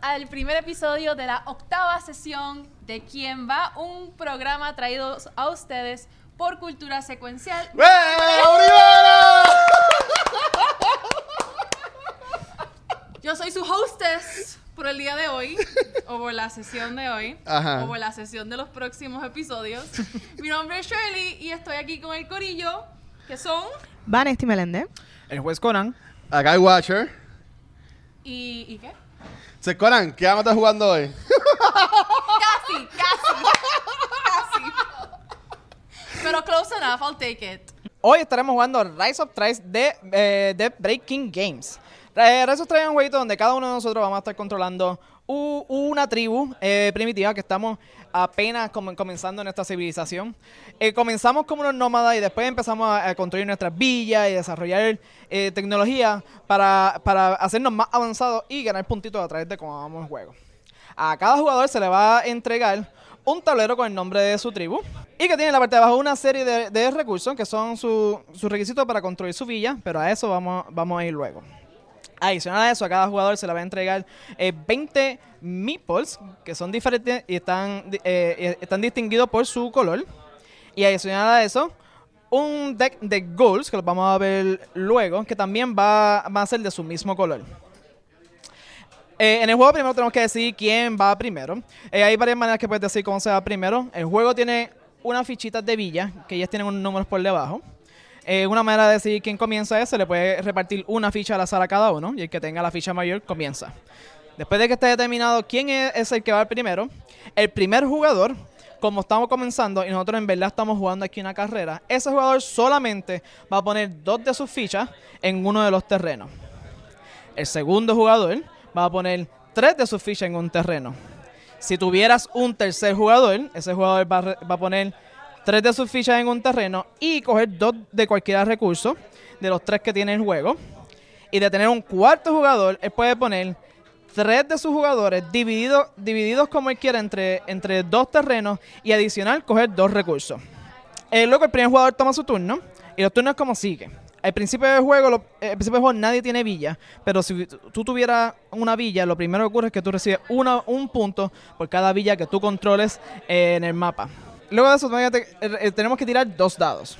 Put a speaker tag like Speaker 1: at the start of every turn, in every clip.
Speaker 1: al primer episodio de la octava sesión de Quién va, un programa traído a ustedes por Cultura Secuencial.
Speaker 2: ¡Eh, Olivera!
Speaker 1: Yo soy su hostess por el día de hoy, o por la sesión de hoy,
Speaker 2: Ajá.
Speaker 1: o por la sesión de los próximos episodios. Mi nombre es Shirley y estoy aquí con el corillo, que son...
Speaker 3: Vanesti Melende.
Speaker 4: El juez Conan.
Speaker 2: Acá hay Watcher.
Speaker 1: ¿Y, ¿y qué?
Speaker 2: Se Conan, ¿qué vamos a estar jugando hoy?
Speaker 1: Casi, casi, casi. Pero close enough, I'll take it.
Speaker 4: Hoy estaremos jugando Rise of Thrice de, eh, de Breaking Games. Eh, Rise of Thrice es un jueguito donde cada uno de nosotros vamos a estar controlando u- una tribu eh, primitiva que estamos apenas com- comenzando nuestra civilización. Eh, comenzamos como unos nómadas y después empezamos a, a construir nuestras villas y desarrollar eh, tecnología para, para hacernos más avanzados y ganar puntitos a través de cómo vamos el juego. A cada jugador se le va a entregar un tablero con el nombre de su tribu y que tiene en la parte de abajo una serie de, de recursos que son su- sus requisitos para construir su villa, pero a eso vamos, vamos a ir luego. Adicional a eso, a cada jugador se le va a entregar eh, 20 meeples, que son diferentes y están, di- eh, están distinguidos por su color. Y adicional a eso, un deck de goals, que lo vamos a ver luego, que también va, va a ser de su mismo color. Eh, en el juego primero tenemos que decidir quién va primero. Eh, hay varias maneras que puedes decir cómo se va primero. El juego tiene unas fichitas de villa, que ellas tienen unos números por debajo. Eh, una manera de decidir quién comienza es, se le puede repartir una ficha al azar a cada uno, y el que tenga la ficha mayor comienza. Después de que esté determinado quién e-, es, es el que va primero, el primer jugador, como estamos comenzando y nosotros en verdad estamos jugando aquí una carrera, ese jugador solamente va a poner dos de sus fichas en uno de los terrenos. El segundo jugador va a poner tres de sus fichas en un terreno. Si tuvieras un tercer jugador, ese jugador va a, re- va a poner tres de sus fichas en un terreno y coger dos de cualquier recurso de los tres que tiene el juego. Y de tener un cuarto jugador, él puede poner tres de sus jugadores dividido- divididos como él quiera entre, entre dos terrenos y adicional coger dos recursos. Eh, luego el primer jugador toma su turno y los turnos como sigue. Al principio del juego, lo- eh, al principio del juego nadie tiene villa, pero si tú- tú tuvieras una villa, lo primero que ocurre es que tú recibes una, un punto por cada villa que tú controles eh, en el mapa. Luego de eso, todavía te- eh, eh, tenemos que tirar dos dados.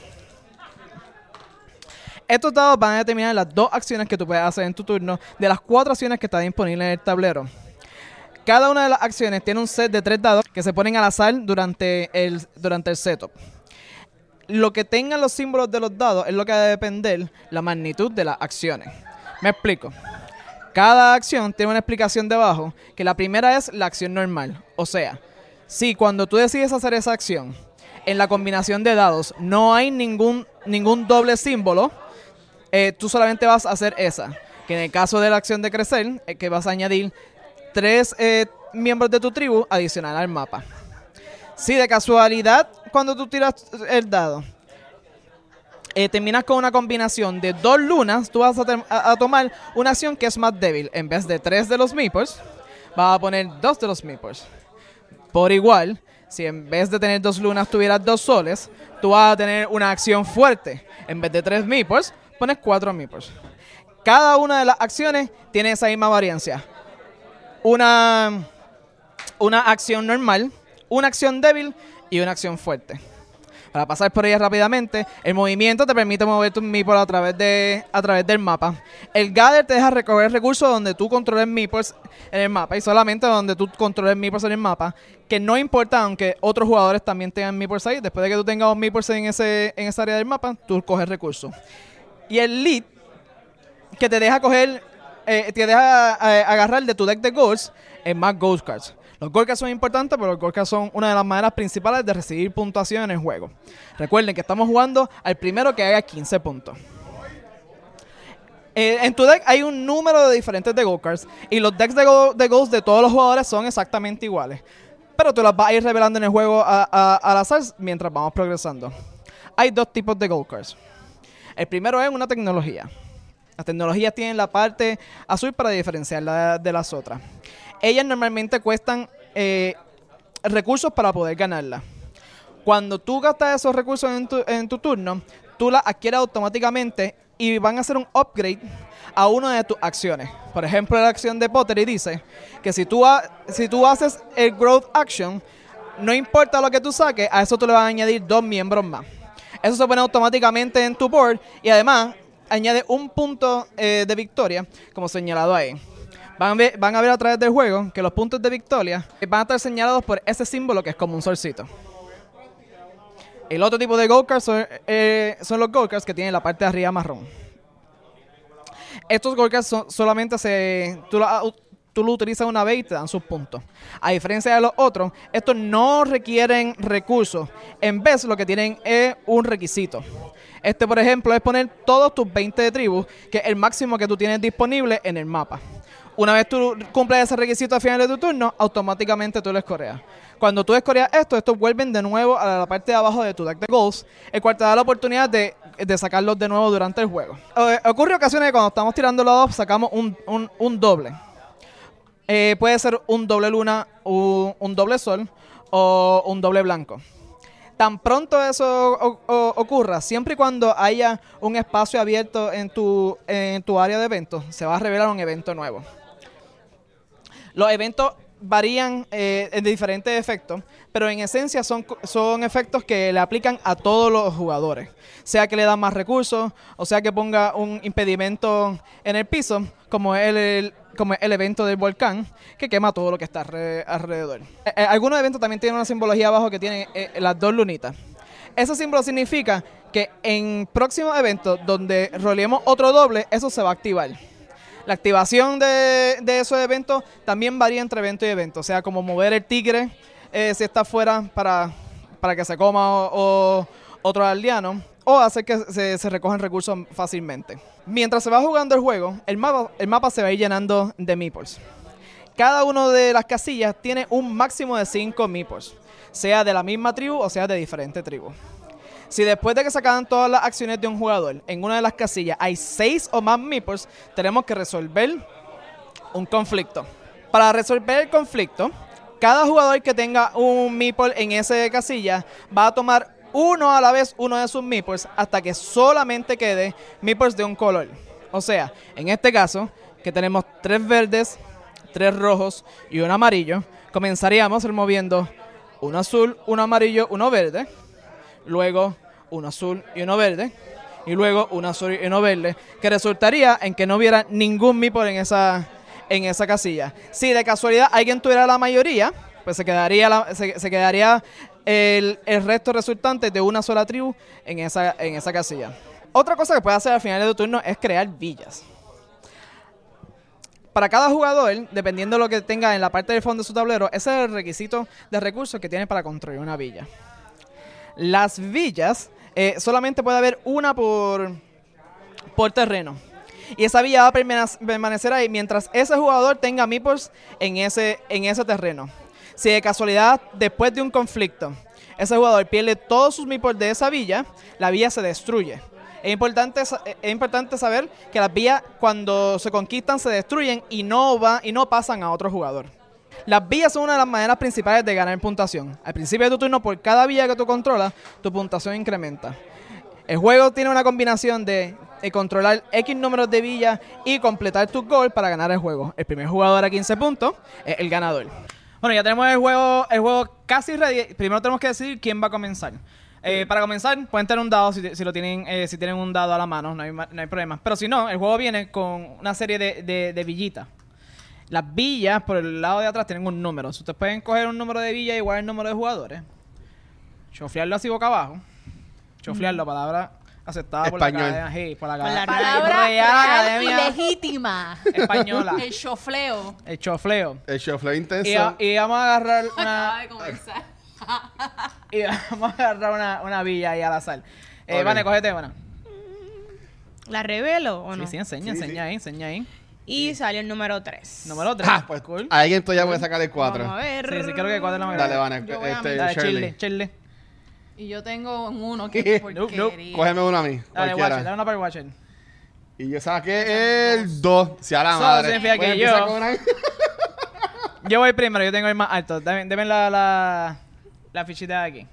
Speaker 4: Estos dados van a determinar las dos acciones que tú puedes hacer en tu turno de las cuatro acciones que están disponibles en el tablero. Cada una de las acciones tiene un set de tres dados que se ponen al azar durante el, durante el setup lo que tengan los símbolos de los dados es lo que va a depender la magnitud de las acciones. Me explico. Cada acción tiene una explicación debajo, que la primera es la acción normal. O sea, si cuando tú decides hacer esa acción, en la combinación de dados no hay ningún, ningún doble símbolo, eh, tú solamente vas a hacer esa. Que en el caso de la acción de crecer, es que vas a añadir tres eh, miembros de tu tribu adicional al mapa. Si de casualidad, cuando tú tiras el dado, eh, terminas con una combinación de dos lunas, tú vas a, ter- a- a tomar una acción que es más débil. En vez de tres de los meeples, vas a poner dos de los meeples. Por igual, si en vez de tener dos lunas tuvieras dos soles, tú vas a tener una acción fuerte. En vez de tres meeples, pones cuatro meeples. Cada una de las acciones tiene esa misma variancia. Una una acción normal, una acción débil y una acción fuerte. Para pasar por ella rápidamente, el movimiento te permite mover tus meeples a través, de, a través del mapa. El gather te deja recoger recursos donde tú controles meeples en el mapa y solamente donde tú controles meeples en el mapa, que no importa aunque otros jugadores también tengan meeples ahí. Después de que tú tengas un meeples en, ese, en esa área del mapa, tú coges recursos. Y el lead que te deja coger, eh, te deja eh, agarrar de tu deck de goals en más gold cards. Los gold cards son importantes, pero los gold cards son una de las maneras principales de recibir puntuación en el juego. Recuerden que estamos jugando al primero que haga 15 puntos. Eh, en tu deck hay un número de diferentes de gold cards y los decks de, go- de goals de todos los jugadores son exactamente iguales. Pero tú las vas a ir revelando en el juego a- a- al azar mientras vamos progresando. Hay dos tipos de gold cards. El primero es una tecnología. Las tecnologías tienen la parte azul para diferenciarla de las otras. Ellas normalmente cuestan eh, recursos para poder ganarla. Cuando tú gastas esos recursos en tu, en tu turno, tú las adquieres automáticamente y van a hacer un upgrade a una de tus acciones. Por ejemplo, la acción de Pottery dice que si tú, ha- si tú haces el growth action, no importa lo que tú saques, a eso tú le vas a añadir dos miembros más. Eso se pone automáticamente en tu board y además añade un punto eh, de victoria, como señalado ahí. Van a, ver, van a ver a través del juego que los puntos de victoria van a estar señalados por ese símbolo que es como un solcito. El otro tipo de go son, eh, son los go que tienen la parte de arriba marrón. Estos golkers solamente se. Tú lo, tú lo utilizas una vez y te dan sus puntos. A diferencia de los otros, estos no requieren recursos. En vez, lo que tienen es un requisito. Este, por ejemplo, es poner todos tus 20 de tribus, que es el máximo que tú tienes disponible en el mapa. Una vez tú cumples ese requisito al final de tu turno, automáticamente tú lo escoreas. Cuando tú escoreas esto, estos vuelven de nuevo a la parte de abajo de tu deck de goals, el cual te da la oportunidad de, de sacarlos de nuevo durante el juego. Eh, ocurre ocasiones que cuando estamos tirando los dados sacamos un, un- un doble. Eh, puede ser un doble luna, un, un doble sol o un doble blanco. Tan pronto eso o- o- ocurra, siempre y cuando haya un espacio abierto en tu, en tu área de eventos, se va a revelar un evento nuevo. Los eventos varían eh, en diferentes efectos, pero en esencia son, co- son efectos que le aplican a todos los jugadores. Sea que le dan más recursos, o sea que ponga un impedimento en el piso, como el, el- como el evento del volcán, que quema todo lo que está alre- alrededor. Eh, eh, algunos eventos también tienen una simbología abajo que tienen eh, las dos lunitas. Ese símbolo significa que en próximos eventos donde roleemos otro doble, eso se va a activar. La activación de, de esos eventos también varía entre evento y evento. O sea, como mover el tigre eh, si está afuera para, para que se coma o, o otro aldeano. O hacer que se, se recojan recursos fácilmente. Mientras se va jugando el juego, el mapa, el mapa se va a ir llenando de meeples. Cada una de las casillas tiene un máximo de 5 meeples. Sea de la misma tribu o sea de diferentes tribus. Si después de que se acaban todas las acciones de un jugador, en una de las casillas hay seis o más meeples, tenemos que resolver un conflicto. Para resolver el conflicto, cada jugador que tenga un meeple en esa casilla va a tomar uno a la vez uno de sus meeples hasta que solamente quede meeples de un color. O sea, en este caso, que tenemos tres verdes, tres rojos y un amarillo, comenzaríamos removiendo uno azul, uno amarillo, uno verde luego uno azul y uno verde, y luego uno azul y uno verde, que resultaría en que no hubiera ningún meeple en esa, en esa casilla. Si de casualidad alguien tuviera la mayoría, pues se quedaría, la- se, se quedaría el, el resto resultante de una sola tribu en esa, en esa casilla. Otra cosa que puede hacer al final de tu turno es crear villas. Para cada jugador, dependiendo de lo que tenga en la parte del fondo de su tablero, ese es el requisito de recursos que tiene para construir una villa. Las villas, eh, solamente puede haber una por, por terreno. Y esa villa va a permane- permanecer ahí mientras ese jugador tenga meeples en ese, en ese terreno. Si de casualidad, después de un conflicto, ese jugador pierde todos sus meeples de esa villa, la villa se destruye. Es importante, sa- eh, es importante saber que las villas cuando se conquistan se destruyen y no, va, y no pasan a otro jugador. Las vías son una de las maneras principales de ganar puntuación. Al principio de tu turno, por cada vía que tú controlas, tu puntuación incrementa. El juego tiene una combinación de, eh, controlar X números de villas y completar tus goals para ganar el juego. El primer jugador a 15 puntos es el ganador. Bueno, ya tenemos el juego, el juego casi ready. Primero tenemos que decidir quién va a comenzar. Eh, para comenzar, pueden tener un dado si, si lo tienen, eh, si tienen un dado a la mano, no hay, ma- no hay problema. Pero si no, el juego viene con una serie de, de- de villitas. Las villas por el lado de atrás tienen un número. Si ustedes pueden coger un número de villa igual el número de jugadores, choflearlo así boca abajo. Choflearlo, palabra aceptada por la,
Speaker 2: Español.
Speaker 4: academia, sí, por la
Speaker 3: Con la
Speaker 4: academia-
Speaker 1: Palabra
Speaker 4: Real
Speaker 1: real y
Speaker 4: Academia
Speaker 3: legítima.
Speaker 4: Española.
Speaker 1: El chofleo
Speaker 4: El chofleo.
Speaker 2: El chofleo intenso.
Speaker 4: Y, a- y vamos a agarrar
Speaker 1: acaba
Speaker 4: una,
Speaker 1: de comenzar.
Speaker 4: y vamos a agarrar una, una villa ahí al azar. Eh,
Speaker 2: Ok.
Speaker 4: Vane, cógete una.
Speaker 3: ¿La revelo o no?
Speaker 4: Sí, sí, enseña,
Speaker 2: Sí, sí.
Speaker 4: enseña ahí, enseña ahí.
Speaker 3: Y salió el número 3.
Speaker 4: Número 3.
Speaker 2: Ah, pues
Speaker 4: cool.
Speaker 2: alguien todavía puede sacar el 4.
Speaker 3: Vamos a ver.
Speaker 4: Sí, sí, creo que cuatro es la mayoría.
Speaker 2: Dale, Vane,
Speaker 3: Yo voy a
Speaker 2: este,
Speaker 4: Dale,
Speaker 2: Shirley.
Speaker 4: chile, chile.
Speaker 1: Y yo tengo un uno que
Speaker 2: Nope,
Speaker 4: nope.
Speaker 1: porquería.
Speaker 2: Cógeme uno a mí,
Speaker 4: Dale,
Speaker 2: cualquiera.
Speaker 4: Watcher, dale una para el Watcher.
Speaker 2: Y yo saqué el 2. Si a la
Speaker 4: Eso
Speaker 2: madre.
Speaker 4: significa
Speaker 2: Pues
Speaker 4: que
Speaker 2: empieza
Speaker 4: yo-
Speaker 2: con una-
Speaker 4: Yo voy primero, yo tengo el más alto. Deme, deme la, la, la fichita de aquí.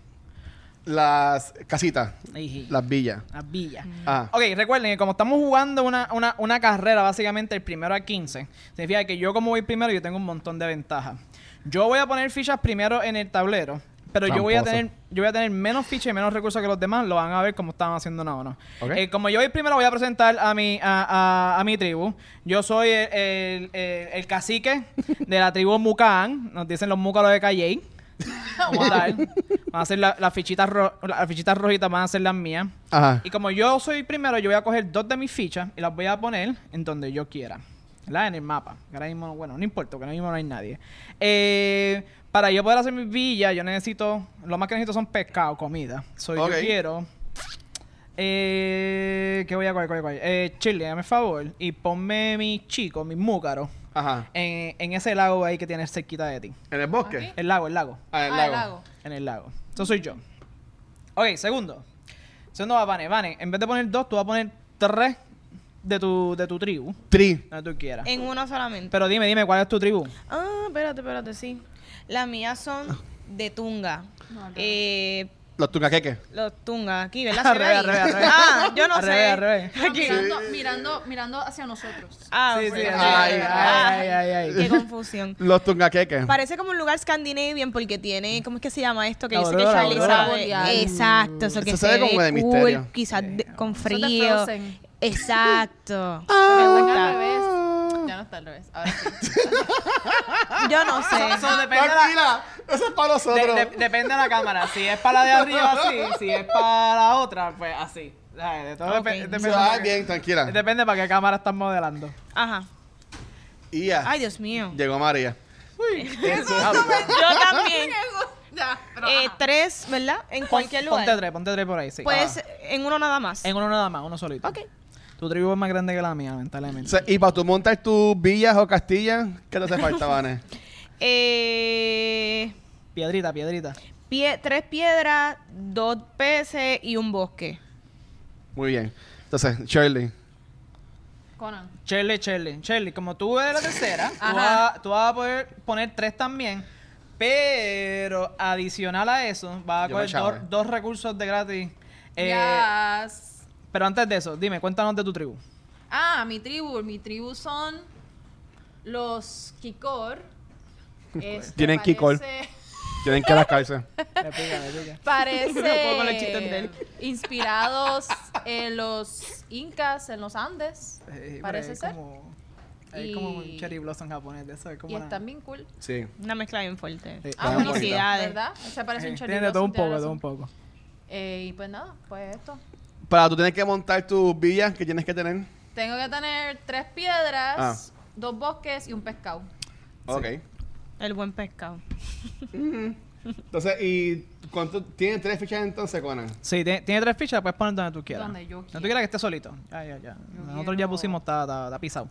Speaker 2: las casitas,
Speaker 4: Iji.
Speaker 2: las villas.
Speaker 4: Las villas.
Speaker 3: Mm.
Speaker 2: Ah,
Speaker 4: Ok, recuerden que como estamos jugando una, una, una carrera, básicamente el primero a 15, significa que yo como voy primero, yo tengo un montón de ventajas. Yo voy a poner fichas primero en el tablero, pero yo voy a
Speaker 2: Tramposo.
Speaker 4: tener yo voy a tener menos fichas y menos recursos que los demás, lo van a ver como estaban haciendo una o no.
Speaker 2: Ok.
Speaker 4: Eh, como yo voy primero, voy a presentar a mi, a, a- a mi tribu. Yo soy el, el- el- el cacique de la tribu Mucán, nos dicen los múcaros de Calley. Como tal. Van a ser la- las fichitas ro- las fichitas rojitas, van a ser las mías.
Speaker 2: ajá.
Speaker 4: Y como yo soy primero, yo voy a coger dos de mis fichas y las voy a poner en donde yo quiera. ¿Verdad? En el mapa. Que Ahora mismo, bueno, no importa, que ahora mismo no hay nadie. Eh, para yo poder hacer mis villas, yo necesito. Lo más que necesito son pescado, comida. Soy
Speaker 2: Ok.
Speaker 4: yo quiero. Eh, ¿Qué voy a coger? coger, coger? Eh, Chile, dame favor. Y ponme mis chicos, mis múcaros,
Speaker 2: Ajá.
Speaker 4: en, en ese lago ahí que tienes cerquita de ti.
Speaker 2: ¿En el bosque?
Speaker 1: Ok.
Speaker 4: El lago, el lago.
Speaker 2: Ah, en el
Speaker 1: Ah,
Speaker 2: lago.
Speaker 1: el lago.
Speaker 4: En el lago. Eso soy yo. Ok, segundo. Segundo va Vane. Vane, en vez de poner dos, tú vas a poner tres de tu, de tu tribu.
Speaker 2: Tri.
Speaker 4: Donde tú quieras.
Speaker 3: En uno solamente.
Speaker 4: Pero dime, dime, ¿cuál es tu tribu?
Speaker 3: Ah, espérate, espérate, sí. Las mías son de Tunga.
Speaker 1: No, al revés.
Speaker 3: Eh,
Speaker 2: Los tuncaqueques.
Speaker 3: los Tunga, aquí, ¿verdad?
Speaker 4: Al
Speaker 3: Se ve
Speaker 4: revés,
Speaker 3: ahí.
Speaker 4: al revés, al revés.
Speaker 3: Ah, yo no
Speaker 4: Al
Speaker 3: sé.
Speaker 4: revés, al revés.
Speaker 1: Pero
Speaker 3: Aquí.
Speaker 1: Mirando, mirando, mirando hacia nosotros.
Speaker 3: Ah,
Speaker 4: Sí, sí,
Speaker 3: bueno.
Speaker 2: ay,
Speaker 3: Ah,
Speaker 4: ay, ay, ay.
Speaker 3: Qué confusión.
Speaker 2: Los tuncaqueques.
Speaker 3: Parece como un lugar Scandinavian porque tiene, ¿cómo es que se llama esto? Que
Speaker 4: La
Speaker 3: dice
Speaker 4: aurora,
Speaker 3: que
Speaker 4: la
Speaker 3: Charlie
Speaker 4: aurora.
Speaker 1: Boreal.
Speaker 3: sabe. Exacto, eso que
Speaker 2: Eso se ve como de misterio.
Speaker 3: cool, quizás de- con
Speaker 1: Eso es de
Speaker 3: frío.
Speaker 1: Frozen.
Speaker 3: Exacto.
Speaker 1: Mirando acá
Speaker 3: está.
Speaker 1: al revés. Ya no está al revés. Ahora sí.
Speaker 3: Yo no sé.
Speaker 4: Eso depende de la,
Speaker 2: Tranquila, eso es para nosotros.
Speaker 4: de- de- depende de la cámara. Si es para la de arriba, así. Si es para la otra, pues así. Ay, de todo
Speaker 3: Ok.
Speaker 4: depe- depende,
Speaker 2: Se
Speaker 4: para
Speaker 2: va
Speaker 4: qué-
Speaker 2: Ah, bien, tranquila.
Speaker 4: depende para qué cámara estás modelando.
Speaker 3: Ajá.
Speaker 2: Y ya.
Speaker 3: Ay, Dios mío.
Speaker 2: Llegó María.
Speaker 4: Ah, pues,
Speaker 3: Yo también.
Speaker 1: Ya, pero
Speaker 3: Eh,
Speaker 1: ajá.
Speaker 3: tres, ¿verdad? En cualquier lugar.
Speaker 4: Ponte tres, ponte tres por ahí, sí.
Speaker 3: Pues en uno nada más.
Speaker 4: En uno nada más, uno solito.
Speaker 3: Ok.
Speaker 4: Tu tribu es más grande que la mía, lamentablemente.
Speaker 2: Se- Y para tú montar tus villas o castillas, ¿qué te hace falta, Vane?
Speaker 3: Eh,
Speaker 4: Piedrita, piedrita.
Speaker 3: pie- tres piedras, dos peces y un bosque.
Speaker 2: Muy bien. Entonces, Shirley.
Speaker 1: Conan.
Speaker 4: Shirley, Shirley, Shirley, como tú eres la tercera, tú
Speaker 3: Ajá.
Speaker 4: vas, tú vas a poder poner tres también, pero adicional a eso, vas a
Speaker 2: Yo me
Speaker 4: coger
Speaker 2: chavo,
Speaker 4: dos,
Speaker 2: eh.
Speaker 4: dos recursos de gratis. Eh,
Speaker 1: Yes.
Speaker 4: Pero antes de eso, dime, cuéntanos de tu tribu.
Speaker 1: Ah, mi tribu. Mi tribu son los Kikor. Este,
Speaker 2: Tienen Kikor.
Speaker 1: parece-
Speaker 2: Tienen que las calzas.
Speaker 4: Me pica, me pica.
Speaker 1: Parece
Speaker 4: No puedo con el chiste de él.
Speaker 1: inspirados en los incas, en los Andes.
Speaker 4: Eh, pero
Speaker 1: parece
Speaker 4: es
Speaker 1: ser.
Speaker 4: Como, es como un
Speaker 1: Y-
Speaker 4: cherry blossom japonés de eso, es como
Speaker 1: Y
Speaker 4: una-
Speaker 1: están bien cool.
Speaker 2: Sí.
Speaker 3: Una mezcla bien fuerte.
Speaker 1: Ah,
Speaker 4: Sí.
Speaker 2: Están
Speaker 1: bueno, sí,
Speaker 3: Felicidades.
Speaker 1: ¿verdad? Se
Speaker 4: Eh,
Speaker 1: parece un
Speaker 4: tiene de
Speaker 1: charlito.
Speaker 4: todo un poco, de todo un poco.
Speaker 1: y pues nada, pues esto.
Speaker 2: Para tú tienes que montar tus villas que tienes que tener.
Speaker 1: Tengo que tener tres piedras,
Speaker 4: Ah.
Speaker 1: dos bosques y un pescado.
Speaker 2: Ok.
Speaker 3: El buen pescado.
Speaker 2: Entonces, ¿y cuánto? ¿Tienes tres fichas entonces, Conan?
Speaker 4: Sí, tiene, tiene tres fichas, la puedes poner donde tú quieras.
Speaker 1: Donde yo
Speaker 4: No tú
Speaker 1: quiera.
Speaker 4: quieras que esté solito. Ya, ya, ya.
Speaker 1: Yo
Speaker 4: Nosotros ya
Speaker 1: quiero-
Speaker 4: pusimos, está, está, está pisado.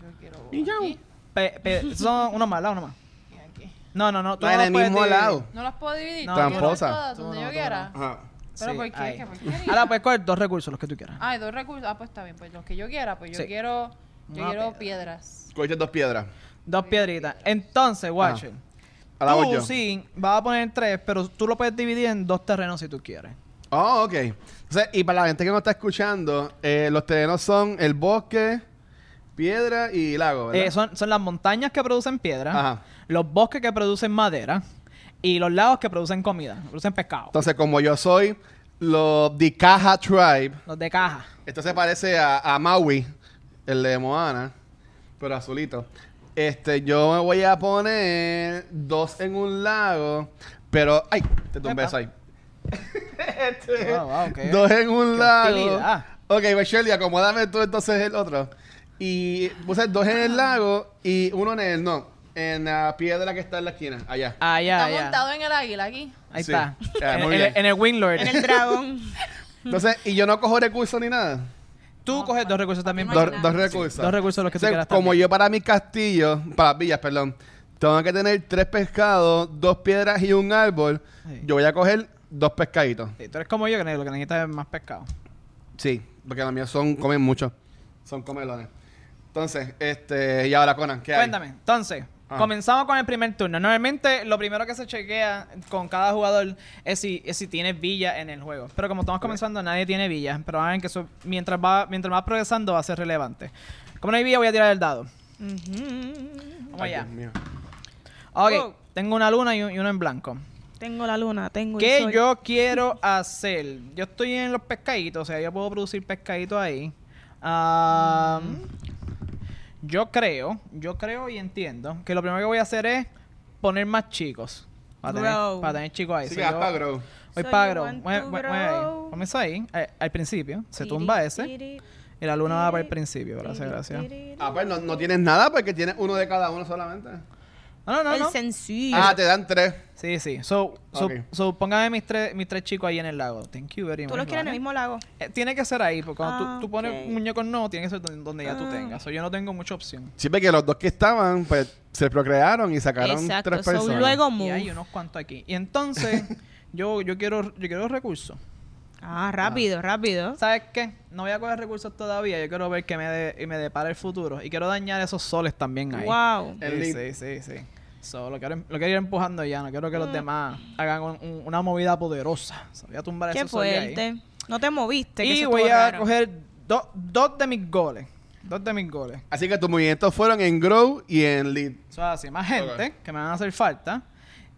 Speaker 1: Yo quiero
Speaker 2: Y ya.
Speaker 1: aquí
Speaker 4: Pe- pe- son uno más, la uno más.
Speaker 1: y aquí.
Speaker 4: No, no, no. tú
Speaker 2: No, en
Speaker 4: no
Speaker 2: el
Speaker 4: puedes
Speaker 2: mismo
Speaker 4: dividir.
Speaker 2: lado.
Speaker 1: No las puedo dividir.
Speaker 4: No,
Speaker 1: Quiero
Speaker 2: Tramposa.
Speaker 1: todas
Speaker 4: Tú
Speaker 1: Donde
Speaker 4: no,
Speaker 1: yo
Speaker 4: tú
Speaker 1: quiera.
Speaker 2: Ajá.
Speaker 1: Pero ¿por qué?
Speaker 4: ahí.
Speaker 1: ¿Qué? ¿Por qué?
Speaker 4: Ahora puedes coger dos recursos, los que tú quieras.
Speaker 1: Ah, hay dos recursos. Ah, pues está bien. Pues los que yo quiera, pues yo
Speaker 4: Sí.
Speaker 1: quiero, yo
Speaker 4: Una
Speaker 1: quiero
Speaker 4: piedra.
Speaker 1: piedras.
Speaker 2: Cogiste dos piedras.
Speaker 4: Dos piedritas. Entonces, Watcher.
Speaker 2: Ahora Ah, voy
Speaker 4: tú
Speaker 2: yo.
Speaker 4: Uh, sí vas a poner tres, pero tú lo puedes dividir en dos terrenos si tú quieres.
Speaker 2: Oh, ok. Entonces, y para la gente que no está escuchando, eh, los terrenos son el bosque, piedra y lago, ¿verdad?
Speaker 4: Eh, son, son las montañas que producen piedra,
Speaker 2: Ajá.
Speaker 4: los bosques que producen madera y los lagos que producen comida, producen pescado.
Speaker 2: Entonces, como yo soy los de Caja Tribe,
Speaker 4: Los de caja.
Speaker 2: esto se parece a, a Maui, el de Moana, pero azulito. Este, yo me voy a poner dos en un lago, pero... ¡Ay! Te tumbé
Speaker 4: Epa.
Speaker 2: eso ahí. Este,
Speaker 4: Wow, wow, qué-
Speaker 2: Dos en un
Speaker 4: qué
Speaker 2: lago.
Speaker 4: hostilidad.
Speaker 2: Ok, pues Shirley, acomódame tú entonces el otro. Y puse dos en
Speaker 4: Ah.
Speaker 2: el lago y uno en el... No, en la piedra que está en la esquina, allá.
Speaker 4: Allá,
Speaker 1: Está montado en el águila aquí.
Speaker 4: Ahí
Speaker 2: Sí.
Speaker 4: está.
Speaker 2: Ah,
Speaker 4: en,
Speaker 2: muy
Speaker 4: en-
Speaker 2: bien.
Speaker 4: en el Windlord.
Speaker 3: En el dragón.
Speaker 2: Entonces, y yo no cojo recursos ni nada.
Speaker 4: Tú coges dos recursos también.
Speaker 2: Dos,
Speaker 4: pero-
Speaker 2: dos recursos.
Speaker 4: dos recursos los que tú
Speaker 2: Entonces,
Speaker 4: quieras
Speaker 2: Como
Speaker 4: también.
Speaker 2: yo para mis castillos, para las villas, perdón, tengo que tener tres pescados, dos piedras y un árbol.
Speaker 4: Sí.
Speaker 2: Yo voy a coger dos pescaditos.
Speaker 4: Sí, tú eres como yo, que lo que necesitas es más pescado.
Speaker 2: Sí, porque los míos son, comen mucho. Son comelones. Entonces, este, y ahora Conan, ¿qué hay?
Speaker 4: Cuéntame. Entonces,
Speaker 2: Ah.
Speaker 4: Comenzamos con el primer turno. Normalmente lo primero que se chequea con cada jugador es si, es si tienes villa en el juego. Pero como estamos comenzando, nadie tiene villa. Pero saben que eso, mientras, va, mientras más progresando va a ser relevante. Como no hay villa, voy a tirar el dado. Vamos
Speaker 2: Ay,
Speaker 4: allá.
Speaker 2: Dios mío.
Speaker 4: Ok,
Speaker 3: Wow.
Speaker 4: tengo una luna y, un- y uno en blanco.
Speaker 3: Tengo la luna, tengo el
Speaker 4: ¿Qué
Speaker 3: sol.
Speaker 4: yo quiero hacer? Yo estoy en los pescaditos, o sea, yo puedo producir pescaditos ahí. Ah,
Speaker 3: Mm.
Speaker 4: Yo creo, yo creo y entiendo que lo primero que voy a hacer es poner más chicos. Para tener,
Speaker 3: Grow.
Speaker 4: para tener chicos ahí.
Speaker 2: Así
Speaker 4: So
Speaker 2: que vas
Speaker 4: yo-
Speaker 2: para Grow.
Speaker 4: Voy
Speaker 3: So
Speaker 4: para
Speaker 3: you
Speaker 4: grow.
Speaker 3: want
Speaker 4: Mueve-
Speaker 3: to
Speaker 4: mueve- mueve ahí.
Speaker 3: grow.
Speaker 4: Comienza ahí, eh, al principio. Se
Speaker 3: Tiri,
Speaker 4: tumba ese.
Speaker 3: tiri,
Speaker 4: Y la luna va para el
Speaker 3: tiri,
Speaker 4: principio, gracias,
Speaker 3: tiri,
Speaker 4: gracias.
Speaker 3: tiri.
Speaker 2: Ah, pues no, no tienes nada porque tienes uno de cada uno solamente.
Speaker 4: No, no, no.
Speaker 3: el
Speaker 4: no.
Speaker 3: sencillo.
Speaker 2: Ah, te dan tres.
Speaker 4: Sí, sí. So, so,
Speaker 2: Ok.
Speaker 4: so, póngame mis tres, mis tres chicos ahí en el lago. Thank you very much.
Speaker 3: Tú los quieres en el
Speaker 4: vale.
Speaker 3: mismo lago.
Speaker 4: Eh, tiene que ser ahí, porque cuando tú-
Speaker 3: Ah,
Speaker 4: tú, pones
Speaker 3: ok.
Speaker 4: un muñeco no, tiene que ser donde, donde ya tú
Speaker 3: Ah.
Speaker 4: tengas. So, yo no tengo mucha opción.
Speaker 2: Siempre que los dos que estaban, pues se procrearon y sacaron
Speaker 3: Exacto.
Speaker 2: tres
Speaker 3: so
Speaker 2: personas.
Speaker 3: luego
Speaker 4: Y hay
Speaker 3: move.
Speaker 4: unos cuantos aquí. Y entonces, yo, yo quiero yo quiero recursos.
Speaker 3: Ah, rápido, rápido.
Speaker 4: ¿Sabes qué? No voy a coger recursos todavía. Yo quiero ver que me, de- me depara el futuro. Y quiero dañar esos soles también ahí.
Speaker 3: Wow.
Speaker 2: El
Speaker 4: Sí, sí,
Speaker 2: link.
Speaker 4: sí, sí. So, lo, quiero, em- lo quiero ir empujando ya. No quiero que
Speaker 3: Mm.
Speaker 4: los demás hagan un- un- una movida poderosa. So, voy a tumbar
Speaker 3: Qué
Speaker 4: esos soles ahí.
Speaker 3: fuerte. No te moviste. que
Speaker 4: Y
Speaker 3: eso
Speaker 4: voy
Speaker 3: estuvo
Speaker 4: a
Speaker 3: raro.
Speaker 4: coger do- dos de mis goles. Dos de mis goles.
Speaker 2: Así que tus movimientos fueron en Grow y en Lead.
Speaker 4: Eso es así, más gente
Speaker 2: Ok.
Speaker 4: que me van a hacer falta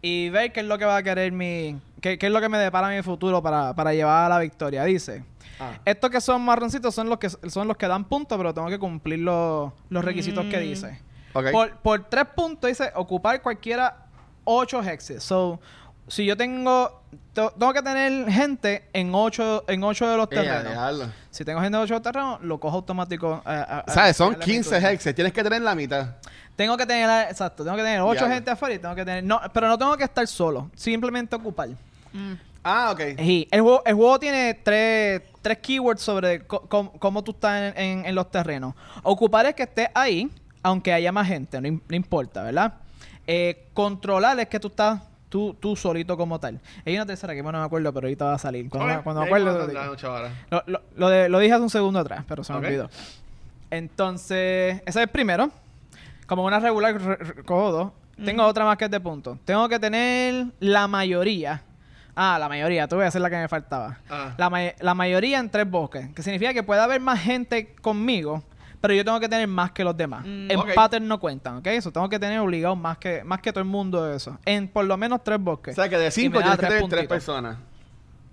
Speaker 4: y ver qué es lo que va a querer mi. qué, qué es lo que me depara mi futuro para, para llevar a la victoria. Dice:
Speaker 2: Ah.
Speaker 4: Estos que son marroncitos son los que son los que dan puntos, pero tengo que cumplir los, los requisitos que dice.
Speaker 2: Ok.
Speaker 4: Por, por tres puntos dice ocupar cualquiera ocho hexes. So, si yo tengo. to- tengo que tener gente en ocho, en ocho de los
Speaker 2: Eh, a
Speaker 4: terrenos.
Speaker 2: dejarlo.
Speaker 4: si tengo gente en ocho de los terrenos, lo cojo automático. eh, a- a-
Speaker 2: ¿Sabes?
Speaker 4: a
Speaker 2: Son
Speaker 4: la
Speaker 2: 15
Speaker 4: victoria.
Speaker 2: hexes. Tienes que tener la mitad.
Speaker 4: Tengo que tener, exacto, tengo que tener ocho
Speaker 2: Diablo.
Speaker 4: gente afuera y tengo que tener, no, pero no tengo que estar solo, simplemente ocupar.
Speaker 2: Ah, ok.
Speaker 4: Y el juego, el juego tiene tres, tres keywords sobre co- com- cómo tú estás en, en- en los terrenos. Ocupar es que estés ahí, aunque haya más gente, no, im- no importa, ¿verdad? Eh, controlar es que tú estás tú, tú solito como tal. Hay una tercera que bueno, no me acuerdo, pero ahorita va a salir. Cuando, me-
Speaker 2: Ok.
Speaker 4: cuando me
Speaker 2: Ya
Speaker 4: acuerdo,
Speaker 2: vamos a
Speaker 4: te digo.
Speaker 2: andar, chavala.
Speaker 4: Lo, lo- lo de- lo dije hace un segundo atrás, pero se me
Speaker 2: Ok.
Speaker 4: olvidó. Entonces, ese es el primero. Como una regular, re- re- cojo dos. Tengo otra más que es de punto. Tengo que tener la mayoría. Ah, la mayoría. Tuve que hacer la que me faltaba.
Speaker 2: Ah.
Speaker 4: La, may- la mayoría en tres bosques. Que significa que puede haber más gente conmigo, pero yo tengo que tener más que los demás. En
Speaker 2: Mm. Ok.
Speaker 4: pattern no cuentan, ¿ok? Eso tengo que tener obligado más que, más que todo el mundo de eso. En por lo menos tres bosques.
Speaker 2: O sea que de
Speaker 4: Y me
Speaker 2: 5
Speaker 4: da
Speaker 2: tienes que tener 3
Speaker 4: puntitos.
Speaker 2: personas.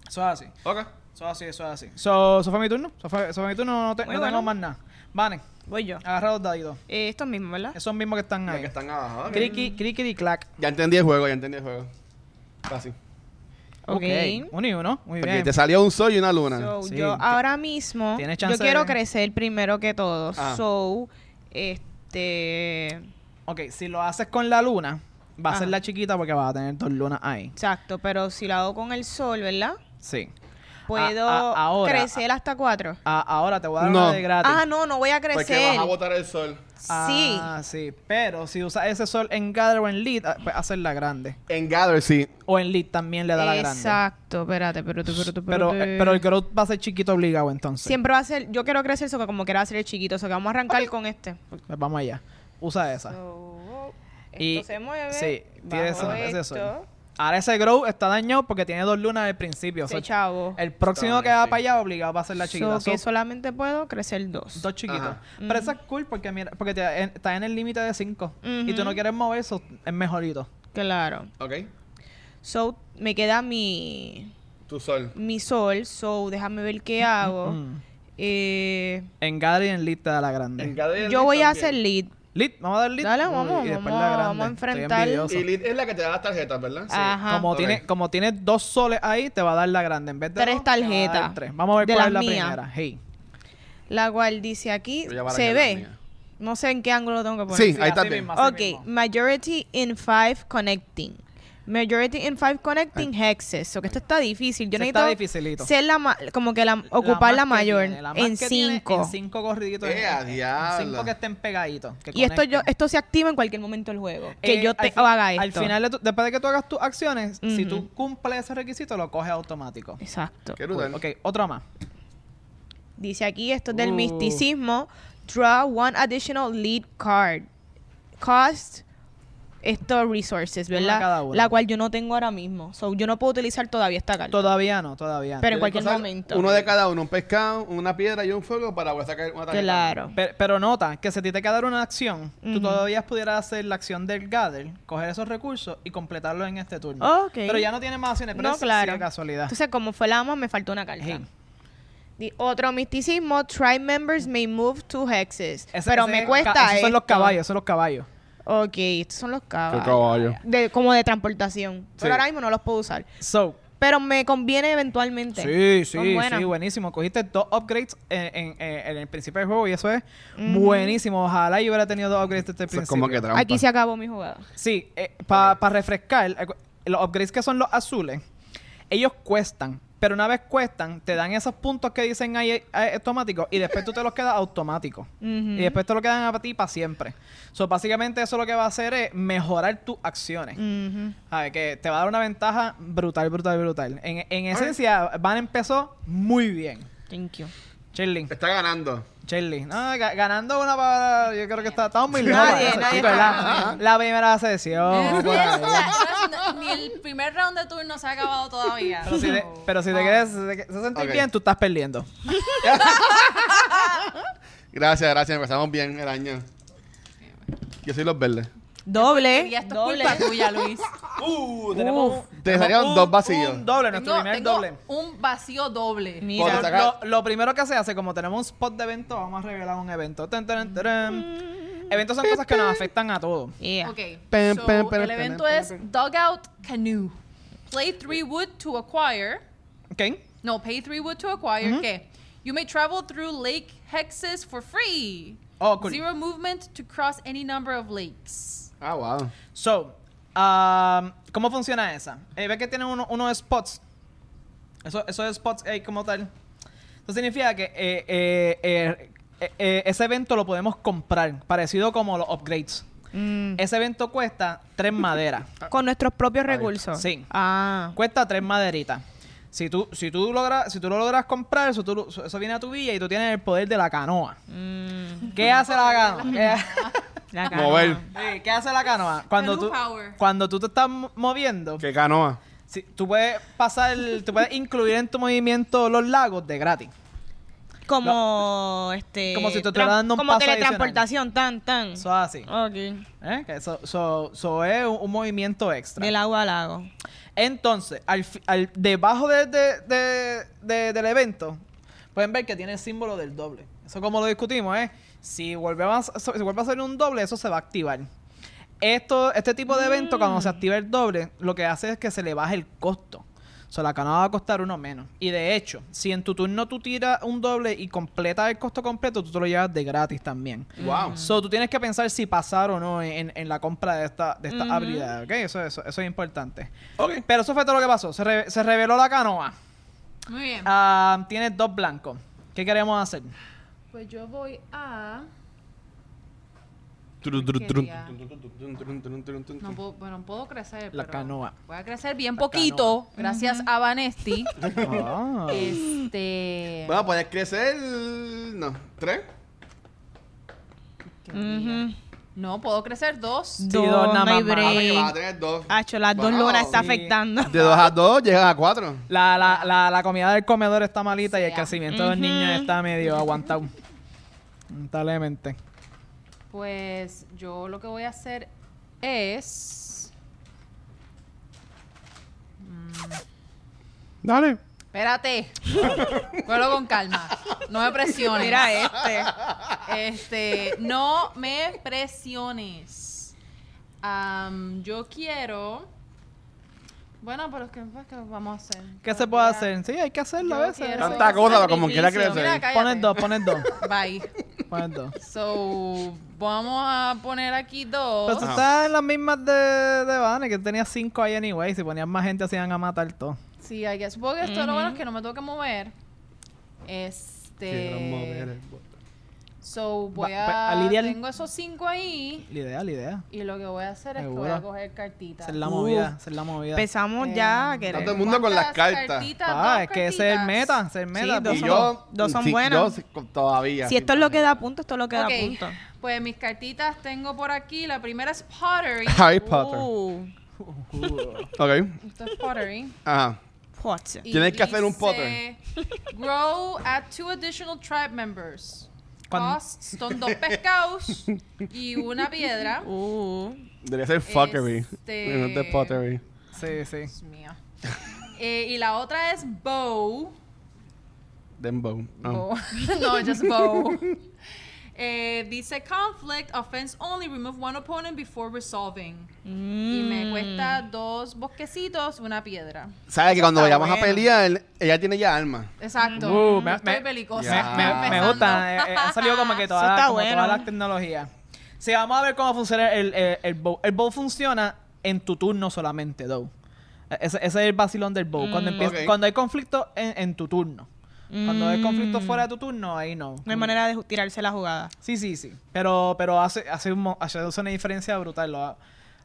Speaker 4: Eso es así.
Speaker 2: Ok.
Speaker 4: Eso es así, eso es así. So, ¿Eso fue mi turno? ¿Eso fue, eso fue mi turno? No, te-
Speaker 3: Muy
Speaker 4: no
Speaker 3: bueno.
Speaker 4: tengo más nada. Vane,
Speaker 3: Voy yo.
Speaker 4: agarra los daditos.
Speaker 3: Eh, Esto mismo, ¿verdad?
Speaker 4: Esos mismos que están
Speaker 2: Los
Speaker 4: ahí.
Speaker 2: que están abajo. ok.
Speaker 4: Criqui, criqui y clac.
Speaker 2: Ya entendí el juego, ya entendí el juego. Fácil.
Speaker 3: Ok.
Speaker 4: Uno y uno. Muy
Speaker 2: Porque
Speaker 4: bien.
Speaker 2: te salió un sol y una luna.
Speaker 3: So,
Speaker 4: Sí,
Speaker 3: yo
Speaker 4: ti-
Speaker 3: ahora mismo
Speaker 4: tienes
Speaker 3: yo
Speaker 4: chance
Speaker 3: quiero
Speaker 4: de-
Speaker 3: crecer primero que todo.
Speaker 2: Ah.
Speaker 3: So, este
Speaker 4: Ok, si lo haces con la luna, va a ser
Speaker 3: Ajá.
Speaker 4: la chiquita porque vas a tener dos lunas ahí.
Speaker 3: exacto, pero si la hago con el sol, ¿verdad?
Speaker 4: Sí.
Speaker 3: Puedo
Speaker 4: a- Ah, ahora-
Speaker 3: crecer hasta cuatro.
Speaker 4: Ah, ahora te voy a dar
Speaker 2: No.
Speaker 4: una de gratis.
Speaker 3: Ah, no, no voy a
Speaker 2: Porque
Speaker 3: crecer.
Speaker 2: Pues, vas a botar el sol.
Speaker 3: sí.
Speaker 4: Ah, sí. Pero si usas ese sol en Gather o en Lead, ah, pues hacerla grande.
Speaker 2: En Gather, sí.
Speaker 4: O en Lead también le da la grande.
Speaker 3: Exacto, espérate, pero tú, pero tú,
Speaker 4: Pero, eh, pero el growth va a ser chiquito obligado entonces.
Speaker 3: siempre va a ser, yo quiero crecer, eso que como quiera va a ser el chiquito, o sea que vamos a arrancar con este.
Speaker 4: Pues vamos allá. Usa esa.
Speaker 3: So, esto
Speaker 4: Y-
Speaker 3: se mueve.
Speaker 4: sí, tiene
Speaker 3: bajo
Speaker 4: ese- ese sol.
Speaker 3: esto,
Speaker 4: Ahora ese Grow está dañado porque tiene dos lunas al principio.
Speaker 3: este
Speaker 4: So,
Speaker 3: chavo.
Speaker 4: el próximo
Speaker 2: Está
Speaker 4: que va
Speaker 2: bien,
Speaker 4: para allá obligado va a ser la
Speaker 3: So,
Speaker 4: chiquita.
Speaker 3: que Mm.
Speaker 4: So,
Speaker 3: solamente puedo crecer dos.
Speaker 4: dos chiquitos.
Speaker 2: Ajá.
Speaker 4: Pero eso es cool porque mira, porque te- en- está en el límite de cinco. Y tú
Speaker 3: Ujú.
Speaker 4: no quieres mover eso, es mejorito.
Speaker 3: Claro.
Speaker 2: Ok.
Speaker 3: So, me queda mi,
Speaker 2: Tu sol.
Speaker 3: mi sol. So, déjame ver qué hago.
Speaker 4: Mm.
Speaker 3: Eh,
Speaker 4: En Gather y en Lead te da la
Speaker 2: En
Speaker 4: grande.
Speaker 2: Gather.
Speaker 3: yo voy a hacer
Speaker 2: también.
Speaker 3: lead.
Speaker 4: Lead, vamos a dar Lead.
Speaker 3: Dale,
Speaker 4: Uy,
Speaker 3: vamos,
Speaker 4: y después
Speaker 3: vamos,
Speaker 4: la grande.
Speaker 3: vamos a
Speaker 4: Estoy
Speaker 3: enfrentar-
Speaker 4: envidioso.
Speaker 2: Y Lid es la que te da las tarjetas, ¿verdad?
Speaker 3: Ajá.
Speaker 4: Como,
Speaker 2: Ok.
Speaker 4: tiene, como tiene dos soles ahí, te va a dar la grande. En vez de
Speaker 3: Tres
Speaker 4: dos, te va a dar
Speaker 3: tarjetas.
Speaker 4: tres. Vamos a ver
Speaker 3: De
Speaker 4: cuál es la
Speaker 3: las mías.
Speaker 4: primera. Hey.
Speaker 3: La cual dice aquí,
Speaker 2: Yo ya barajé
Speaker 3: se
Speaker 2: la
Speaker 3: ve.
Speaker 2: mía.
Speaker 3: No sé en qué ángulo tengo que poner.
Speaker 2: Sí, ahí
Speaker 4: así
Speaker 2: está bien.
Speaker 4: mismo, así
Speaker 3: Ok,
Speaker 4: mismo.
Speaker 3: majority in five connecting. Majority in five connecting hexes. So que esto está difícil. Yo
Speaker 4: Ese
Speaker 3: necesito
Speaker 4: Ah. está dificilito.
Speaker 3: ser la ma- como que la, ocupar la,
Speaker 4: más que
Speaker 3: mayor
Speaker 4: tiene, la más
Speaker 3: en
Speaker 4: que tiene,
Speaker 3: cinco.
Speaker 4: En cinco corriditos.
Speaker 2: ¡Eh, a
Speaker 4: En
Speaker 2: diablo!
Speaker 4: Cinco que estén pegaditos. que
Speaker 3: Y esto yo
Speaker 4: conecten.
Speaker 3: esto se activa en cualquier momento del juego. Que
Speaker 4: Eh,
Speaker 3: yo
Speaker 4: al
Speaker 3: te
Speaker 4: fi-
Speaker 3: haga esto.
Speaker 4: Al final, de tu- después de que tú hagas tus acciones, si
Speaker 3: Ujú.
Speaker 4: tú cumples ese requisito, lo coges automático.
Speaker 3: Exacto.
Speaker 2: Qué brutal.
Speaker 4: Ok, otro más.
Speaker 3: Dice aquí esto del
Speaker 4: Uh.
Speaker 3: misticismo. Draw one additional lead card. Cost estos resources,
Speaker 4: Una
Speaker 3: ¿verdad?
Speaker 4: cada uno.
Speaker 3: La cual yo no tengo ahora mismo. So, yo no puedo utilizar todavía esta carta.
Speaker 4: Todavía no, todavía no.
Speaker 2: Tienes
Speaker 3: Pero en
Speaker 2: que
Speaker 3: cualquier
Speaker 2: usar
Speaker 3: momento.
Speaker 2: Uno de cada uno, un pescado, una piedra y un fuego para poder sacar una tarjeta.
Speaker 3: Claro.
Speaker 4: Pero, pero nota que si a ti te queda una acción, tú
Speaker 3: Ujú.
Speaker 4: todavía pudieras hacer la acción del gather, coger esos recursos y completarlo en este turno.
Speaker 3: Ok.
Speaker 4: Pero ya no tienes más acciones, pero
Speaker 3: No,
Speaker 4: es
Speaker 3: claro.
Speaker 4: sí, casualidad.
Speaker 3: Entonces, como fue la ama, me faltó una carta.
Speaker 4: Hey.
Speaker 3: Di- Otro misticismo, tribe members may move two hexes.
Speaker 4: Ese-
Speaker 3: pero
Speaker 4: ese-
Speaker 3: me
Speaker 4: ca-
Speaker 3: cuesta
Speaker 4: Esos son los
Speaker 3: esto.
Speaker 4: caballos, esos son los caballos.
Speaker 3: Ok, estos son los caballos.
Speaker 2: caballo.
Speaker 3: De- como de transportación. Pero
Speaker 2: Sí.
Speaker 3: ahora mismo no los puedo usar.
Speaker 4: So,
Speaker 3: Pero me conviene eventualmente.
Speaker 4: sí,
Speaker 3: Son
Speaker 4: sí,
Speaker 3: buenas.
Speaker 4: sí, buenísimo. Cogiste dos upgrades en, en- en- en el principio del juego y eso es
Speaker 3: Ujú.
Speaker 4: buenísimo. Ojalá yo hubiera tenido dos upgrades desde el
Speaker 2: Eso
Speaker 4: principio.
Speaker 2: es como que trampa.
Speaker 3: Aquí se acabó mi jugada.
Speaker 4: Sí, para refrescar, eh, cu- los upgrades que son los azules, ellos cuestan. Pero una vez cuestan, te dan esos puntos que dicen ahí eh, automáticos y después tú te los quedas automáticos. Y después te lo quedan a ti para siempre. So, básicamente eso lo que va a hacer es mejorar tus acciones.
Speaker 3: Ujú.
Speaker 4: A ver, que te va a dar una ventaja brutal, brutal, brutal. En, en esencia, Van empezó muy bien.
Speaker 3: Thank you.
Speaker 4: Shirley,
Speaker 2: Está ganando.
Speaker 4: Shirley. No, ga- ganando una para... Yo creo que está, estamos muy lejos.
Speaker 3: Nadie,
Speaker 4: Eso,
Speaker 3: nadie
Speaker 4: chicos,
Speaker 3: está
Speaker 4: la,
Speaker 3: ganando.
Speaker 4: la primera sesión. por ahí.
Speaker 1: O sea, no es- ni el primer round de turno se ha acabado todavía. Oh.
Speaker 4: Pero si te, pero si te quieres si te- si sentir
Speaker 2: Ok.
Speaker 4: bien, tú estás perdiendo.
Speaker 2: Gracias, gracias. Empezamos bien el año. Yo soy los verdes.
Speaker 3: Doble.
Speaker 1: Y esto
Speaker 3: doble.
Speaker 1: es culpa tuya, Luis.
Speaker 4: Uh,
Speaker 3: tenemos
Speaker 2: Te salieron dos vacíos.
Speaker 4: Un doble, nuestro
Speaker 1: Tengo,
Speaker 4: primer
Speaker 1: tengo
Speaker 4: doble.
Speaker 1: un vacío doble.
Speaker 3: Mira.
Speaker 2: Por
Speaker 4: Lo-
Speaker 2: sacar-
Speaker 4: Lo, lo primero que se hace, como tenemos un spot de evento, vamos a revelar un evento. Tan, tan, tan. Eventos son cosas que nos afectan a todos.
Speaker 3: Yeah.
Speaker 1: Ok,
Speaker 2: Pem,
Speaker 1: so,
Speaker 2: pem, pem,
Speaker 1: el
Speaker 2: pem,
Speaker 1: evento
Speaker 2: pem,
Speaker 1: es
Speaker 2: pem.
Speaker 1: Dugout Canoe. Play three wood to acquire.
Speaker 4: ¿Ok?
Speaker 1: No, pay three wood to acquire. ¿Qué? You may travel through lake hexes for free.
Speaker 4: Oh, cool.
Speaker 1: Zero movement to cross any number of lakes.
Speaker 2: Ah, wow.
Speaker 4: So, um, ¿cómo funciona esa? Eh, ¿Ves que tienen uno- unos spots? Eso- esos spots ahí como tal. Eso significa que eh, eh, eh, eh, eh, ese evento lo podemos comprar, parecido como los upgrades.
Speaker 3: Mm.
Speaker 4: Ese evento cuesta tres maderas.
Speaker 3: Con nuestros propios recursos.
Speaker 4: Sí.
Speaker 3: Ah.
Speaker 4: Cuesta tres maderitas. Si tú, si tú logras, si tú lo logras comprar, eso, tú lo- eso- eso viene a tu villa y tú tienes el poder de la canoa.
Speaker 3: Mm.
Speaker 4: ¿Qué hace la canoa?
Speaker 3: La cara.
Speaker 2: Mover.
Speaker 4: Sí, ¿Qué hace la canoa? Cuando
Speaker 1: Canoe
Speaker 4: tú,
Speaker 1: power.
Speaker 4: cuando tú te estás mo- moviendo,
Speaker 2: Qué canoa.
Speaker 4: si- tú puedes pasar, tú puedes incluir en tu movimiento los lagos de gratis.
Speaker 3: Como este.
Speaker 4: Como si te
Speaker 3: tran-
Speaker 4: estuviera dando un
Speaker 3: Como
Speaker 4: paso
Speaker 3: teletransportación, tan, tan.
Speaker 4: Eso es así.
Speaker 3: Ok.
Speaker 4: ¿eh? Que Eso so- so es un, un movimiento extra.
Speaker 3: Del agua al lago.
Speaker 4: Entonces, al, fi- al- debajo de- de- de- de- del evento, pueden ver que tiene el símbolo del doble. Eso como lo discutimos, ¿eh? Si, volvemos, so- si vuelve a salir un doble, eso se va a activar. Esto, este tipo de evento, cuando se activa el doble, lo que hace es que se le baja el costo. O sea, la canoa va a costar uno menos. Y de hecho, si en tu turno tú tiras un doble y completas el costo completo, tú te lo llevas de gratis también.
Speaker 2: Wow.
Speaker 4: So, tú tienes que pensar si pasar o no en, en la compra de esta, de esta
Speaker 3: Ujú.
Speaker 4: habilidad, ¿ok? Eso, eso, eso es importante. Pero eso fue todo lo que pasó. Se, re- se reveló la canoa.
Speaker 1: Muy bien.
Speaker 4: Ah, tienes dos blancos. ¿Qué queremos hacer?
Speaker 1: Pues yo voy a.
Speaker 2: Tru, tru,
Speaker 1: Qué
Speaker 2: tru.
Speaker 1: día. No puedo, bueno, puedo crecer.
Speaker 4: La
Speaker 1: pero
Speaker 4: canoa.
Speaker 1: Voy a crecer bien
Speaker 4: La
Speaker 1: poquito, gracias a Vanesti.
Speaker 4: Ah.
Speaker 1: este.
Speaker 2: Bueno, pues crecer. No. ¿Tres?
Speaker 1: ¿qué día? No, puedo crecer dos.
Speaker 4: Sí, dos nada
Speaker 3: no hay
Speaker 4: más.
Speaker 2: Ah, porque vas a
Speaker 3: break.
Speaker 2: tener dos.
Speaker 3: Hacho, las dos
Speaker 2: Wow.
Speaker 3: lunas está
Speaker 4: Sí.
Speaker 3: afectando.
Speaker 2: De dos a dos llegan a cuatro.
Speaker 4: la, la, la, la comida del comedor está malita y el
Speaker 1: Sí,
Speaker 4: crecimiento de los
Speaker 3: Ujú.
Speaker 4: niños está medio aguantado. Lamentablemente.
Speaker 1: Pues yo lo que voy a hacer es.
Speaker 2: Dale.
Speaker 1: Espérate. Vuelvo con calma. No me presiones.
Speaker 3: Mira este.
Speaker 1: Este, no me presiones. Am, yo quiero. Bueno, pero es que, pues, ¿qué vamos a hacer.
Speaker 4: ¿Qué
Speaker 1: Pues
Speaker 4: se puede
Speaker 1: voy a-
Speaker 4: hacer? Sí, hay que hacerlo a
Speaker 1: Yo
Speaker 4: veces.
Speaker 1: quiero-
Speaker 2: Tanta cosa, como quiera
Speaker 3: Sacrificio.
Speaker 1: Mira,
Speaker 2: crecer.
Speaker 1: cállate.
Speaker 4: Pones dos, pones dos.
Speaker 1: Bye.
Speaker 4: Pones dos.
Speaker 1: So, vamos a poner aquí dos.
Speaker 4: Pero tú estás en las mismas de, de Vane, que tenía cinco ahí anyway. Si ponían más gente, se iban a matar todo.
Speaker 1: Sí, I guess. Supongo que esto lo bueno es que no me toque mover. Este.
Speaker 2: pues.
Speaker 1: So, voy
Speaker 4: Va- pues, va-
Speaker 1: a.
Speaker 4: a lidiar-
Speaker 1: Tengo esos cinco ahí.
Speaker 4: La idea, la idea.
Speaker 1: Y lo que voy a hacer es que voy
Speaker 4: Seguro.
Speaker 1: a coger cartitas.
Speaker 4: Esa es la movida, esa es la movida.
Speaker 3: Empezamos ya
Speaker 4: Eh,
Speaker 3: a
Speaker 2: Todo el
Speaker 3: querer.
Speaker 2: mundo con las
Speaker 1: ¿Cuántas
Speaker 2: cartas.
Speaker 1: cartitas?
Speaker 4: Ah,
Speaker 1: Dos
Speaker 4: es que ese es el meta,
Speaker 1: cartitas.
Speaker 4: ese es el meta.
Speaker 3: Sí,
Speaker 4: pues.
Speaker 2: Y
Speaker 3: son-
Speaker 2: yo.
Speaker 3: dos son
Speaker 2: sí,
Speaker 3: buenas.
Speaker 2: Dos todavía.
Speaker 3: Si esto es lo que da punto, esto es lo que
Speaker 1: Ok.
Speaker 3: da punto.
Speaker 1: Pues mis cartitas tengo por aquí. La primera es Pottery.
Speaker 2: Harry Potter.
Speaker 3: Uh,
Speaker 2: Ok.
Speaker 1: Esto es Pottery.
Speaker 2: Ajá.
Speaker 3: Potter.
Speaker 1: Y
Speaker 2: Tienes que hacer un
Speaker 1: dice,
Speaker 2: Potter.
Speaker 1: Grow add two additional tribe members.
Speaker 4: Cuando-
Speaker 1: Costs son dos pescados y una piedra.
Speaker 3: Uh.
Speaker 2: Debería ser fuckery.
Speaker 1: Este-
Speaker 2: No de pottery.
Speaker 4: Sí, sí.
Speaker 1: Dios mío. Eh, y la otra es Bow.
Speaker 2: Dembow. Ah.
Speaker 1: Bow. Oh. no, just Bow. Eh, dice conflict, offense only, remove one opponent before resolving.
Speaker 3: mm,
Speaker 1: Y me cuesta dos bosquecitos, una piedra.
Speaker 2: Sabes que cuando vayamos a
Speaker 3: bueno.
Speaker 2: pelear, ella tiene ya alma.
Speaker 1: Exacto.
Speaker 4: Uh, me,
Speaker 1: Estoy
Speaker 4: me-
Speaker 1: belicosa.
Speaker 2: Ya.
Speaker 4: me-
Speaker 1: Estoy
Speaker 4: me- me
Speaker 1: empezando.
Speaker 4: gusta. eh, eh, ha salido como que toda,
Speaker 3: Eso está
Speaker 4: como
Speaker 3: bueno.
Speaker 4: toda la tecnología. Sí, vamos a ver cómo funciona el, el, el bow. El bow funciona en tu turno solamente, though. E- Ese, ese es el vacilón del bow.
Speaker 3: Mm.
Speaker 4: Cuando, empieza,
Speaker 2: Ok.
Speaker 4: cuando hay conflicto en, en tu turno. Cuando hay conflicto
Speaker 3: Mm.
Speaker 4: fuera de tu turno, ahí no.
Speaker 3: No hay manera de ju- tirarse la jugada.
Speaker 4: Sí, sí, sí. Pero, pero hace, hace, un mo- hace hace una diferencia brutal. lo ha-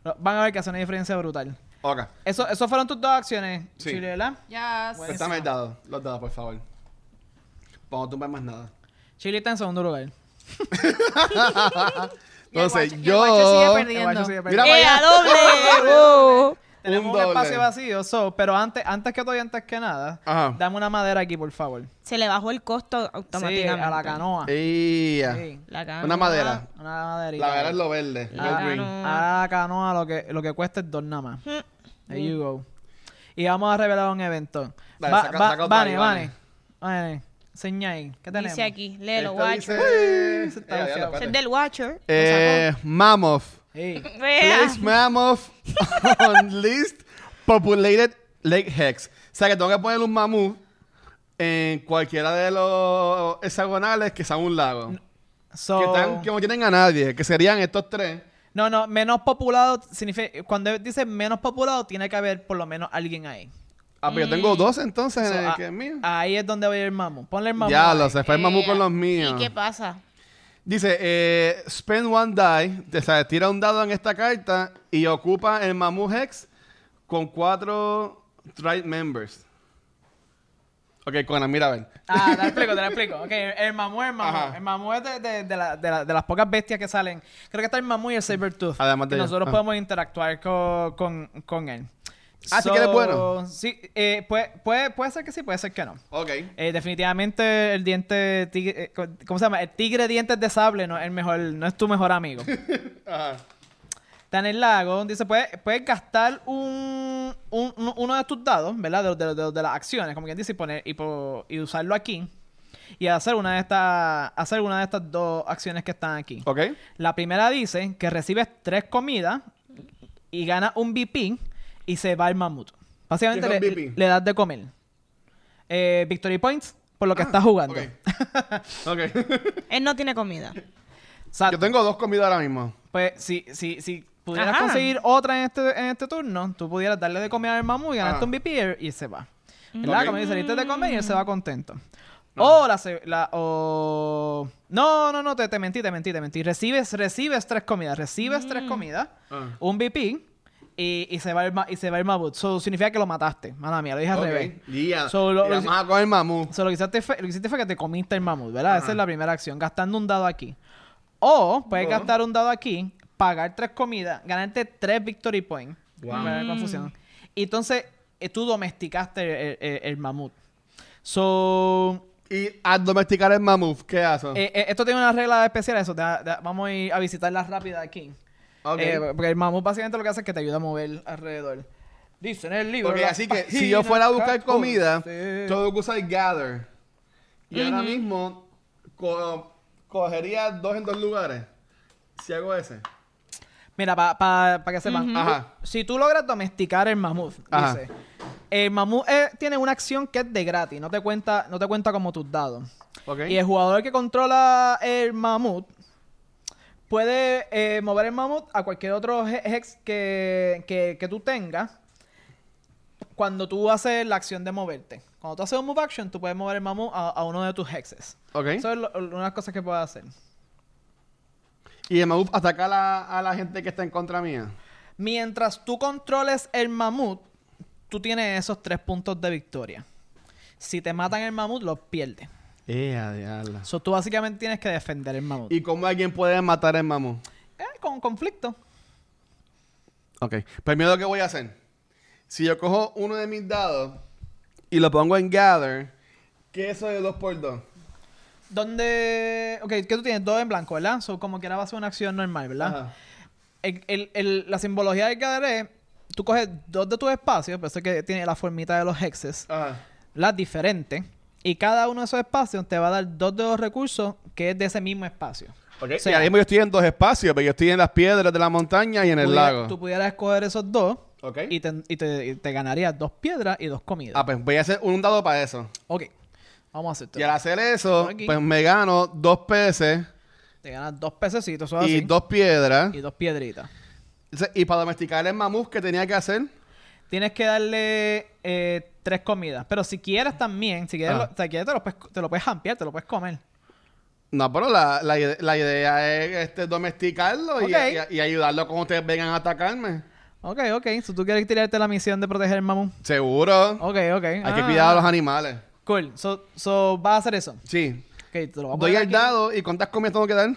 Speaker 4: lo- van a ver que hace una diferencia brutal.
Speaker 2: Ok.
Speaker 4: Eso, eso fueron tus dos acciones,
Speaker 2: Sí.
Speaker 4: Chile, ¿verdad?
Speaker 1: Ya.
Speaker 4: Bueno.
Speaker 2: Préstame el dado. Los dados, por favor. Vamos a tumbar más nada.
Speaker 4: Chile está en segundo lugar.
Speaker 1: Y el
Speaker 2: Entonces,
Speaker 1: guacho- y el
Speaker 2: yo.
Speaker 1: guacho sigue
Speaker 4: El
Speaker 1: perdiendo.
Speaker 4: guacho sigue
Speaker 2: Mira,
Speaker 4: perdiendo.
Speaker 3: ¡Eh,
Speaker 2: vaya.
Speaker 3: a doble! Uh.
Speaker 4: Tenemos
Speaker 2: Un
Speaker 4: un,
Speaker 2: doble.
Speaker 4: espacio vacío, so, pero antes, antes que todo y antes que nada,
Speaker 2: Ajá.
Speaker 4: dame una madera aquí, por favor.
Speaker 3: Se le bajó el costo
Speaker 4: Sí,
Speaker 3: automáticamente.
Speaker 4: a la canoa.
Speaker 2: Ea.
Speaker 4: Sí,
Speaker 3: La canoa.
Speaker 2: Una madera.
Speaker 4: una maderita.
Speaker 2: La madera es lo verde.
Speaker 3: La
Speaker 2: no
Speaker 4: Ah,
Speaker 2: el green.
Speaker 3: canoa.
Speaker 4: Ahora la canoa lo que, lo que cuesta es dos nada más.
Speaker 3: Hmm.
Speaker 4: There you go. Y vamos a revelar un evento.
Speaker 2: Dale, saca- saca otra
Speaker 4: Vane,
Speaker 2: ahí,
Speaker 4: Vane.
Speaker 2: Vane.
Speaker 4: Vane, enseña ahí. ¿Qué tenemos?
Speaker 3: Dice aquí, léelo,
Speaker 2: Esto dice-
Speaker 3: Watcher.
Speaker 2: Eh,
Speaker 4: Eso está
Speaker 2: ya, ya,
Speaker 4: vacío.
Speaker 3: Es
Speaker 2: espérate.
Speaker 3: del Watcher. lo
Speaker 2: Eh, Mammoth.
Speaker 4: Sí.
Speaker 3: sacó.
Speaker 2: Place mammoth on list populated lake hex. O sea que tengo que poner un mamut en cualquiera de los hexagonales que sean un lago.
Speaker 4: So-
Speaker 2: Que, están- que no tienen a nadie, que serían estos tres.
Speaker 4: No, no, menos populado significa. Cuando dice menos populado, tiene que haber por lo menos alguien ahí.
Speaker 2: Ah, pero yo tengo dos entonces
Speaker 4: So,
Speaker 2: en el
Speaker 4: a-
Speaker 2: que es mío.
Speaker 4: Ahí es donde va el mamu. Ponle el mamu.
Speaker 2: ya,
Speaker 4: ahí.
Speaker 2: lo se fue el ah, mamut
Speaker 3: Eh,
Speaker 2: con los míos.
Speaker 3: ¿Y qué pasa?
Speaker 2: Dice, eh, spend one die, o sea, tira un dado en esta carta y ocupa el mamut hex con cuatro tribe members. Ok, Conan, mira a ver.
Speaker 4: Ah, te lo explico, te lo explico. Ok, el mamú es el mamú.
Speaker 2: Ajá.
Speaker 4: El mamú es de, de- de la- de la- de las pocas bestias que salen. Creo que está el mamú y el Sabertooth.
Speaker 2: Además de
Speaker 4: Y
Speaker 2: ellos.
Speaker 4: Nosotros
Speaker 2: Ajá.
Speaker 4: podemos interactuar co- con, con él.
Speaker 2: Ah, sí que eres bueno.
Speaker 4: Sí, eh, puede, puede, puede ser que sí, puede ser que no.
Speaker 2: Ok.
Speaker 4: Eh, definitivamente el diente tigre, eh, co- ¿cómo se llama? El tigre dientes de sable no es el mejor, no es tu mejor amigo.
Speaker 2: Ajá.
Speaker 4: Está en el lago. Dice, puedes, puedes gastar un, un- un- uno de tus dados, ¿verdad? De, los- de los- de los- de las acciones, como quien dice, y, poner, y, po- y usarlo aquí. Y hacer una de estas hacer una de estas dos acciones que están aquí.
Speaker 2: Ok.
Speaker 4: La primera dice que recibes tres comidas y ganas un BP y se va el mamut. Básicamente
Speaker 2: ¿Qué son
Speaker 4: le,
Speaker 2: BP?
Speaker 4: le das de comer. Eh, victory points por lo que
Speaker 2: Ah,
Speaker 4: estás jugando.
Speaker 2: Ok. Ok.
Speaker 3: Él no tiene comida.
Speaker 4: Exacto.
Speaker 2: Yo tengo dos comidas ahora mismo.
Speaker 4: Pues si, si, si pudieras
Speaker 3: Ajá.
Speaker 4: conseguir otra en este, en este turno, tú pudieras darle de comer al mamú y ganaste
Speaker 2: Ajá.
Speaker 4: un BP y, y se va. ¿Verdad?
Speaker 2: Ah. Ok.
Speaker 4: Como dice, saliste de comer y él se va contento. O la, se- la o... No, no, no, te, te mentí, te mentí, te mentí. Recibes, recibes tres comidas, recibes tres comidas,
Speaker 2: Ah.
Speaker 4: un BP y, y se va el, ma- y se va el mamut. Eso significa que lo mataste. Mala mía, lo dije al revés.
Speaker 2: Ok. Ya.
Speaker 4: Solo-
Speaker 2: Y la vamos a coger mamú.
Speaker 4: So, lo, que hiciste fue, lo que hiciste fue que te comiste el mamut, ¿verdad? Esa
Speaker 2: Ajá.
Speaker 4: es la primera acción, gastando un dado aquí. O puedes
Speaker 2: Oh.
Speaker 4: gastar un dado aquí, pagar tres comidas, ganarte tres victory points.
Speaker 2: Wow.
Speaker 4: Para la confusión. Y entonces eh, tú domesticaste el, el- el mamut. So,
Speaker 2: Y al domesticar el mamú, ¿qué haces?
Speaker 4: eh, eh, esto tiene una regla especial, eso. te- te- vamos a ir a visitarla rápida aquí.
Speaker 2: ok.
Speaker 4: Eh, porque el mamut básicamente lo que hace es que te ayuda a mover alrededor. Dice en el libro.
Speaker 2: Porque
Speaker 4: las
Speaker 2: así que si yo
Speaker 4: páginas
Speaker 2: fuera a buscar
Speaker 4: 14.
Speaker 2: comida, tengo que usar gather. Y ahora mismo co- cogería dos en dos lugares. Si hago ese.
Speaker 4: Mira, para pa, pa que sepan.
Speaker 2: Ajá.
Speaker 4: Si tú logras domesticar el mamut,
Speaker 2: Ajá.
Speaker 4: dice. El mamut eh, tiene una acción que es de gratis, no te cuenta, no te cuenta como tus dados.
Speaker 2: Ok.
Speaker 4: Y el jugador que controla el mamut puede eh, mover el mamut a cualquier otro he- hex que, que, que tú tengas cuando tú haces la acción de moverte. Cuando tú haces un move action, tú puedes mover el mamut a, a uno de tus hexes.
Speaker 2: Ok.
Speaker 4: Eso es lo- una de las cosas que puedes hacer.
Speaker 2: y el mamú ataca a la, a la gente que está en contra mía.
Speaker 4: Mientras tú controles el mamut, tú tienes esos tres puntos de victoria. Si te matan el mamut, los pierdes.
Speaker 2: Eh, a diabla.
Speaker 4: So, tú básicamente tienes que defender el mamut.
Speaker 2: ¿Y cómo alguien puede matar al mamut?
Speaker 4: Eh, con conflicto.
Speaker 2: Ok. Pues mira lo que voy a hacer. Si yo cojo uno de mis dados y lo pongo en gather, ¿qué es eso de 2x2?
Speaker 4: Donde. Ok, que tú tienes dos en blanco, ¿verdad? So, como quiera va a ser una acción normal, ¿verdad?
Speaker 2: Ajá.
Speaker 4: El- el- el- la simbología del cadere es. Tú coges dos de tus espacios, por eso es que tiene la formita de los hexes,
Speaker 2: Ajá.
Speaker 4: las diferentes. Y cada uno de esos espacios te va a dar dos de los recursos que es de ese mismo espacio.
Speaker 2: Ok.
Speaker 4: O sea,
Speaker 2: y ahora mismo yo estoy en dos espacios, pero yo estoy en las piedras de la montaña y en el
Speaker 4: Pudiera-
Speaker 2: lago.
Speaker 4: Tú pudieras escoger esos dos
Speaker 2: Ok.
Speaker 4: y, te, y te- y te ganarías dos piedras y dos comidas.
Speaker 2: Ah, pues voy a hacer un dado para eso.
Speaker 4: Ok, vamos a hacer esto.
Speaker 2: Y al hacer eso,
Speaker 4: Aquí.
Speaker 2: pues me gano dos peces
Speaker 4: Te ganas dos pececitos, eso es
Speaker 2: y
Speaker 4: así,
Speaker 2: dos piedras.
Speaker 4: y dos piedritas.
Speaker 2: Entonces, Y para domesticar el mamut, ¿qué tenía que hacer?
Speaker 4: Tienes que darle eh, tres comidas. Pero si quieres también, si quieres,
Speaker 2: Ah.
Speaker 4: lo- si quieres te, lo puedes, te lo puedes jampear, te lo puedes comer.
Speaker 2: No, pero la, la ide- la idea es este, domesticarlo y-
Speaker 4: Ok.
Speaker 2: y, y ayudarlo cuando ustedes vengan a atacarme.
Speaker 4: Ok, ok. Si tú quieres tirarte la misión de proteger el mamón.
Speaker 2: Seguro.
Speaker 4: Ok, ok. Ah,
Speaker 2: Hay que cuidar a los animales.
Speaker 4: Cool. So, so, vas a hacer eso.
Speaker 2: Sí.
Speaker 4: Ok, te lo voy a
Speaker 2: Doy
Speaker 4: poner
Speaker 2: el
Speaker 4: aquí.
Speaker 2: dado y ¿cuántas comidas tengo que dar?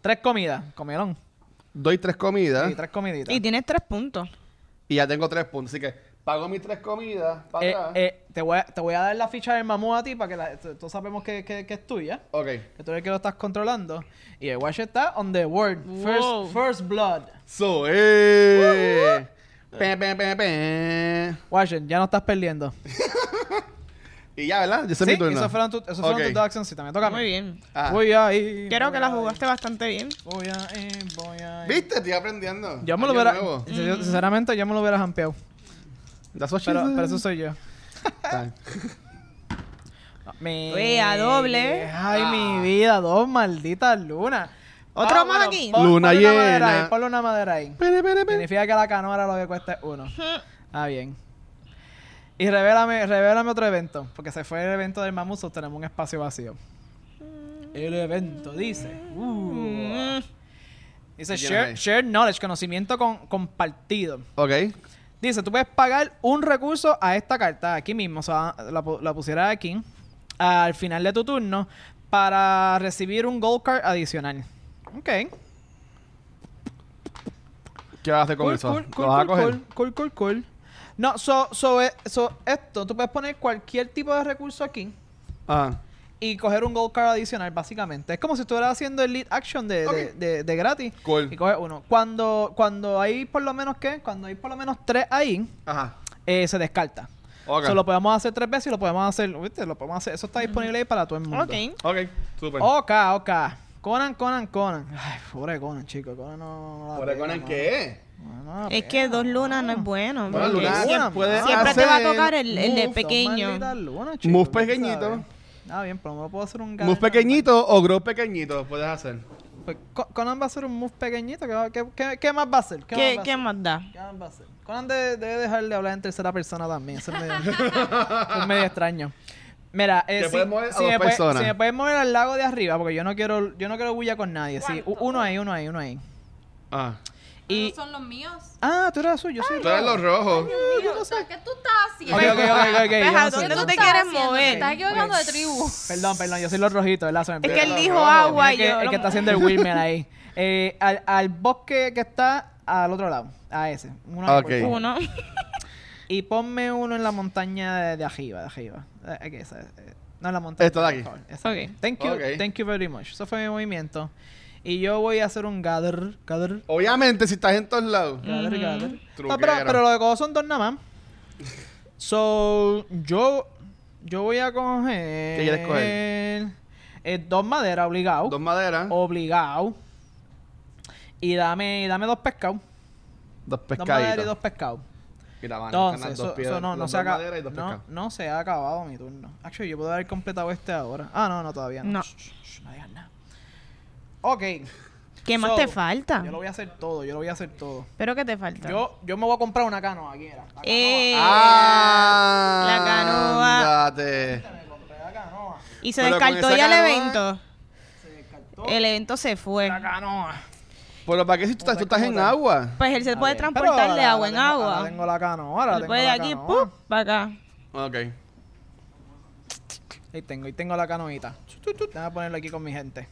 Speaker 4: Tres comidas. Comieron.
Speaker 2: Doy tres
Speaker 4: Sí,
Speaker 2: comidas
Speaker 4: tres comiditas. Eh,
Speaker 3: Y tienes tres puntos.
Speaker 2: y ya tengo tres puntos. Así que pago mis tres comidas para
Speaker 4: Eh,
Speaker 2: atrás.
Speaker 4: eh, te, voy a, te voy a dar la ficha del mamú a ti para que la, t- todos sabemos que, que- que es tuya.
Speaker 2: Ok.
Speaker 4: Que tú eres el que lo estás controlando. Y el watch está on the word.
Speaker 1: Wow.
Speaker 4: First, first blood.
Speaker 2: So, eh. Pe, pe, pe, pe.
Speaker 4: Washington, ya no estás perdiendo.
Speaker 2: Y ya, ¿verdad? Yo sé
Speaker 4: sí,
Speaker 2: Este mi turno.
Speaker 4: esos fueron, tu- esos fueron
Speaker 2: Ok.
Speaker 4: tus dos acciones. También toca a mí.
Speaker 3: Muy bien.
Speaker 2: Ah.
Speaker 4: Voy a ir.
Speaker 3: Creo
Speaker 4: voy
Speaker 3: que la
Speaker 4: a ir,
Speaker 3: jugaste bastante bien.
Speaker 4: Voy a ir, voy a ir.
Speaker 2: ¿Viste? Estoy aprendiendo.
Speaker 4: Yo me lo
Speaker 2: Algo
Speaker 4: hubiera.
Speaker 2: nuevo.
Speaker 4: sin-
Speaker 3: Mm.
Speaker 4: Sinceramente, yo me lo hubiera jampeado.
Speaker 2: That's what she
Speaker 4: Pero,
Speaker 2: said.
Speaker 4: pero eso soy yo.
Speaker 2: Ah.
Speaker 4: Me...
Speaker 3: Oye, a doble. Ah.
Speaker 4: Ay, mi vida, dos malditas lunas.
Speaker 3: ¿Otro
Speaker 4: Ah,
Speaker 3: más
Speaker 4: bueno,
Speaker 3: aquí?
Speaker 4: pon-
Speaker 2: Luna
Speaker 4: ponle una madera
Speaker 2: llena.
Speaker 4: ahí, Ponle una madera ahí.
Speaker 2: Pere, pere, pere.
Speaker 4: Significa que la canora lo que cuesta es uno. Ah, bien. Y revélame, revélame otro evento, porque se fue el evento del mamuso, tenemos un espacio vacío. El evento dice. uh, dice
Speaker 2: ¿Qué tienes
Speaker 4: shared,
Speaker 2: ahí?
Speaker 4: shared knowledge, conocimiento con- compartido.
Speaker 2: Ok.
Speaker 4: Dice, tú puedes pagar un recurso a esta carta aquí mismo, o sea, la, pu- la pusieras aquí, al final de tu turno, para recibir un gold card adicional. Ok.
Speaker 2: ¿Qué vas a hacer con
Speaker 4: Cool,
Speaker 2: eso?
Speaker 4: cool, cool,
Speaker 2: ¿Lo vas a
Speaker 4: cool,
Speaker 2: coger?
Speaker 4: cool, cool, cool, cool. No, so, so, eh, so, esto, tú puedes poner cualquier tipo de recurso aquí
Speaker 2: Ajá.
Speaker 4: y coger un gold card adicional, básicamente. Es como si estuvieras haciendo el lead action de, de-
Speaker 2: Ok.
Speaker 4: de- de gratis
Speaker 2: Cool.
Speaker 4: y coges uno. Cuando, cuando hay por lo menos, ¿qué? Cuando hay por lo menos tres ahí,
Speaker 2: Ajá.
Speaker 4: eh, se descarta.
Speaker 2: Ok.
Speaker 4: So, lo podemos hacer tres veces y lo podemos hacer, ¿viste? Lo podemos hacer. Eso está disponible ahí para todo el mundo.
Speaker 3: Ok.
Speaker 2: Ok. Super.
Speaker 4: Ok, ok. Conan, Conan, Conan. Ay, pobre Conan, chico. Conan no... no la
Speaker 2: ¿Por
Speaker 4: pega,
Speaker 2: con el
Speaker 4: mano.
Speaker 2: qué?
Speaker 4: No, no la
Speaker 3: Es
Speaker 4: pega,
Speaker 3: que dos lunas no es
Speaker 4: mano.
Speaker 3: bueno.
Speaker 2: Bueno,
Speaker 3: porque
Speaker 2: lunar,
Speaker 3: siempre-
Speaker 2: puede
Speaker 3: siempre te va a
Speaker 2: hacer
Speaker 3: tocar el, el de
Speaker 2: moves,
Speaker 3: pequeño.
Speaker 2: Move pequeñito.
Speaker 4: Ah, bien, pero no lo puedo hacer un
Speaker 2: ¿Move
Speaker 4: ganador
Speaker 2: pequeñito o grow pequeñito? Puedes hacer.
Speaker 4: normal. Pues, Co- Conan va a hacer un move pequeñito. ¿Qué, va- qué- qué- qué más va a hacer?
Speaker 3: ¿Qué,
Speaker 4: ¿Qué, más va a
Speaker 3: qué
Speaker 4: hacer?
Speaker 3: más da?
Speaker 4: ¿Qué más va a hacer? Conan de- debe dejar de hablar en tercera persona también. Eso es medio, eso es medio extraño. Mira, eh,
Speaker 2: Te
Speaker 4: si,
Speaker 2: puedes mover a
Speaker 4: si
Speaker 2: dos
Speaker 4: me puede-
Speaker 2: personas.
Speaker 4: si me puedes mover al lago de arriba, porque yo no quiero, yo no quiero bulla con nadie. Sí, u- uno ahí, uno ahí, uno ahí.
Speaker 2: Ah.
Speaker 4: Y,
Speaker 1: ¿Esos son los míos?
Speaker 4: ah, tú eras azul, yo soy
Speaker 2: Tú eres los rojos.
Speaker 1: Míos, o sea, ¿Qué tú estás haciendo?
Speaker 4: Ok, ok, ok, Pues ok, ok,
Speaker 3: Pues,
Speaker 4: yo
Speaker 3: ¿a
Speaker 4: no soy
Speaker 3: dónde
Speaker 4: rojo.
Speaker 3: tú te
Speaker 1: estás
Speaker 3: quieres
Speaker 1: haciendo?
Speaker 3: mover?
Speaker 1: Te estás equivocando de tribu.
Speaker 4: Perdón, perdón, yo soy los rojitos, ¿verdad? Se me
Speaker 3: Es
Speaker 4: olvidó.
Speaker 3: que él
Speaker 2: Pero
Speaker 3: dijo
Speaker 2: rojo,
Speaker 3: agua.
Speaker 4: El
Speaker 3: y
Speaker 4: que,
Speaker 3: yo
Speaker 4: el que está haciendo el Wilmer ahí. Eh, al, al bosque que está al otro lado. A ese. Uno ahí, por
Speaker 2: Ok.
Speaker 4: favor.
Speaker 3: Uno.
Speaker 4: Y ponme uno en la montaña de, de arriba, de arriba. Eh, aquí, esa, eh, no en la montaña.
Speaker 2: Esta de aquí.
Speaker 4: por favor. Esa.
Speaker 3: Ok.
Speaker 4: Thank you,
Speaker 2: Ok.
Speaker 4: thank you very much. Eso fue mi movimiento. Y yo voy a hacer un gather, gather,
Speaker 2: Obviamente, si estás en todos lados.
Speaker 4: gather, gather. No, pero,
Speaker 2: Truquero.
Speaker 4: pero lo que cojo son dos nada más. So, yo, yo voy a coger...
Speaker 2: ¿Qué quieres
Speaker 4: eh, dos maderas, obligado.
Speaker 2: Dos maderas.
Speaker 4: Oh, obligado. Y dame, y dame dos pescados.
Speaker 2: Dos
Speaker 4: Dos maderas y
Speaker 2: pescaditos.
Speaker 4: dos pescados.
Speaker 2: Y la van a
Speaker 4: Entonces,
Speaker 2: ganar
Speaker 4: eso,
Speaker 2: dos piedras.
Speaker 4: eso no, no
Speaker 2: dos
Speaker 4: se ha
Speaker 2: dos
Speaker 4: acabado.
Speaker 2: maderas y dos
Speaker 4: No,
Speaker 2: pescados.
Speaker 4: no se ha acabado mi turno. Actually, yo puedo haber completado este ahora. Ah, no, no, todavía no.
Speaker 3: No.
Speaker 4: Shh, shh, shh, no digas nada. Ok.
Speaker 3: ¿Qué más
Speaker 4: So,
Speaker 3: te falta?
Speaker 4: Yo lo voy a hacer todo, yo lo voy a hacer todo.
Speaker 3: Pero ¿qué te falta?
Speaker 4: Yo, yo me voy a comprar una canoa aquí, era. La
Speaker 3: Eh,
Speaker 2: ¡Ah!
Speaker 3: La canoa.
Speaker 2: Date.
Speaker 4: canoa. Me compré la canoa.
Speaker 3: y se
Speaker 2: pero con
Speaker 3: descartó
Speaker 2: esa
Speaker 3: ya el
Speaker 2: canoa-
Speaker 3: evento.
Speaker 4: Se descartó
Speaker 3: El evento se fue.
Speaker 4: la canoa.
Speaker 2: Pero ¿para qué si tú estás, tú estás en agua?
Speaker 3: Pues él se puede
Speaker 4: Está bien, pero
Speaker 3: transportar de
Speaker 4: ahora-
Speaker 3: agua en
Speaker 4: ahora tengo-
Speaker 3: agua.
Speaker 4: Ahora tengo la canoa, ahora
Speaker 3: Él
Speaker 4: tengo
Speaker 3: puede de
Speaker 4: la
Speaker 3: aquí,
Speaker 4: canoa.
Speaker 3: ¡pum! para acá.
Speaker 2: Ok.
Speaker 4: Ahí tengo, ahí tengo la canoita. Voy a ponerlo aquí con mi gente.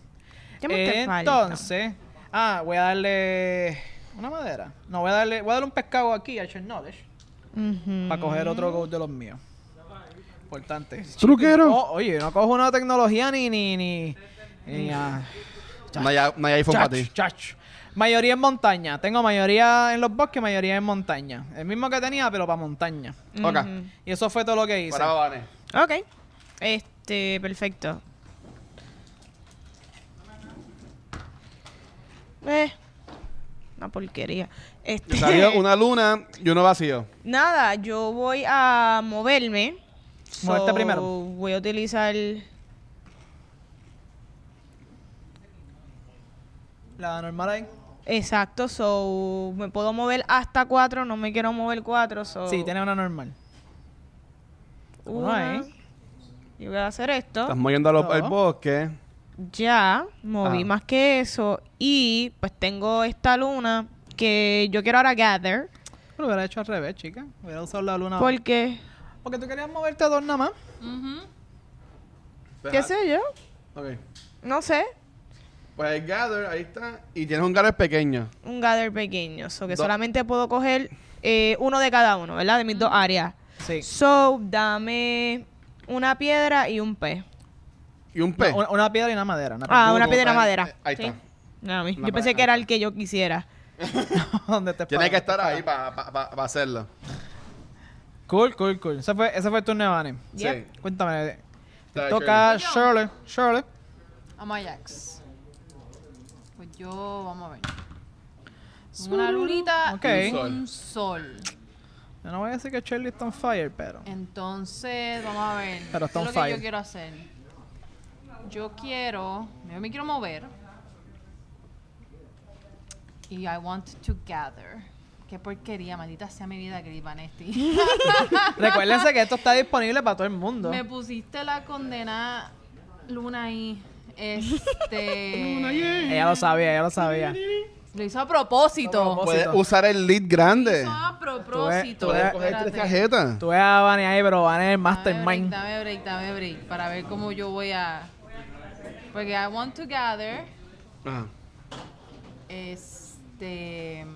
Speaker 3: ¿Qué más te falta?
Speaker 4: Entonces, ah, voy a darle una madera. No, voy a darle, voy a darle un pescado aquí a Knowledge
Speaker 3: Ujú.
Speaker 4: para coger otro gold de los míos. Importante.
Speaker 2: Truquero.
Speaker 4: Oh, oye, no cojo una tecnología ni ni ni ni a-
Speaker 2: No hay, no hay iPhone para
Speaker 4: Chach,
Speaker 2: ti.
Speaker 4: chach. Mayoría en montaña. Tengo mayoría en los bosques, mayoría en montaña. El mismo que tenía, pero para montaña.
Speaker 2: Ok.
Speaker 4: Y eso fue todo lo que hice.
Speaker 2: Para Vane.
Speaker 3: Ok. Este, perfecto. Eh, una porquería. Este,
Speaker 2: Salió una luna y uno vacío.
Speaker 3: Nada, yo voy a moverme.
Speaker 4: Moverte primero.
Speaker 3: Voy a utilizar.
Speaker 4: La normal ahí.
Speaker 3: Exacto, so. Me puedo mover hasta 4, no me quiero mover 4,
Speaker 2: Oh.
Speaker 3: so.
Speaker 4: Sí, tiene una normal.
Speaker 3: una.
Speaker 4: Alright.
Speaker 3: Yo voy a hacer esto.
Speaker 2: Estás moviendo a los-
Speaker 4: No.
Speaker 2: al bosque.
Speaker 3: Ya, moví
Speaker 2: Ah.
Speaker 3: más que eso. Y pues tengo esta luna que yo quiero ahora gather.
Speaker 4: Lo hubiera hecho al revés, chica. Hubiera usado la luna.
Speaker 3: Porque,
Speaker 4: Porque tú querías moverte a dos nada más.
Speaker 1: Ujú.
Speaker 2: Pues
Speaker 3: qué sé yo,
Speaker 2: Ok.
Speaker 3: no sé.
Speaker 2: Pues el gather, ahí está. Y tienes un gather pequeño.
Speaker 3: Un gather pequeño. So que
Speaker 2: Do-
Speaker 3: solamente puedo coger eh, uno de cada uno, ¿verdad? De mis dos áreas.
Speaker 4: Sí.
Speaker 3: So, dame una piedra y un pez.
Speaker 2: Y un pez.
Speaker 4: Una, una piedra y una madera. una
Speaker 3: Ah,
Speaker 2: Tú
Speaker 3: una
Speaker 2: como
Speaker 3: piedra y una
Speaker 2: tal,
Speaker 3: madera.
Speaker 2: eh, Ahí
Speaker 3: Sí.
Speaker 2: está.
Speaker 3: Dame.
Speaker 2: Una
Speaker 3: Yo pensé
Speaker 2: madera.
Speaker 3: que era el que yo quisiera.
Speaker 4: piedra. Donde te
Speaker 2: Tienes que
Speaker 4: paran, te
Speaker 2: estar ahí
Speaker 4: paran.
Speaker 2: para hacerlo.
Speaker 4: Cool, cool, cool. Ese fue, ese fue el turno de Vane.
Speaker 3: Yep.
Speaker 2: Sí.
Speaker 4: Cuéntame. Te
Speaker 2: Dale,
Speaker 4: toca
Speaker 1: Shirley.
Speaker 4: Shirley. Shirley.
Speaker 1: I'm Ajax. Pues yo, vamos a ver. Una lunita
Speaker 4: Ok.
Speaker 1: y un sol.
Speaker 4: Yo no voy a decir que Shirley está on fire, pero.
Speaker 1: Entonces, vamos a ver.
Speaker 4: Pero
Speaker 1: ¿Qué
Speaker 4: está
Speaker 1: es
Speaker 4: on
Speaker 1: lo que
Speaker 4: fire.
Speaker 1: yo quiero hacer? Yo quiero. Yo me quiero mover. Y I want to gather. Qué porquería, maldita sea mi vida, Gris Vanesti.
Speaker 4: Recuérdense que esto está disponible para todo el mundo.
Speaker 1: me pusiste la condena luna ahí. Este.
Speaker 4: Ella lo sabía, ella lo sabía.
Speaker 1: Lo hizo a propósito.
Speaker 4: A propósito.
Speaker 2: Puedes usar el lead grande.
Speaker 1: Lo hizo a
Speaker 4: Ah, Tú
Speaker 1: Ah, propósito.
Speaker 2: Puedes
Speaker 4: ves- Espérate.
Speaker 2: coger tres
Speaker 1: Espérate.
Speaker 2: tarjetas.
Speaker 4: Tú ves a Vane ahí, pero Vane es el
Speaker 1: Dame break,
Speaker 4: mastermind.
Speaker 1: dame break, dame break, para ver cómo yo voy a... Porque I want to gather,
Speaker 2: Ajá.
Speaker 1: este...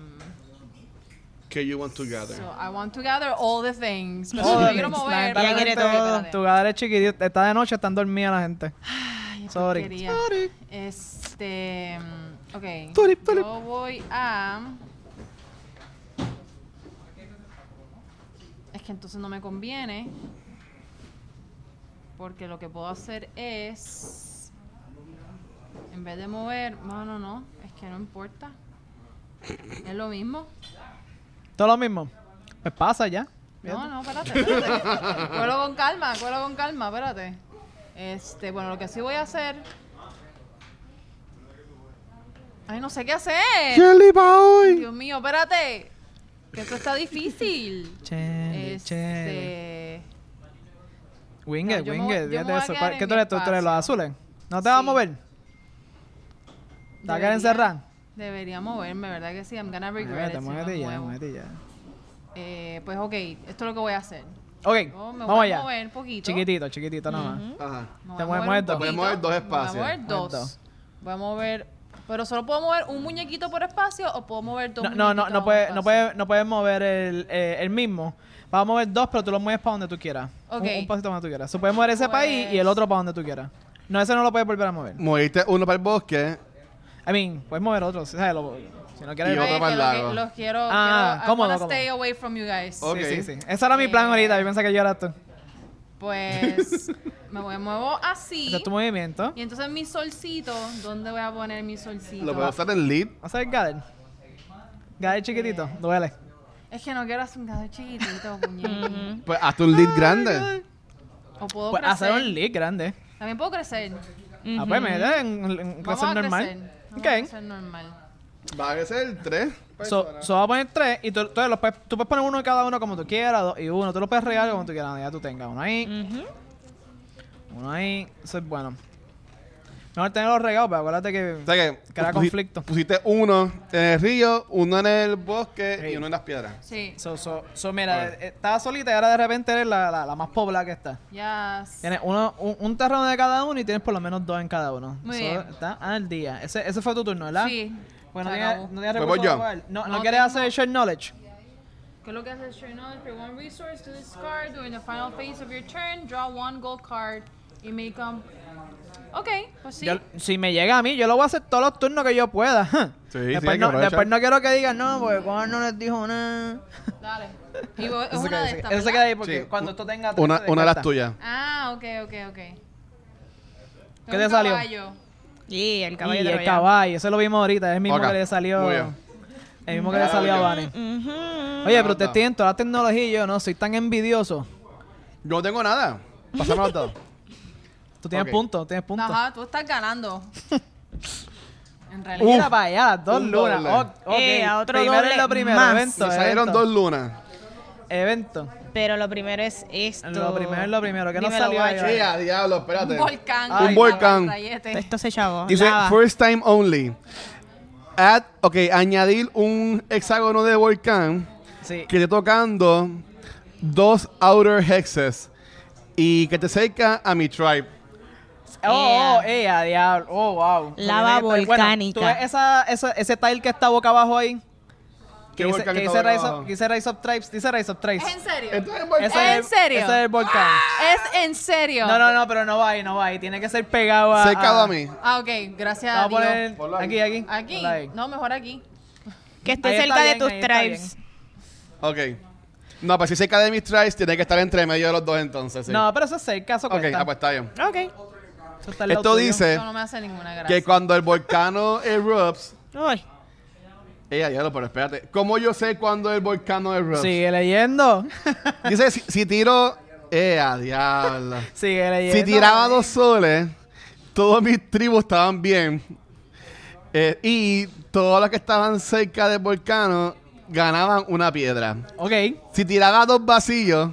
Speaker 2: Que you want to gather.
Speaker 4: Eh,
Speaker 1: So I want to gather all the things. Pero
Speaker 4: Todo,
Speaker 1: yo
Speaker 4: Alex,
Speaker 1: quiero mover.
Speaker 4: la
Speaker 3: Ya
Speaker 1: espérate,
Speaker 3: quiere
Speaker 4: gente-
Speaker 1: espérate,
Speaker 3: todo.
Speaker 1: espérate.
Speaker 4: Tu gadre es chiquitito. Está de noche, están dormida la gente.
Speaker 1: Ay,
Speaker 4: Sorry.
Speaker 1: porquería.
Speaker 4: Sorry.
Speaker 1: Este... Ok.
Speaker 4: Tulip, tulip.
Speaker 1: Yo voy a... Es que entonces no me conviene. Porque lo que puedo hacer es... En vez de mover... No, no, no. Es que no importa. Es lo mismo.
Speaker 4: Todo lo mismo. Pues pasa ya.
Speaker 1: No, no, espérate, espérate. Cuelo con calma, cuelo con calma, espérate. Este, bueno, lo que sí voy a hacer. Ay, no sé qué hacer.
Speaker 2: Shelly va hoy.
Speaker 1: Dios mío, espérate. Que esto está difícil.
Speaker 4: Chelly, Chelly.
Speaker 1: Este.
Speaker 4: Winged,
Speaker 1: No, yo me
Speaker 4: winged.
Speaker 1: voy- yo me
Speaker 4: fíjate
Speaker 1: voy a
Speaker 4: eso.
Speaker 1: quedar
Speaker 4: ¿Cuál-
Speaker 1: en
Speaker 4: ¿Qué
Speaker 1: mi
Speaker 4: tú eres? ¿Tú tú eres los
Speaker 1: espacio.
Speaker 4: azules? ¿No te vas a
Speaker 1: Sí.
Speaker 4: mover? ¿Te vas a quedar
Speaker 1: debería-
Speaker 4: encerrada?
Speaker 1: Debería moverme, ¿verdad que sí? I'm gonna regret it
Speaker 4: Muévete,
Speaker 1: si no
Speaker 4: muévete
Speaker 1: me
Speaker 4: ya,
Speaker 1: muevo.
Speaker 4: muévete ya.
Speaker 1: Eh, pues ok, esto es lo que voy a hacer.
Speaker 4: Ok,
Speaker 1: Yo Oh, me
Speaker 4: vamos
Speaker 1: voy a
Speaker 4: allá.
Speaker 1: mover un poquito.
Speaker 4: Chiquitito, chiquitito nada más.
Speaker 2: Ajá.
Speaker 1: Me voy
Speaker 4: Te
Speaker 1: a
Speaker 4: mueves
Speaker 1: mover un
Speaker 4: dos.
Speaker 1: poquito.
Speaker 2: Puedes mover dos espacios.
Speaker 1: Me voy a mover
Speaker 4: Mueves
Speaker 1: dos.
Speaker 4: dos.
Speaker 1: Voy a mover. Pero solo puedo mover un muñequito por espacio o puedo mover dos
Speaker 4: No, no, no,
Speaker 1: muñequitos
Speaker 4: no
Speaker 1: a
Speaker 4: puedes
Speaker 1: un
Speaker 4: no
Speaker 1: espacio?
Speaker 4: puede, no puede mover el, eh, el mismo. Vas a mover dos, pero tú los mueves para donde tú quieras.
Speaker 1: Ok.
Speaker 4: Un, un pasito más tú quieras. Tú puedes mover ese para ahí y el
Speaker 1: Pues-
Speaker 4: otro para donde tú quieras. No, ese no lo puedes volver a mover.
Speaker 2: Moviste uno para el bosque.
Speaker 4: I mean, puedes mover otro. Si, sabes, lo- si no quieres...
Speaker 2: Y otro
Speaker 1: Ve
Speaker 2: para
Speaker 1: que
Speaker 2: el
Speaker 1: lo que-
Speaker 2: lago. Oh.
Speaker 1: Los quiero.
Speaker 4: Ah,
Speaker 1: quiero- I
Speaker 4: cómodo,
Speaker 1: wanna
Speaker 4: cómodo.
Speaker 1: stay away from you guys.
Speaker 2: Ok.
Speaker 4: Sí, sí, sí. Ese era mi plan ahorita. Yo pensé que yo era tú.
Speaker 1: Pues me voy- muevo así.
Speaker 4: Ese es tu movimiento.
Speaker 1: Y entonces mi solcito, ¿dónde voy a poner mi solcito?
Speaker 2: Lo puedes usar en lead.
Speaker 4: ¿Vas a ver Gader? Gader chiquitito. Duele.
Speaker 1: Es que no quiero hacer un gato chiquitito, puñet.
Speaker 2: Pues hazte un lead grande.
Speaker 1: o puedo
Speaker 4: Pues
Speaker 1: crecer.
Speaker 4: hacer un leak grande.
Speaker 1: También puedo crecer.
Speaker 4: Ah, pues mete en, en-
Speaker 1: Vamos
Speaker 4: en crecer
Speaker 1: a
Speaker 4: normal.
Speaker 1: crecer. Vamos
Speaker 4: Ok.
Speaker 1: a crecer normal.
Speaker 2: Va a ser tres.
Speaker 4: So, so va a poner tres y tú, tú los puedes, tú puedes poner uno de cada uno como tú quieras, dos y uno. Tú lo puedes regalar como tú quieras, ya tú tengas uno ahí. Uno ahí, eso es bueno. No, tenerlos regados, pero acuérdate que.
Speaker 2: O sea que
Speaker 4: Crea
Speaker 2: pusi-
Speaker 4: conflicto.
Speaker 2: pusiste uno en el río, uno en el bosque
Speaker 4: Sí.
Speaker 2: y uno en las piedras.
Speaker 1: Sí.
Speaker 4: So, so, so, mira, eh, estaba solita y ahora de repente eres la, la, la más poblada que está.
Speaker 1: Yes.
Speaker 4: Tienes uno, un, un terreno de cada uno y tienes por lo menos dos en cada uno.
Speaker 1: Muy
Speaker 4: So,
Speaker 1: bien.
Speaker 4: Está al día. Ese, ese fue tu turno, ¿verdad?
Speaker 1: Sí.
Speaker 4: Bueno, no
Speaker 1: se
Speaker 4: tienes,
Speaker 1: acabó.
Speaker 4: no tienes
Speaker 2: Voy,
Speaker 4: recursos
Speaker 2: voy yo.
Speaker 4: para jugar. No, no,
Speaker 1: No
Speaker 4: quieres
Speaker 1: tengo.
Speaker 4: hacer short knowledge.
Speaker 1: ¿Qué es lo que hace Share Knowledge? Pay one resource to discard during the final phase of your turn. Draw one gold card y make um... Ok, pues sí.
Speaker 4: Yo- si me llega a mí, yo lo voy a hacer todos los turnos que yo pueda.
Speaker 2: Sí, sí,
Speaker 4: después,
Speaker 2: hay que
Speaker 4: no,
Speaker 2: aprovechar.
Speaker 4: después no quiero que digan, no, porque Juan no les dijo nada.
Speaker 1: Dale. Y vos- es
Speaker 4: Eso
Speaker 1: una
Speaker 4: queda-
Speaker 1: de estas.
Speaker 4: eso queda- eso
Speaker 1: ¿verdad?
Speaker 4: queda ahí porque
Speaker 2: Sí.
Speaker 4: cuando esto tenga. tres,
Speaker 2: Una,
Speaker 4: se
Speaker 2: una de las
Speaker 4: descarta.
Speaker 2: tuyas.
Speaker 1: Ah, ok, ok, ok.
Speaker 4: ¿Qué te salió?
Speaker 3: Y el
Speaker 4: Y
Speaker 3: caballo de
Speaker 4: el caballo, ese lo vimos ahorita, es el mismo
Speaker 2: Ok,
Speaker 4: que le salió.
Speaker 2: muy bien.
Speaker 4: El mismo que le
Speaker 2: Ahora
Speaker 4: salió a
Speaker 2: voy yo.
Speaker 4: Vane.
Speaker 3: Ujú.
Speaker 4: Oye, pero
Speaker 2: Ahora
Speaker 4: ustedes
Speaker 2: va.
Speaker 4: tienen toda la tecnología y yo no soy tan envidioso.
Speaker 2: Yo no tengo nada. Pasamos los dados.
Speaker 4: Tú tienes
Speaker 2: Ok.
Speaker 4: punto, tienes punto.
Speaker 1: Ajá, tú estás ganando. en realidad.
Speaker 4: Mira para allá, las dos
Speaker 2: un
Speaker 4: lunas.
Speaker 2: doble.
Speaker 4: Ok, ok.
Speaker 3: Eh, a otro
Speaker 4: primero
Speaker 3: doble
Speaker 4: es lo primero,
Speaker 3: más.
Speaker 4: evento.
Speaker 2: Me salieron
Speaker 4: evento.
Speaker 2: dos lunas.
Speaker 4: Evento.
Speaker 3: Pero lo primero es esto.
Speaker 4: Lo primero es lo primero, que no
Speaker 3: Dímelo,
Speaker 4: salió ahí,
Speaker 3: guacho.
Speaker 4: ahí.
Speaker 2: Sí, a diablo, espérate.
Speaker 1: Un volcán.
Speaker 2: Un volcán.
Speaker 1: Rayete.
Speaker 3: Esto se chavó.
Speaker 2: Dice
Speaker 3: lava.
Speaker 2: first time only. Add, ok, añadir un hexágono de volcán
Speaker 4: Sí.
Speaker 2: que esté tocando dos outer hexes y que te acerca a mi tribe.
Speaker 4: Oh, oh, eh, a diablo. Oh, wow.
Speaker 3: Lava
Speaker 4: Bueno, tú ves
Speaker 3: volcánica.
Speaker 4: esa, esa- ese tile que está boca abajo ahí.
Speaker 2: ¿Qué
Speaker 4: Que dice,
Speaker 2: volcán
Speaker 4: que
Speaker 2: está
Speaker 4: dice
Speaker 2: boca
Speaker 4: Rise
Speaker 2: abajo?
Speaker 4: of, que dice Rise of Tribes. Dice Rise of Tribes.
Speaker 1: ¿Es en serio?
Speaker 2: Esto es el
Speaker 4: Ese
Speaker 2: volcán.
Speaker 1: ¿En
Speaker 4: es el-
Speaker 1: serio? Ah,
Speaker 4: Ese es el volcán.
Speaker 1: Es en serio.
Speaker 4: No, no, no, pero no va ahí, no va ahí. Tiene que ser pegado a.
Speaker 2: Cercado a mí.
Speaker 1: Ah, ok, gracias a
Speaker 4: Vamos a
Speaker 1: Dios.
Speaker 4: poner
Speaker 2: Ponlo ahí.
Speaker 4: aquí, aquí.
Speaker 1: Aquí.
Speaker 4: Ponlo ahí.
Speaker 1: No, mejor aquí.
Speaker 3: Que esté
Speaker 4: Ahí está
Speaker 3: cerca de
Speaker 4: bien,
Speaker 3: tus
Speaker 4: ahí está
Speaker 3: tribes.
Speaker 2: Ok. No, pero si cerca de mis tribes, tiene que estar entre medio de los dos entonces. sí.
Speaker 4: No, pero eso es cerca, eso
Speaker 2: ok,
Speaker 4: cuesta.
Speaker 2: ah, pues está bien.
Speaker 3: Ok.
Speaker 4: Eso está al lado
Speaker 2: Esto
Speaker 4: tuyo.
Speaker 2: dice
Speaker 1: Eso no me hace ninguna gracia.
Speaker 2: que cuando el volcán erupts.
Speaker 3: Uy.
Speaker 2: Ella, diablo, pero espérate. ¿Cómo yo sé cuando el volcán erupts?
Speaker 4: Sigue leyendo.
Speaker 2: Dice, si, si tiro... Eh, a diablo.
Speaker 4: Sigue leyendo.
Speaker 2: Si tiraba dos soles, todos mis tribus estaban bien. Eh, y todos los que estaban cerca del volcán ganaban una piedra.
Speaker 4: Ok.
Speaker 2: Si tiraba dos vacíos,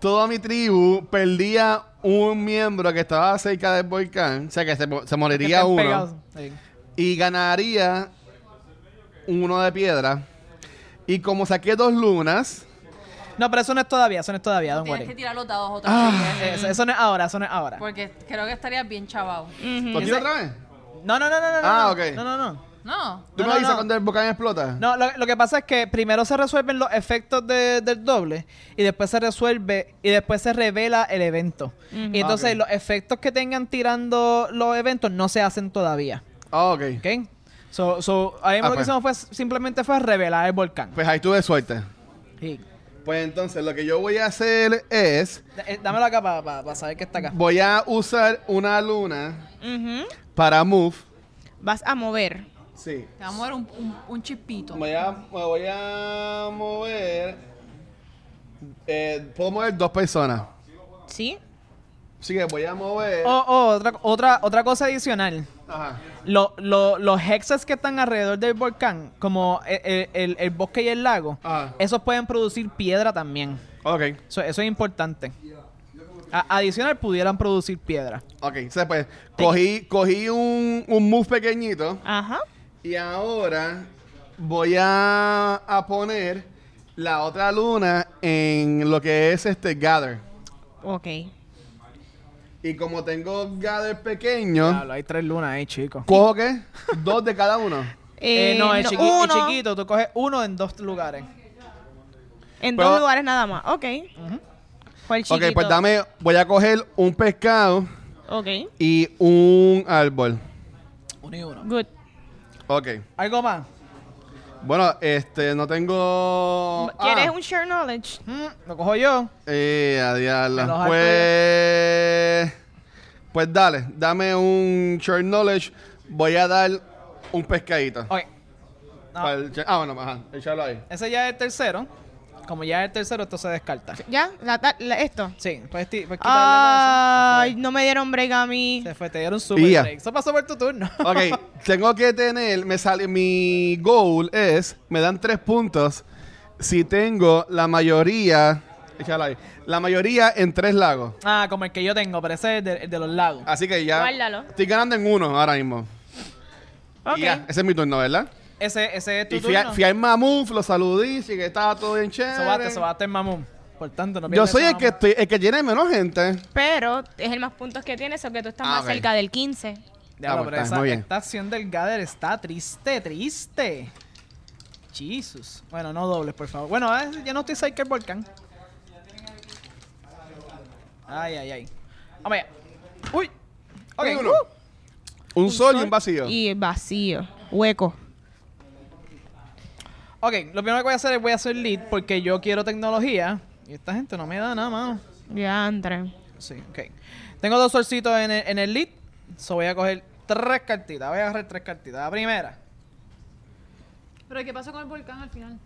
Speaker 2: toda mi tribu perdía un miembro que estaba cerca del volcán. O sea que se, mo- se moriría
Speaker 4: Están
Speaker 2: uno.
Speaker 4: pegados. Sí.
Speaker 2: Y ganaría uno de piedra. Y como saqué dos lunas,
Speaker 4: No, pero eso no es todavía, eso no es todavía, don't
Speaker 1: Tienes que
Speaker 4: worry.
Speaker 1: tirar los dados otra vez.
Speaker 4: Eh, Eso, eso no es ahora, eso no es ahora.
Speaker 1: Porque creo que estarías bien chavado.
Speaker 4: Mm,
Speaker 2: ¿lo tiro otra vez?
Speaker 4: No, no, no, no, no.
Speaker 2: Ah,
Speaker 4: no.
Speaker 2: ok.
Speaker 4: No, no, no.
Speaker 1: No.
Speaker 2: ¿Tú
Speaker 4: No,
Speaker 2: me
Speaker 4: no,
Speaker 2: dices
Speaker 4: no.
Speaker 2: cuando el volcán explota?
Speaker 4: No, lo, lo que pasa es que primero se resuelven los efectos de- del doble y después se resuelve y después se revela el evento. Y entonces
Speaker 2: Ok.
Speaker 4: los efectos que tengan tirando los eventos no se hacen todavía.
Speaker 2: Ah, ok.
Speaker 4: ¿Ok? So, so, ahí
Speaker 2: Ah,
Speaker 4: lo que
Speaker 2: pues.
Speaker 4: hicimos fue simplemente fue revelar el volcán.
Speaker 2: Pues ahí tuve suerte.
Speaker 4: Sí.
Speaker 2: Pues entonces lo que yo voy a hacer es,
Speaker 4: D- eh, Dámelo acá para saber que está acá.
Speaker 2: voy a usar una luna
Speaker 3: Ujú.
Speaker 2: para move.
Speaker 3: Vas a mover.
Speaker 2: Sí.
Speaker 1: Te vamos a dar un, un, un chispito.
Speaker 2: Voy a, me voy a mover... eh, puedo mover dos personas.
Speaker 3: ¿Sí?
Speaker 2: Así que voy a mover...
Speaker 4: Oh, oh, otra, otra, otra cosa adicional.
Speaker 2: Ajá.
Speaker 4: Lo- lo- los hexes que están alrededor del volcán, como e- e- el, el bosque y el lago,
Speaker 2: Ajá.
Speaker 4: esos pueden producir piedra también.
Speaker 2: Ok.
Speaker 4: Eso, eso es importante. A- adicional, pudieran producir piedra.
Speaker 2: Ok. O sea, pues cogí, cogí un, un move pequeñito
Speaker 3: Ajá.
Speaker 2: y ahora voy a, a poner la otra luna en lo que es este gather.
Speaker 3: Ok.
Speaker 4: Eh,
Speaker 2: Y como tengo gather pequeño...
Speaker 4: Diablo, hay tres lunas ahí, chicos.
Speaker 2: ¿Cojo qué? Dos de cada uno.
Speaker 4: Eh, no, el, chiqui- el
Speaker 3: uno,
Speaker 4: chiquito, tú coges uno en dos lugares.
Speaker 3: En
Speaker 2: Pero-
Speaker 3: dos lugares nada más. Ok. Fue el chiquito.
Speaker 2: Ok, pues dame, voy a coger un pescado
Speaker 3: Ok.
Speaker 2: y un árbol.
Speaker 4: Uno y uno.
Speaker 3: Good.
Speaker 2: Ok.
Speaker 4: ¿Algo más?
Speaker 2: Bueno, este, no tengo...
Speaker 3: ¿Quieres
Speaker 2: Ah,
Speaker 3: un share knowledge?
Speaker 4: Mm, lo cojo yo.
Speaker 2: Eh, a diablo.
Speaker 4: Me los
Speaker 2: Pues... Pues dale, dame un short knowledge. Voy a dar un pescadito.
Speaker 4: Ok. No,
Speaker 2: Para el- ah, bueno, ajá, échalo ahí.
Speaker 4: Ese ya es el tercero. Como ya es el tercero, esto se descarta.
Speaker 3: ¿Ya? La ta- la- esto.
Speaker 4: Sí, pues, ti- pues quitarle la
Speaker 3: Ay,
Speaker 4: esa.
Speaker 3: no me dieron break a mí.
Speaker 4: Se fue, te dieron super
Speaker 2: Ya.
Speaker 4: break. Eso pasó por tu turno.
Speaker 2: Ok, tengo que tener, me sale, mi goal es, me dan tres puntos si tengo la mayoría échala ahí. La mayoría en tres lagos.
Speaker 4: Ah, como el que yo tengo, pero ese es de, el de los lagos.
Speaker 2: Así que ya.
Speaker 3: Guárdalo.
Speaker 2: Estoy ganando en uno ahora mismo.
Speaker 3: Ok.
Speaker 2: Y ya, ese es mi turno, ¿verdad?
Speaker 4: Ese, ese es tu
Speaker 2: Y fui, a,
Speaker 4: turno.
Speaker 2: fui al mamuf, lo saludé, sí que estaba todo bien chévere.
Speaker 4: Sobaste, sobaste el mamón. Por tanto, no
Speaker 2: Yo
Speaker 4: pierdas
Speaker 2: soy
Speaker 4: ese
Speaker 2: el que,
Speaker 4: mamón.
Speaker 2: estoy, el que tiene menos gente.
Speaker 3: Pero es el más puntos que tienes, aunque tú estás
Speaker 2: Ah,
Speaker 3: más
Speaker 2: ok.
Speaker 3: cerca del 15.
Speaker 4: Diablo,
Speaker 2: Ah,
Speaker 4: pero
Speaker 2: está,
Speaker 4: esa,
Speaker 2: muy bien.
Speaker 4: esta acción del Gather está triste, triste. Jesus. Bueno, no dobles, por favor. Bueno, eh, ya no estoy cerca del volcán. Ay, ay, ay. Vamos allá. Uy. Ok.
Speaker 2: Hay uno.
Speaker 4: uh.
Speaker 2: Un, sol, y un vacío.
Speaker 3: Y vacío, hueco.
Speaker 4: Ok, lo primero que voy a hacer es voy a hacer lead porque yo quiero tecnología. Y esta gente no me da nada, mano.
Speaker 3: Ya entra.
Speaker 4: Sí, ok. Tengo dos solcitos en el, en el lead. So voy a coger tres cartitas. Voy a agarrar tres cartitas. La primera.
Speaker 1: Pero ¿qué pasó con el volcán al final?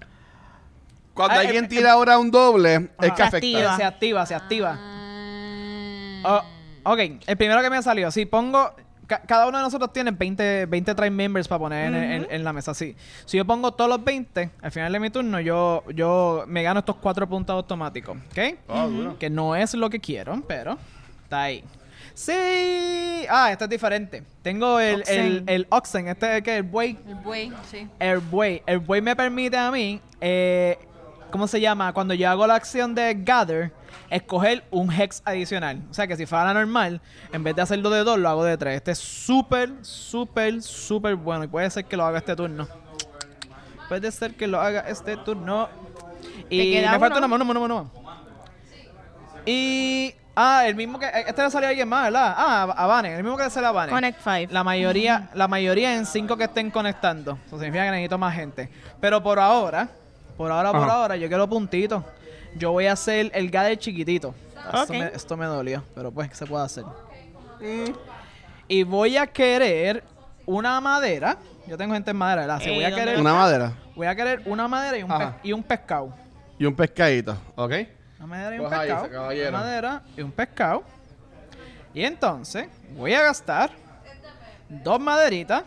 Speaker 2: Cuando
Speaker 4: Ah,
Speaker 2: alguien
Speaker 4: eh,
Speaker 2: tira ahora un doble, es que
Speaker 3: Se
Speaker 2: afecta.
Speaker 3: activa.
Speaker 4: Se activa, se activa.
Speaker 1: Ah.
Speaker 4: Oh, ok, el primero que me salió, si pongo... ca- cada uno de nosotros tiene 20, 20 tribe members para poner en- en, en la mesa, sí. Si yo pongo todos los 20, al final de mi turno yo, yo me gano estos 4 puntos automáticos, ¿ok?
Speaker 2: Oh, duro.
Speaker 4: Que no es lo que quiero, pero está ahí. Sí. Ah, este es diferente. Tengo el, el,
Speaker 3: Oxen.
Speaker 4: el Oxen, este es que el buey.
Speaker 1: El buey, sí.
Speaker 4: El buey. El buey me permite a mí, eh, ¿cómo se llama? Cuando yo hago la acción de gather, escoger un hex adicional. O sea que si fuera normal, en vez de hacerlo de dos, lo hago de tres. Este es súper, súper, súper bueno. Y puede ser que lo haga este turno. Puede ser que lo haga este turno. Y
Speaker 3: queda
Speaker 4: me
Speaker 3: uno.
Speaker 4: falta una mano, una mano, una mano. Y. Ah, el mismo que. Este le salió a alguien más, ¿verdad? Ah, a- a Vane. El mismo que le salió a Vane.
Speaker 3: Connect Five.
Speaker 4: La mayoría, la mayoría en cinco que estén conectando. Eso significa que necesito más gente. Pero por ahora, por ahora, por
Speaker 2: Ajá.
Speaker 4: ahora, yo quiero puntitos. Yo voy a hacer el gather chiquitito. Esto,
Speaker 3: Ok.
Speaker 4: me, esto me dolió, pero pues, ¿qué se puede hacer? Y voy a querer una madera. Yo tengo gente en madera, ¿verdad? Así,
Speaker 3: Ey,
Speaker 4: voy, a
Speaker 3: ¿dónde
Speaker 4: querer,
Speaker 2: Una madera
Speaker 4: voy a querer una madera y un,
Speaker 2: Ajá.
Speaker 4: pes- y un pescado.
Speaker 2: y un pescadito, ¿ok?
Speaker 4: Una madera y un
Speaker 2: Coja Pues ahí,
Speaker 4: pescado.
Speaker 2: ese caballero.
Speaker 4: Una madera y un pescado. Y entonces voy a gastar dos maderitas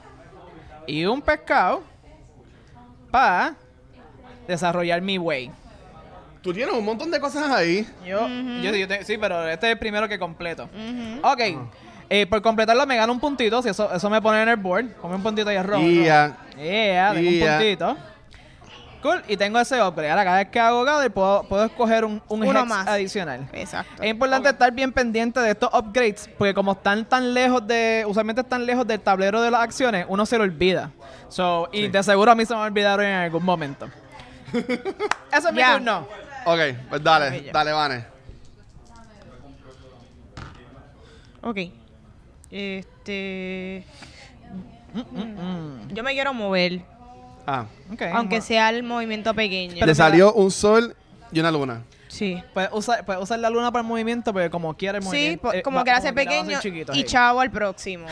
Speaker 4: y un pescado para desarrollar mi way.
Speaker 2: Tú tienes un montón de cosas ahí.
Speaker 4: Yo, yo- yo te- sí, pero este es el primero que completo. Ok. eh, por completarlo me gano un puntito, si eso, eso me pone en el board. Ponme un puntito ahí rojo.
Speaker 2: Y
Speaker 4: rojo.
Speaker 2: ya.
Speaker 4: Yeah, tengo
Speaker 2: Yeah.
Speaker 4: un puntito. Cool, y tengo ese upgrade. Ahora cada vez que hago gather puedo, puedo escoger un, un
Speaker 3: Uno
Speaker 4: hex
Speaker 3: más.
Speaker 4: adicional.
Speaker 3: Exacto.
Speaker 4: Es importante estar bien pendiente de estos upgrades, porque como están tan lejos de, usualmente están lejos del tablero de las acciones, uno se lo olvida. So, y
Speaker 2: Sí.
Speaker 4: de seguro a mí se me olvidaron en algún momento. Eso es mi
Speaker 3: Ya.
Speaker 4: turno.
Speaker 2: Ok, pues dale, dale, Vane.
Speaker 3: Ok. Este. Yo me quiero mover,
Speaker 2: Ah.
Speaker 4: Ok,
Speaker 3: aunque
Speaker 4: bueno.
Speaker 3: sea el movimiento pequeño.
Speaker 2: Le salió un sol y una luna.
Speaker 3: sí.
Speaker 4: Puedes usar, puedes usar la luna para el movimiento, pero como quiera el
Speaker 3: Sí,
Speaker 4: movimiento.
Speaker 3: po-
Speaker 4: eh,
Speaker 3: como
Speaker 4: va-
Speaker 3: que la hace
Speaker 4: va a ser
Speaker 3: pequeño
Speaker 4: chiquito,
Speaker 3: y
Speaker 4: sí.
Speaker 3: chavo al próximo.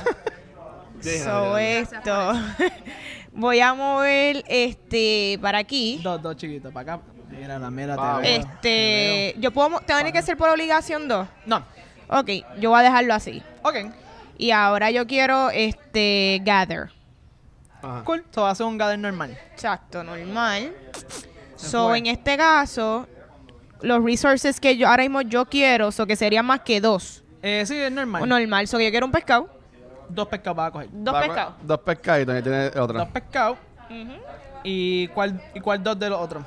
Speaker 2: Deja,
Speaker 3: so
Speaker 2: deja,
Speaker 3: esto. Voy a mover este para aquí.
Speaker 4: Dos, dos chiquitos, para acá. Mira, la mira, te
Speaker 2: Wow.
Speaker 4: veo, te
Speaker 3: Este, yo puedo mo- tiene que ser por obligación dos.
Speaker 4: veo. No,
Speaker 3: Ok, yo voy a dejarlo así.
Speaker 4: ok,
Speaker 3: Y ahora yo quiero este gather.
Speaker 2: Ajá.
Speaker 4: cool. Esto va a ser un gather normal.
Speaker 3: Exacto, normal.
Speaker 4: Se
Speaker 3: So,
Speaker 4: fue.
Speaker 3: en este caso, los resources que yo ahora mismo yo quiero, so que serían más que dos. Oh,
Speaker 4: Eh, sí, es normal.
Speaker 3: Normal, so que yo quiero un pescado,
Speaker 4: Dos pescados vas a coger.
Speaker 3: dos
Speaker 2: Va-
Speaker 3: pescados.
Speaker 2: pues, Dos pescaditos, ahí tiene
Speaker 4: Dos
Speaker 2: otra.
Speaker 4: pescados. ¿Y cuál y cuál dos de los otros?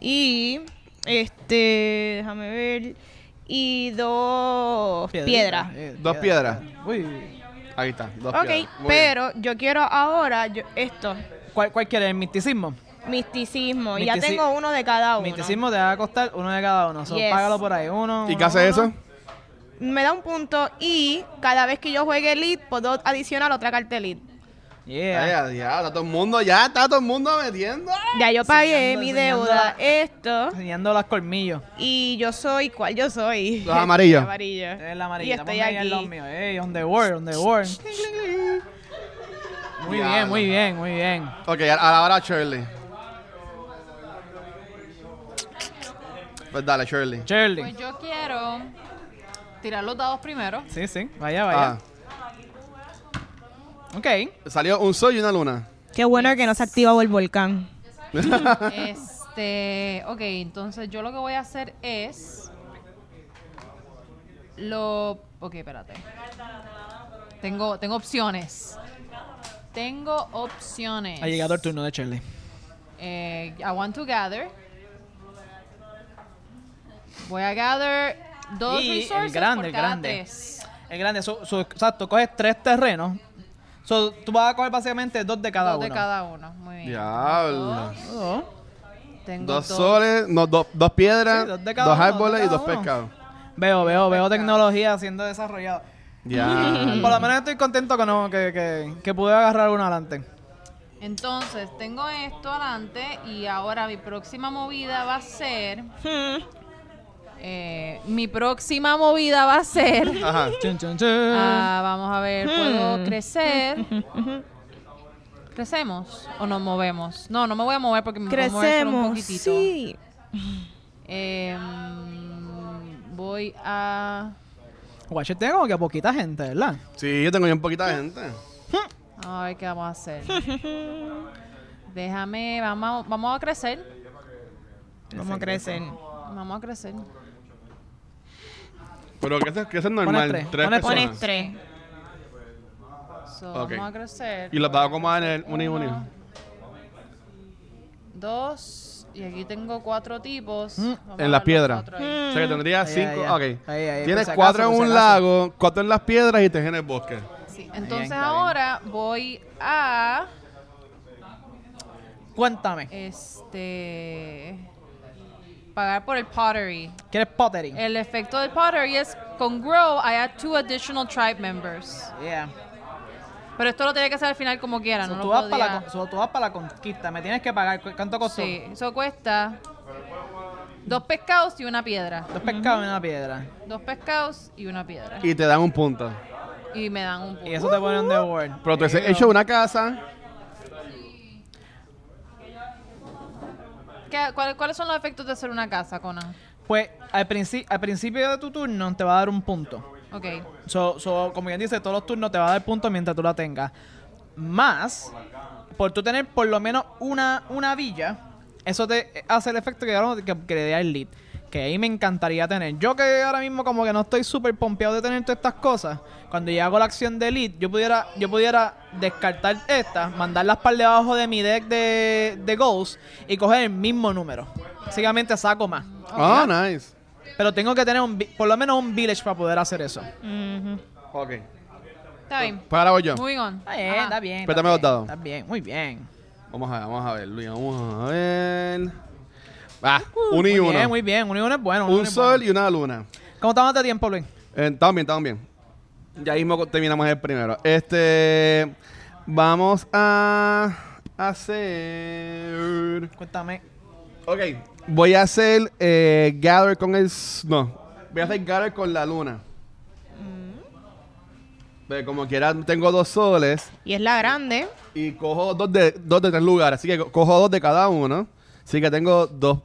Speaker 3: Y este, déjame ver. Y dos piedras.
Speaker 4: Eh,
Speaker 2: Dos piedras.
Speaker 4: Uy.
Speaker 2: Ahí está, dos
Speaker 3: Ok,
Speaker 2: piedras. Muy bien.
Speaker 3: pero yo quiero ahora yo- esto,
Speaker 4: ¿Cuál, cuál quieres? ¿El misticismo?
Speaker 3: misticismo. Ya
Speaker 4: Mistici-
Speaker 3: tengo uno de cada uno.
Speaker 4: Misticismo te va a costar uno de cada uno. So,
Speaker 3: Yes.
Speaker 4: Págalo por ahí. Uno.
Speaker 2: ¿Y
Speaker 4: uno,
Speaker 2: qué hace
Speaker 4: uno.
Speaker 2: eso?
Speaker 3: Me da un punto y cada vez que yo juegue lead, puedo adicionar otra carta de lead.
Speaker 2: Ya,
Speaker 4: Yeah.
Speaker 2: ya, ya, está todo el mundo, ya está todo el mundo metiendo.
Speaker 3: Ya yo pagué
Speaker 4: Enseñando,
Speaker 3: mi
Speaker 4: enseñando
Speaker 3: deuda,
Speaker 4: la-
Speaker 3: esto.
Speaker 4: Enseñando los colmillos.
Speaker 3: Y yo soy, ¿cuál yo soy?
Speaker 2: Los amarillos.
Speaker 3: amarillo.
Speaker 4: Este Es la
Speaker 3: Y
Speaker 4: amarilla.
Speaker 3: estoy
Speaker 4: Ponme ahí en los
Speaker 3: aquí.
Speaker 4: míos. Ey, on the board, on the board. Muy
Speaker 2: Ya,
Speaker 4: bien,
Speaker 2: no.
Speaker 4: muy bien, muy bien.
Speaker 2: Ok, ahora, ahora Shirley. Pues dale, Shirley.
Speaker 4: Shirley.
Speaker 1: Pues yo quiero tirar los dados primero.
Speaker 4: Sí, sí. Vaya,
Speaker 2: Ah,
Speaker 4: vaya. Ok.
Speaker 2: salió un sol y una luna.
Speaker 3: Qué bueno que no se activó el volcán.
Speaker 1: Este. Este, ok, entonces yo lo que voy a hacer es lo, ok, espérate. Tengo, tengo opciones. Tengo opciones.
Speaker 4: Ha llegado el turno de Shirley.
Speaker 1: Eh, I want to gather. Voy a gather dos
Speaker 4: Y el
Speaker 1: resources
Speaker 4: grande,
Speaker 1: por
Speaker 4: el
Speaker 1: cada
Speaker 4: grande.
Speaker 1: tres.
Speaker 4: Es grande. So, so, exacto, coges tres terrenos. So, tú vas a coger básicamente dos de cada
Speaker 1: dos
Speaker 4: uno. Oh.
Speaker 1: de cada uno. Muy bien.
Speaker 2: Diablo.
Speaker 4: Dos.
Speaker 1: Tengo
Speaker 2: Dos soles, no, dos, dos piedras,
Speaker 4: Sí, dos de
Speaker 2: dos,
Speaker 4: cada uno, dos de
Speaker 2: árboles y
Speaker 4: cada
Speaker 2: dos
Speaker 4: uno.
Speaker 2: pescados.
Speaker 4: Veo, veo, veo tecnología siendo desarrollada.
Speaker 1: Mm.
Speaker 2: Ya.
Speaker 4: Por lo menos estoy contento que, no, que, que, que pude agarrar uno adelante.
Speaker 1: Entonces, tengo esto adelante y ahora mi próxima movida va a ser.
Speaker 4: Hmm.
Speaker 1: Eh, mi próxima movida va a ser.
Speaker 2: Ajá.
Speaker 4: Chun, chun, chun.
Speaker 1: ah, vamos a ver,
Speaker 4: Hmm.
Speaker 1: puedo crecer. ¿Crecemos o nos movemos? No, no me voy a mover porque me voy a mover solo un
Speaker 3: Crecemos.
Speaker 1: poquitito.
Speaker 3: Sí.
Speaker 1: Em, voy a.
Speaker 4: Guache, tiene como que poquita gente, ¿verdad?
Speaker 2: Sí, yo tengo bien poquita gente.
Speaker 1: A ver qué vamos a hacer. Déjame, vamos, vamos a crecer.
Speaker 3: ¿Cómo crecen?
Speaker 1: Vamos a crecer.
Speaker 2: Pero que eso, que eso es normal.
Speaker 4: tres,
Speaker 2: tres personas.
Speaker 4: pones
Speaker 3: Pones tres.
Speaker 1: So,
Speaker 2: Ok.
Speaker 1: Vamos a crecer.
Speaker 2: Y los vas a acomodar en el uno y
Speaker 1: Uno.
Speaker 2: uno.
Speaker 1: Dos. Y aquí tengo cuatro tipos.
Speaker 4: Mm.
Speaker 1: Vamos
Speaker 2: En
Speaker 1: a
Speaker 2: la
Speaker 1: los
Speaker 2: piedra.
Speaker 1: cuatro ahí.
Speaker 2: O sea que tendrías
Speaker 4: Ahí,
Speaker 2: cinco.
Speaker 4: ahí, ahí.
Speaker 2: ok.
Speaker 4: Ahí, ahí,
Speaker 2: Tienes
Speaker 4: por si
Speaker 2: cuatro
Speaker 4: acaso,
Speaker 2: en
Speaker 4: por
Speaker 2: un
Speaker 4: si acaso.
Speaker 2: lago, cuatro en las piedras y tres en el bosque.
Speaker 1: Sí, Entonces
Speaker 4: está bien.
Speaker 1: ahora voy a.
Speaker 4: Cuéntame.
Speaker 1: Este. Pagar por el pottery.
Speaker 4: ¿Quieres pottery?
Speaker 1: El efecto del pottery es con grow I add two additional tribe members.
Speaker 4: Yeah.
Speaker 1: Pero esto lo tenía que hacer al final como quiera,
Speaker 4: So,
Speaker 1: no
Speaker 4: tú,
Speaker 1: lo
Speaker 4: vas
Speaker 1: podía.
Speaker 4: para la, con- so, tú vas para la conquista. Me tienes que pagar. ¿Cu- ¿Cuánto costó?
Speaker 1: Sí, eso cuesta dos pescados y una piedra.
Speaker 4: Dos pescados y una piedra.
Speaker 1: Dos pescados y una piedra.
Speaker 2: Y te dan un punto.
Speaker 1: Y me dan un punto.
Speaker 4: Y eso te pone un The World.
Speaker 2: Pero te has hecho una casa.
Speaker 1: ¿Qué- cuál- ¿Cuáles son los efectos de hacer una casa, Conan?
Speaker 4: Pues al, princi- al principio de tu turno te va a dar un punto.
Speaker 1: Ok.
Speaker 4: So, so, como bien dice, todos los turnos te va a dar puntos mientras tú la tengas. Más, por tú tener por lo menos una, una villa, eso te hace el efecto que, hablamos de que, que le dé el lead. Que ahí me encantaría tener. Yo que ahora mismo como que no estoy súper pompeado de tener todas estas cosas. Cuando yo hago la acción de lead, yo pudiera, yo pudiera descartar estas, mandarlas para debajo de mi deck de, de goals y coger el mismo número. Básicamente saco más.
Speaker 2: Ah, nice.
Speaker 4: Pero tengo que tener un, vi- por lo menos un village para poder hacer eso.
Speaker 2: Ok.
Speaker 1: Está bien.
Speaker 2: Pues ahora voy yo.
Speaker 1: Moving on.
Speaker 4: Está bien,
Speaker 1: Ajá.
Speaker 4: está bien.
Speaker 2: Espérate, me he
Speaker 4: está bien,
Speaker 2: agotado.
Speaker 4: Está bien, muy bien.
Speaker 2: Vamos a ver, vamos a ver, Luis. Vamos a ver. Ah, uno y
Speaker 4: Uh, muy
Speaker 2: uno.
Speaker 4: bien, muy bien. Uno y uno es bueno. uno y
Speaker 2: Un
Speaker 4: uno es
Speaker 2: sol
Speaker 4: bueno.
Speaker 2: y una luna.
Speaker 4: ¿Cómo estamos de tiempo, Luis?
Speaker 2: Eh, también, también. Ya mismo co- terminamos el primero. Este. Vamos a hacer.
Speaker 4: Cuéntame.
Speaker 2: Ok. Voy a hacer eh, Gather con el. s- No. Voy a hacer Gather con la luna. Pero como quiera, tengo dos soles
Speaker 3: Y es la grande.
Speaker 2: y cojo dos de, dos de tres lugares. Así que co- cojo dos de cada uno. Así que tengo dos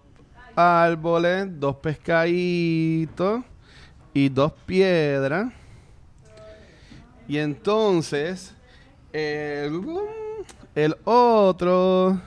Speaker 2: árboles, dos pescaditos y dos piedras. Y entonces, el, el otro.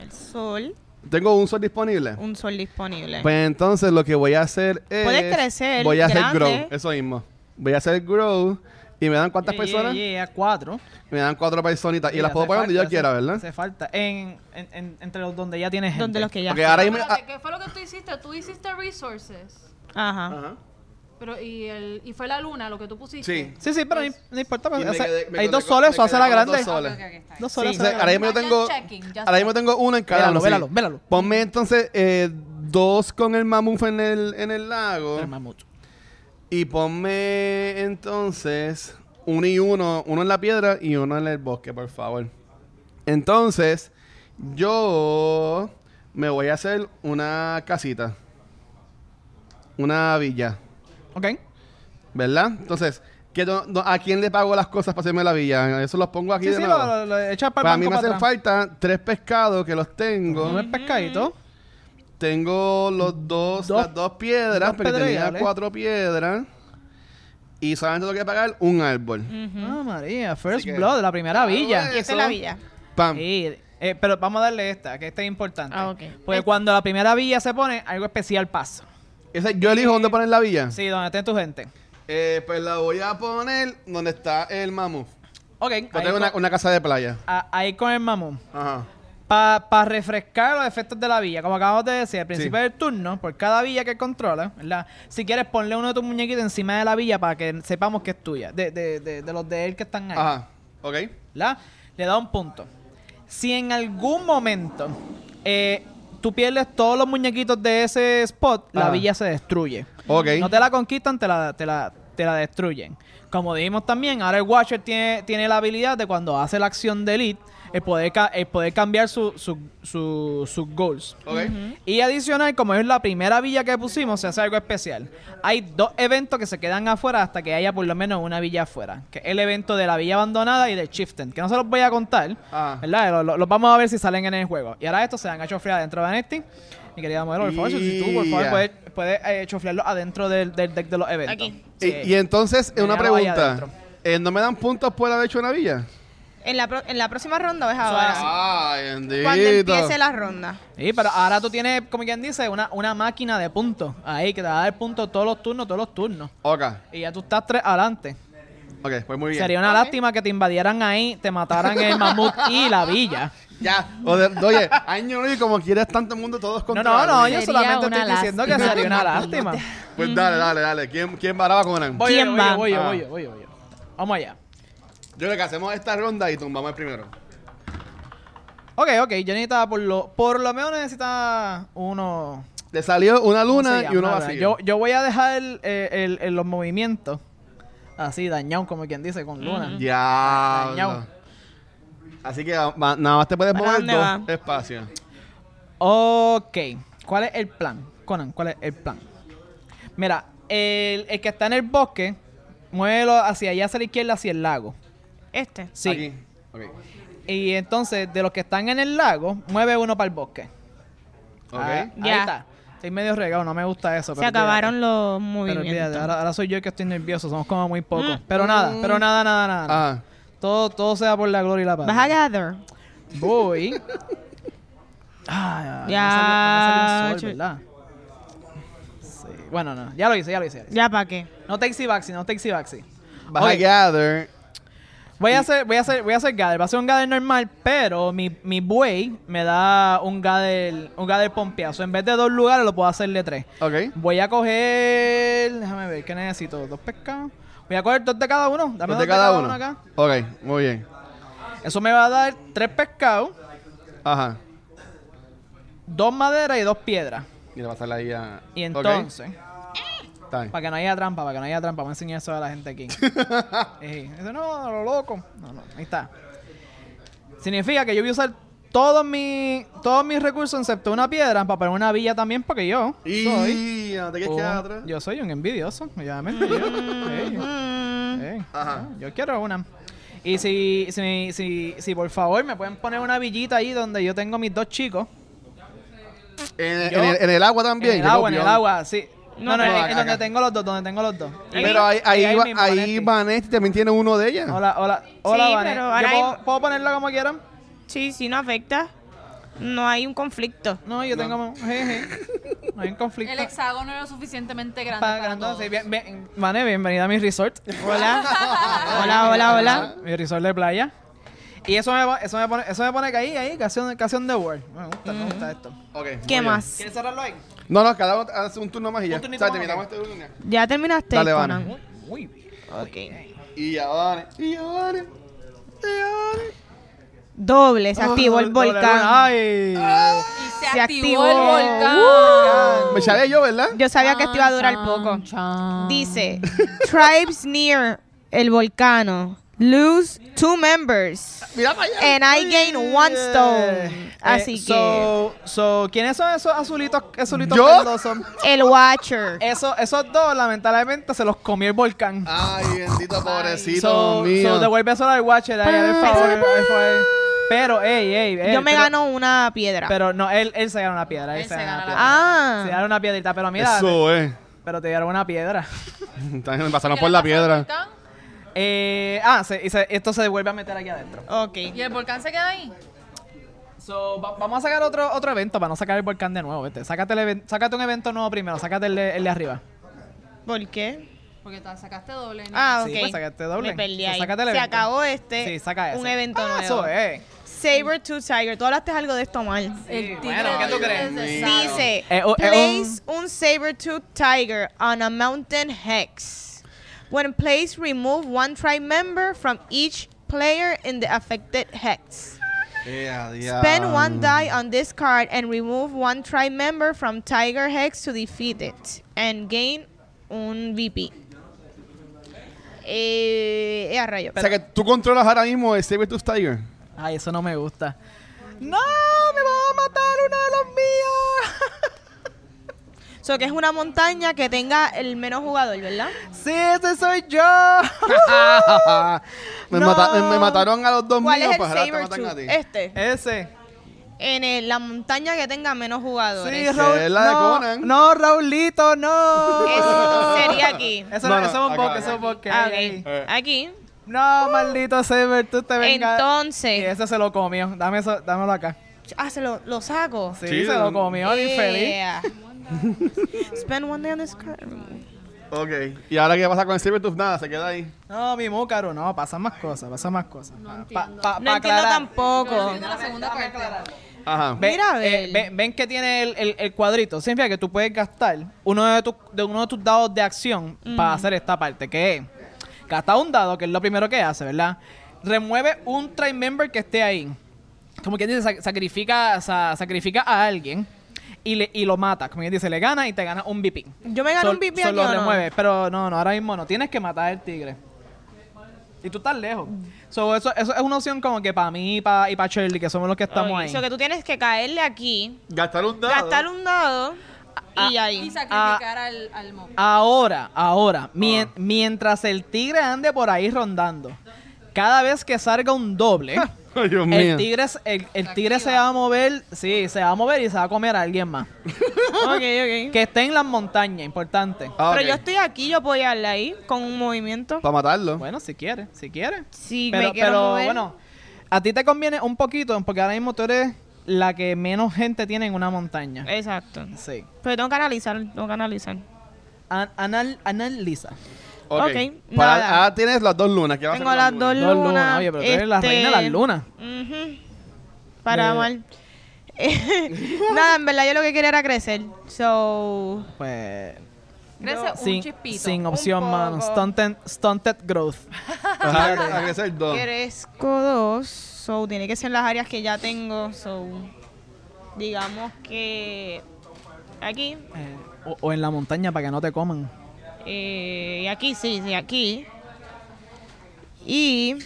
Speaker 3: El sol.
Speaker 2: Tengo un sol disponible.
Speaker 3: Un sol disponible.
Speaker 2: Pues entonces lo que voy a hacer es.
Speaker 3: Puede crecer,
Speaker 2: Voy a hacer
Speaker 3: grande.
Speaker 2: grow. Eso mismo. Voy a hacer grow. ¿Y me dan cuántas
Speaker 4: Yeah,
Speaker 2: personas?
Speaker 4: yeah, yeah, cuatro.
Speaker 2: Me dan cuatro personitas. Y
Speaker 4: Yeah,
Speaker 2: las puedo
Speaker 4: hace
Speaker 2: pagar donde yo
Speaker 4: falta,
Speaker 2: quiera,
Speaker 4: hace-
Speaker 2: ¿verdad?
Speaker 4: Hace falta. En, en- en- entre los donde ya tienes gente.
Speaker 3: Donde los que ya.
Speaker 2: Ok, ahora mismo.
Speaker 1: Espérate, ¿Qué fue lo que tú hiciste? Tú hiciste resources.
Speaker 3: Ajá.
Speaker 2: Ajá.
Speaker 1: Pero, y, el, y fue la luna lo que tú pusiste.
Speaker 2: Sí.
Speaker 4: Sí, sí, pero no, no
Speaker 2: Y
Speaker 4: importa. pues,
Speaker 2: me
Speaker 4: hace-
Speaker 2: quedé- me
Speaker 4: hay
Speaker 2: quedé
Speaker 4: dos
Speaker 2: con-
Speaker 4: soles,
Speaker 2: me
Speaker 4: o hace
Speaker 2: quedé
Speaker 4: la
Speaker 2: con
Speaker 4: grande.
Speaker 2: dos
Speaker 1: Ah, ok,
Speaker 2: soles.
Speaker 1: ok, está bien.
Speaker 4: Dos soles.
Speaker 2: O
Speaker 4: hace la
Speaker 2: sea, ahora mismo yo
Speaker 1: Just
Speaker 2: tengo.
Speaker 1: checking, just
Speaker 2: Ahora mismo
Speaker 1: checking.
Speaker 2: tengo uno en cada
Speaker 4: Vélalo,
Speaker 2: uno. sí.
Speaker 4: vélalo, vélalo.
Speaker 2: Ponme entonces eh, dos con el mamuf en el, en el lago.
Speaker 4: grande. Mamut.
Speaker 2: Y ponme entonces uno y uno, uno en la piedra y uno en el bosque, por favor. Entonces, yo me voy a hacer una casita. Una villa,
Speaker 4: Ok.
Speaker 2: ¿verdad? Entonces, ¿qué do- do- ¿a quién le pago las cosas para hacerme la villa? Eso los pongo aquí
Speaker 4: Sí,
Speaker 2: de
Speaker 4: sí,
Speaker 2: nuevo.
Speaker 4: lo, lo- lo echas para
Speaker 2: para
Speaker 4: el
Speaker 2: mí
Speaker 4: banco
Speaker 2: me hacen
Speaker 4: para atrás.
Speaker 2: falta tres pescados que los tengo.
Speaker 4: Uno es pescadito.
Speaker 2: Tengo los dos,
Speaker 4: Dos-
Speaker 2: las dos piedras,
Speaker 4: dos
Speaker 2: pero tenía
Speaker 4: pedregales.
Speaker 2: cuatro piedras. Y solamente tengo que pagar un árbol.
Speaker 4: Ah, María. First
Speaker 2: que- Ah,
Speaker 4: Blood, la primera villa.
Speaker 3: Y esta es la villa.
Speaker 2: Pam.
Speaker 4: Sí, Eh, pero vamos a darle esta, que esta es importante.
Speaker 3: Ah, ok.
Speaker 4: Porque cuando la primera villa se pone, algo especial pasa.
Speaker 2: Esa- yo elijo dónde poner la villa.
Speaker 4: Sí, donde esté tu gente.
Speaker 2: Eh, pues la voy a poner donde está el mamut.
Speaker 4: Ok.
Speaker 2: Yo
Speaker 4: ahí
Speaker 2: tengo una,
Speaker 4: con-
Speaker 2: una casa de playa.
Speaker 4: a- ahí con el mamón.
Speaker 2: Ajá.
Speaker 4: Para refrescar los efectos de la villa, como acabamos de decir, al principio
Speaker 2: Sí.
Speaker 4: del turno, por cada villa que controla, ¿verdad? Si quieres, ponle uno de tus muñequitos encima de la villa para que sepamos que es tuya, de, de- de- de los de él que están ahí.
Speaker 2: Ajá. Ok.
Speaker 4: ¿verdad? Le da un punto. Si en algún momento eh, tú pierdes todos los muñequitos de ese spot, la
Speaker 2: Ajá.
Speaker 4: villa se destruye.
Speaker 2: Ok.
Speaker 4: No te la conquistan, te la, te la, te la destruyen. Como dijimos también, ahora el Watcher tiene, tiene la habilidad de cuando hace la acción de Elite, el poder, ca- el poder cambiar su- su- su- sus goals.
Speaker 2: Ok.
Speaker 4: Y adicional, como es la primera villa que pusimos, se hace algo especial. Hay dos eventos que se quedan afuera hasta que haya por lo menos una villa afuera. Que es el evento de la villa abandonada y del chieftain, que no se los voy a contar.
Speaker 2: Ah.
Speaker 4: ¿Verdad? Lo- lo- Los, vamos a ver si salen en el juego. Y ahora estos se han hecho chofrear dentro de Anesty. Mi querida modelo, por favor, si tú, por favor,
Speaker 2: Ya.
Speaker 4: puedes, puedes eh, chofrearlos adentro del, del deck de los eventos.
Speaker 3: Aquí.
Speaker 2: Y,
Speaker 4: Sí.
Speaker 2: y entonces,
Speaker 4: Me
Speaker 2: una
Speaker 4: llamo ahí
Speaker 2: pregunta.
Speaker 4: adentro.
Speaker 2: Eh, ¿No me dan puntos por haber hecho una villa?
Speaker 3: En la, pro- en la próxima ronda o es ahora.
Speaker 4: Ah,
Speaker 2: Ay,
Speaker 3: Cuando empiece la ronda.
Speaker 4: Sí, pero ahora tú tienes, como quien dice, una, una máquina de puntos. Ahí, que te va a dar puntos todos los turnos, todos los turnos.
Speaker 2: Ok.
Speaker 4: Y ya tú estás tres adelante.
Speaker 2: Ok, pues muy bien.
Speaker 4: Sería una lástima que te invadieran ahí, te mataran el mamut y la villa.
Speaker 2: Ya. O de- oye, año nuevo y como quieras tanto mundo, todos
Speaker 4: No,
Speaker 2: contra
Speaker 4: no, no,
Speaker 2: mí.
Speaker 4: yo
Speaker 1: Sería
Speaker 4: solamente
Speaker 1: una
Speaker 4: estoy diciendo que
Speaker 1: lástima.
Speaker 4: sería una lástima.
Speaker 2: Pues dale, dale, dale. ¿Quién, quién baraba con él?
Speaker 4: Voy,
Speaker 3: ¿Quién
Speaker 4: voy,
Speaker 3: va?
Speaker 4: Voy, voy,
Speaker 2: Ah.
Speaker 4: voy, voy, voy. Vamos allá.
Speaker 2: Yo creo que hacemos esta ronda y tumbamos el primero.
Speaker 4: Ok, ok, yo necesitaba por lo, por lo menos necesitaba uno.
Speaker 2: Le salió una
Speaker 4: ¿cómo se
Speaker 2: luna
Speaker 4: llama?
Speaker 2: y uno
Speaker 4: Una
Speaker 2: vacío.
Speaker 4: Yo, yo voy a dejar el- el- el- los movimientos así, dañado, como quien dice, con luna.
Speaker 2: Ya.
Speaker 4: Dañado.
Speaker 2: Así que ah, va- va- nada más te puedes
Speaker 3: ¿Para
Speaker 2: mover
Speaker 3: dónde
Speaker 2: dos
Speaker 3: va?
Speaker 2: espacios.
Speaker 4: Ok. ¿Cuál es el plan? Conan, ¿cuál es el plan? Mira, el, el que está en el bosque, muévelo hacia allá, hacia la izquierda, hacia el lago.
Speaker 3: Este.
Speaker 4: Sí.
Speaker 2: Aquí. Ok.
Speaker 4: Y entonces, de los que están en el lago, mueve uno para el bosque.
Speaker 2: Ok.
Speaker 4: Ah, Ahí
Speaker 3: Ya.
Speaker 4: está. Estoy medio regado, no me gusta eso.
Speaker 3: Se
Speaker 4: pero
Speaker 3: acabaron
Speaker 4: olvídate.
Speaker 3: los
Speaker 4: Pero olvídate,
Speaker 3: movimientos. Mm.
Speaker 4: ahora, ahora soy yo el que estoy nervioso, somos como muy pocos. Pero nada, pero nada, nada, nada. nada.
Speaker 2: Ah.
Speaker 4: Todo, todo sea por la gloria y la paz.
Speaker 3: Vas a gather.
Speaker 4: Voy. Ah,
Speaker 3: Ya,
Speaker 4: no me salió- no me salió un sol,
Speaker 3: che.
Speaker 4: ¿verdad? Sí. Bueno, no. Ya lo hice, ya lo hice. ya lo hice.
Speaker 3: ¿Ya para qué?
Speaker 4: No taxi baxi, no taxi baxi.
Speaker 2: Vas
Speaker 4: Ok,
Speaker 2: a gather.
Speaker 4: Voy a hacer, voy a hacer, voy a hacer gather. Va a ser un gather normal, pero mi, mi buey me da un gather, un gather pompeazo. En vez de dos lugares lo puedo hacer de tres.
Speaker 2: Ok.
Speaker 4: Voy a coger, déjame ver, ¿qué necesito? Dos pescados. Voy a coger dos de cada uno. Dame
Speaker 2: Dos de cada uno.
Speaker 4: acá.
Speaker 2: Ok, muy bien.
Speaker 4: Eso me va a dar tres pescados,
Speaker 2: Ajá.
Speaker 4: dos maderas y dos piedras.
Speaker 2: Y le vas a darle ahí a.
Speaker 4: Y
Speaker 2: Ok,
Speaker 4: entonces,
Speaker 2: está bien.
Speaker 4: para que no haya trampa, para que no haya trampa, voy a enseñar eso a la gente aquí. Eh, dice, no, lo loco. No, no, ahí está. Significa que yo voy a usar todos mis, todos mis recursos, excepto una piedra, para poner una villa también, porque yo soy.
Speaker 2: Y. No te quieres
Speaker 4: un-
Speaker 2: quedar atrás. Mm.
Speaker 4: yo soy un envidioso, obviamente. yo, Ey,
Speaker 3: Mm,
Speaker 4: ey, Ah,
Speaker 2: Ajá.
Speaker 4: yo quiero una. Y si, si, si, si por favor me pueden poner una villita ahí donde yo tengo mis dos chicos.
Speaker 2: En,
Speaker 4: yo-
Speaker 2: en el, en el agua también.
Speaker 4: En el
Speaker 2: qué
Speaker 4: agua, en el
Speaker 2: copión.
Speaker 4: agua, sí.
Speaker 3: No,
Speaker 4: No, no,
Speaker 2: pero
Speaker 4: en-
Speaker 2: acá,
Speaker 4: en donde
Speaker 2: acá.
Speaker 4: tengo los dos, donde tengo los dos.
Speaker 2: Pero ahí, ahí, va-
Speaker 4: mismo,
Speaker 2: ahí
Speaker 4: Vanetti.
Speaker 2: Vanetti también tiene uno de ellas.
Speaker 4: Hola, hola, hola,
Speaker 3: Sí,
Speaker 4: Vanetti.
Speaker 3: pero
Speaker 4: ¿Yo
Speaker 3: ahora hay-
Speaker 4: puedo, puedo ponerlo como quieran?
Speaker 3: Sí, si no afecta, no hay un conflicto.
Speaker 4: No, yo tengo... Jeje. No hay un conflicto.
Speaker 1: El hexágono era suficientemente grande
Speaker 4: Para-
Speaker 1: para,
Speaker 4: para
Speaker 1: todos.
Speaker 4: entonces, bien- bien- Vane, bienvenida a mi resort.
Speaker 3: Hola. hola, hola, hola.
Speaker 4: Mi resort de playa. Y eso me, va- eso me pone, eso me pone que ahí, ahí, casi on, casi on the world. Me gusta, me gusta esto.
Speaker 2: Ok, muy
Speaker 3: ¿Qué
Speaker 2: bien.
Speaker 3: más?
Speaker 4: ¿Quieres cerrarlo ahí?
Speaker 2: No, no, cada uno hace un turno más y ya.
Speaker 4: Un
Speaker 2: O
Speaker 4: turnito
Speaker 2: sea,
Speaker 4: más,
Speaker 2: terminamos
Speaker 4: ok.
Speaker 2: este turno ya.
Speaker 3: Ya terminaste,
Speaker 2: Dale,
Speaker 3: Conan.
Speaker 2: Vane.
Speaker 4: Muy bien.
Speaker 3: Ok.
Speaker 2: Y ya Vane. Y ya Vane. Y ya Vane.
Speaker 3: Doble, se activó el
Speaker 4: Doble
Speaker 3: volcán.
Speaker 4: luna, Ay.
Speaker 1: Y se,
Speaker 3: Se
Speaker 1: activó,
Speaker 3: activó.
Speaker 1: el volcán.
Speaker 4: Uh,
Speaker 2: Me chavé yo, ¿verdad?
Speaker 3: Yo sabía que esto iba a durar
Speaker 1: Ah, Chan,
Speaker 3: poco.
Speaker 1: chan.
Speaker 3: Dice, tribes near el volcano lose two members
Speaker 2: Mira para allá.
Speaker 3: and I gain one
Speaker 4: Eh,
Speaker 3: stone. Así que
Speaker 4: so- so, ¿quiénes son esos azulitos, azulitos
Speaker 2: ¿Yo?
Speaker 4: verdosos?
Speaker 3: el Watcher.
Speaker 4: Eso- esos dos, lamentablemente, se los comió el volcán.
Speaker 2: Ay, bendito pobrecito
Speaker 4: so,
Speaker 2: Ah, mío.
Speaker 4: so devuelve eso al Watcher, ahí, a ver, por favor, por favor. Pero, ey, ey, ey.
Speaker 3: Yo me
Speaker 4: pero-
Speaker 3: gano una piedra.
Speaker 4: Pero no, él, él se gana una piedra. Él, se gana una piedra. Se
Speaker 3: ah,
Speaker 4: dieron una piedrita, pero mira,
Speaker 2: Eso es.
Speaker 4: pero te dieron una piedra.
Speaker 2: También me pasaron
Speaker 1: ¿Qué
Speaker 2: por
Speaker 1: le pasó
Speaker 2: la
Speaker 1: al
Speaker 2: piedra.
Speaker 1: volcán?
Speaker 4: Eh, ah, se- y se- esto se vuelve a meter aquí adentro.
Speaker 3: ok.
Speaker 1: ¿Y el volcán se queda ahí?
Speaker 4: So, va- vamos a sacar otro, otro evento para no sacar el volcán de nuevo, vete. Sácate, el even- sácate un evento nuevo primero, sácate el de, el de arriba.
Speaker 3: ¿Por qué?
Speaker 1: Porque te sacaste doble. ¿no?
Speaker 3: Ah,
Speaker 4: Sí,
Speaker 3: ok.
Speaker 4: pues, sácate doble.
Speaker 3: Me perdí
Speaker 4: Pues,
Speaker 3: ahí.
Speaker 4: sácate el
Speaker 3: Se
Speaker 4: evento.
Speaker 3: acabó este.
Speaker 4: Sí, saca ese.
Speaker 3: Un evento
Speaker 4: Ah,
Speaker 3: nuevo.
Speaker 4: Eso es.
Speaker 3: Saber to Tiger. Tú hablaste algo de esto mal.
Speaker 1: el tigre
Speaker 4: bueno, ¿qué tú crees?
Speaker 1: de Sado.
Speaker 3: Dice,
Speaker 4: Eh, o- eh,
Speaker 3: place un saber-tooth tiger on a mountain hex. When placed, remove one tribe member from each player in the affected hex.
Speaker 2: Eh,
Speaker 3: Spend one die on this card and remove one tribe member from tiger hex to defeat it and gain un VP. Eh, eh, a rayo.
Speaker 2: o sea que tú controlas ahora mismo el Saber Tooth Tiger.
Speaker 4: Ay, eso no me gusta. ¡No! ¡Me va a matar uno de los míos!
Speaker 3: So que es una montaña que tenga el menos jugador, ¿verdad?
Speaker 4: ¡Sí, ese soy yo!
Speaker 2: me,
Speaker 4: Ah. No.
Speaker 2: mata- me- me mataron a los dos
Speaker 3: ¿Cuál
Speaker 2: míos,
Speaker 3: es el
Speaker 2: pues ahora te matan a
Speaker 3: saber-tooth?
Speaker 2: ti.
Speaker 3: Este.
Speaker 4: Ese.
Speaker 3: En el- la montaña que tenga menos jugadores.
Speaker 4: Sí, Raúl.
Speaker 2: Que es la de
Speaker 4: no,
Speaker 2: Conan.
Speaker 4: no, Raulito, no.
Speaker 3: Eso sería aquí.
Speaker 4: Eso
Speaker 2: No,
Speaker 4: no,
Speaker 2: no,
Speaker 4: eso es un
Speaker 2: acá, acá.
Speaker 4: bosque, eso es un bosque.
Speaker 3: Ah,
Speaker 4: ahí.
Speaker 3: ok. Aquí.
Speaker 4: No, maldito Sever, tú te vengas. Y
Speaker 3: Entonces.
Speaker 4: ese se lo comió. Dame eso, dámelo acá.
Speaker 3: Ah, se lo, lo saco.
Speaker 4: Sí,
Speaker 2: Sí,
Speaker 4: se
Speaker 2: no.
Speaker 4: lo comió, ni feliz.
Speaker 3: Yeah. Spend one day on this card.
Speaker 2: Ok. ¿Y ahora qué pasa con el Saber Tooth? Nada, se queda ahí.
Speaker 4: No, mi múcaro, no, pasan más cosas, pasan más cosas. Ah, No
Speaker 1: entiendo.
Speaker 3: No entiendo tampoco.
Speaker 1: Viendo la segunda parte.
Speaker 2: Ajá.
Speaker 4: Ven,
Speaker 3: Mira, a
Speaker 4: eh,
Speaker 3: ver.
Speaker 4: ven, ven que tiene el, el- el cuadrito. Significa que tú puedes gastar uno de, tus- de uno de tus dados de acción para hacer esta parte, que es gastar un dado, que es lo primero que hace, ¿verdad? Remueve un tribe member que esté ahí. Como quien dice, sa- sacrifica, sa- sacrifica a alguien y, le, y lo mata. Como quien dice, le gana y te gana un VP.
Speaker 3: Yo me gano
Speaker 4: Sol-
Speaker 3: un VIP aquí
Speaker 4: solo
Speaker 3: o no?
Speaker 4: remueve, pero no, no, ahora mismo no. Tienes que matar al tigre. Y tú estás lejos.
Speaker 3: Mm.
Speaker 4: So, eso, eso es una opción como que para mí y para y pa Shirley, que somos los que estamos
Speaker 3: Ok,
Speaker 4: ahí.
Speaker 3: so que tú tienes que caerle aquí,
Speaker 2: Gastar un dado.
Speaker 3: gastar un dado y
Speaker 1: Y
Speaker 3: ahí. Ah,
Speaker 1: sacrificar al, al mob.
Speaker 4: Ahora, ahora, mien- mientras el tigre ande por ahí rondando, cada vez que salga un doble,
Speaker 2: Ay, Dios mío.
Speaker 4: el tigre, s- el, el tigre se va a mover, sí, se va a mover y se va a comer a alguien más.
Speaker 3: Ok, ok.
Speaker 4: Que esté en las montañas, importante.
Speaker 2: Ah,
Speaker 3: Pero
Speaker 2: ok.
Speaker 3: yo estoy aquí, yo puedo darle ahí con un movimiento.
Speaker 2: Para matarlo.
Speaker 4: Bueno, si quiere, si quiere.
Speaker 3: Si
Speaker 4: Pero,
Speaker 3: me quiero
Speaker 4: pero,
Speaker 3: mover.
Speaker 4: bueno, a ti te conviene un poquito, porque ahora mismo tú eres la que menos gente tiene en una montaña.
Speaker 3: Eh. Exacto.
Speaker 4: Sí.
Speaker 3: Pero tengo que analizar, tengo que analizar.
Speaker 4: An- anal- analiza.
Speaker 2: Ok.
Speaker 3: ok,
Speaker 2: Para-
Speaker 3: nada.
Speaker 2: ahora tienes las dos lunas. ¿Qué vas a
Speaker 3: Tengo
Speaker 2: hacer
Speaker 3: las
Speaker 2: con
Speaker 3: dos lunas.
Speaker 4: Dos
Speaker 3: este,
Speaker 4: lunas, oye, pero tú eres la reina de las lunas.
Speaker 3: Ujú. Para
Speaker 4: De-
Speaker 3: mal. Nada, en verdad yo lo que quería era crecer. So.
Speaker 4: Pues.
Speaker 1: Crece un
Speaker 4: sin,
Speaker 1: chispito.
Speaker 4: sin opción,
Speaker 3: Un
Speaker 4: mano.
Speaker 3: poco.
Speaker 4: Stunted, stunted growth.
Speaker 2: Ajá, hay que ser dos.
Speaker 3: Crezco dos. So, tiene que ser las áreas que ya tengo. So. Digamos que. Aquí.
Speaker 4: Eh, o, o en la montaña para que no te coman.
Speaker 3: eh, y aquí, sí, sí, aquí. Y.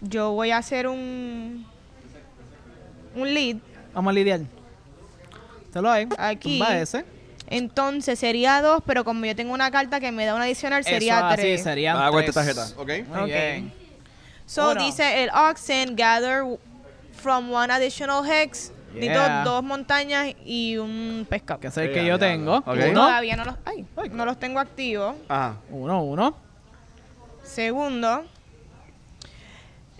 Speaker 3: Yo voy a hacer un. Un lead.
Speaker 4: Vamos a lidiar. Te lo hay.
Speaker 3: Aquí.
Speaker 4: Tumba ese.
Speaker 3: Entonces sería dos, pero como yo tengo una carta que me da una adicional, sería
Speaker 4: Eso,
Speaker 3: tres.
Speaker 4: Así, serían
Speaker 2: Ah, aguante
Speaker 4: tres.
Speaker 2: tarjeta. Ok.
Speaker 4: Muy
Speaker 3: Ok.
Speaker 4: bien.
Speaker 3: So
Speaker 4: Uno.
Speaker 3: dice el oxen gather w- from one additional hex.
Speaker 4: Yeah.
Speaker 3: Necesito dos montañas y un pescado.
Speaker 4: Que es el
Speaker 2: Sí,
Speaker 4: que
Speaker 2: ya,
Speaker 4: yo
Speaker 2: ya,
Speaker 4: tengo.
Speaker 2: ya. Ok.
Speaker 4: Uno,
Speaker 3: Todavía no los, ay, no los tengo activos.
Speaker 2: Ajá.
Speaker 4: uno, uno.
Speaker 3: Segundo,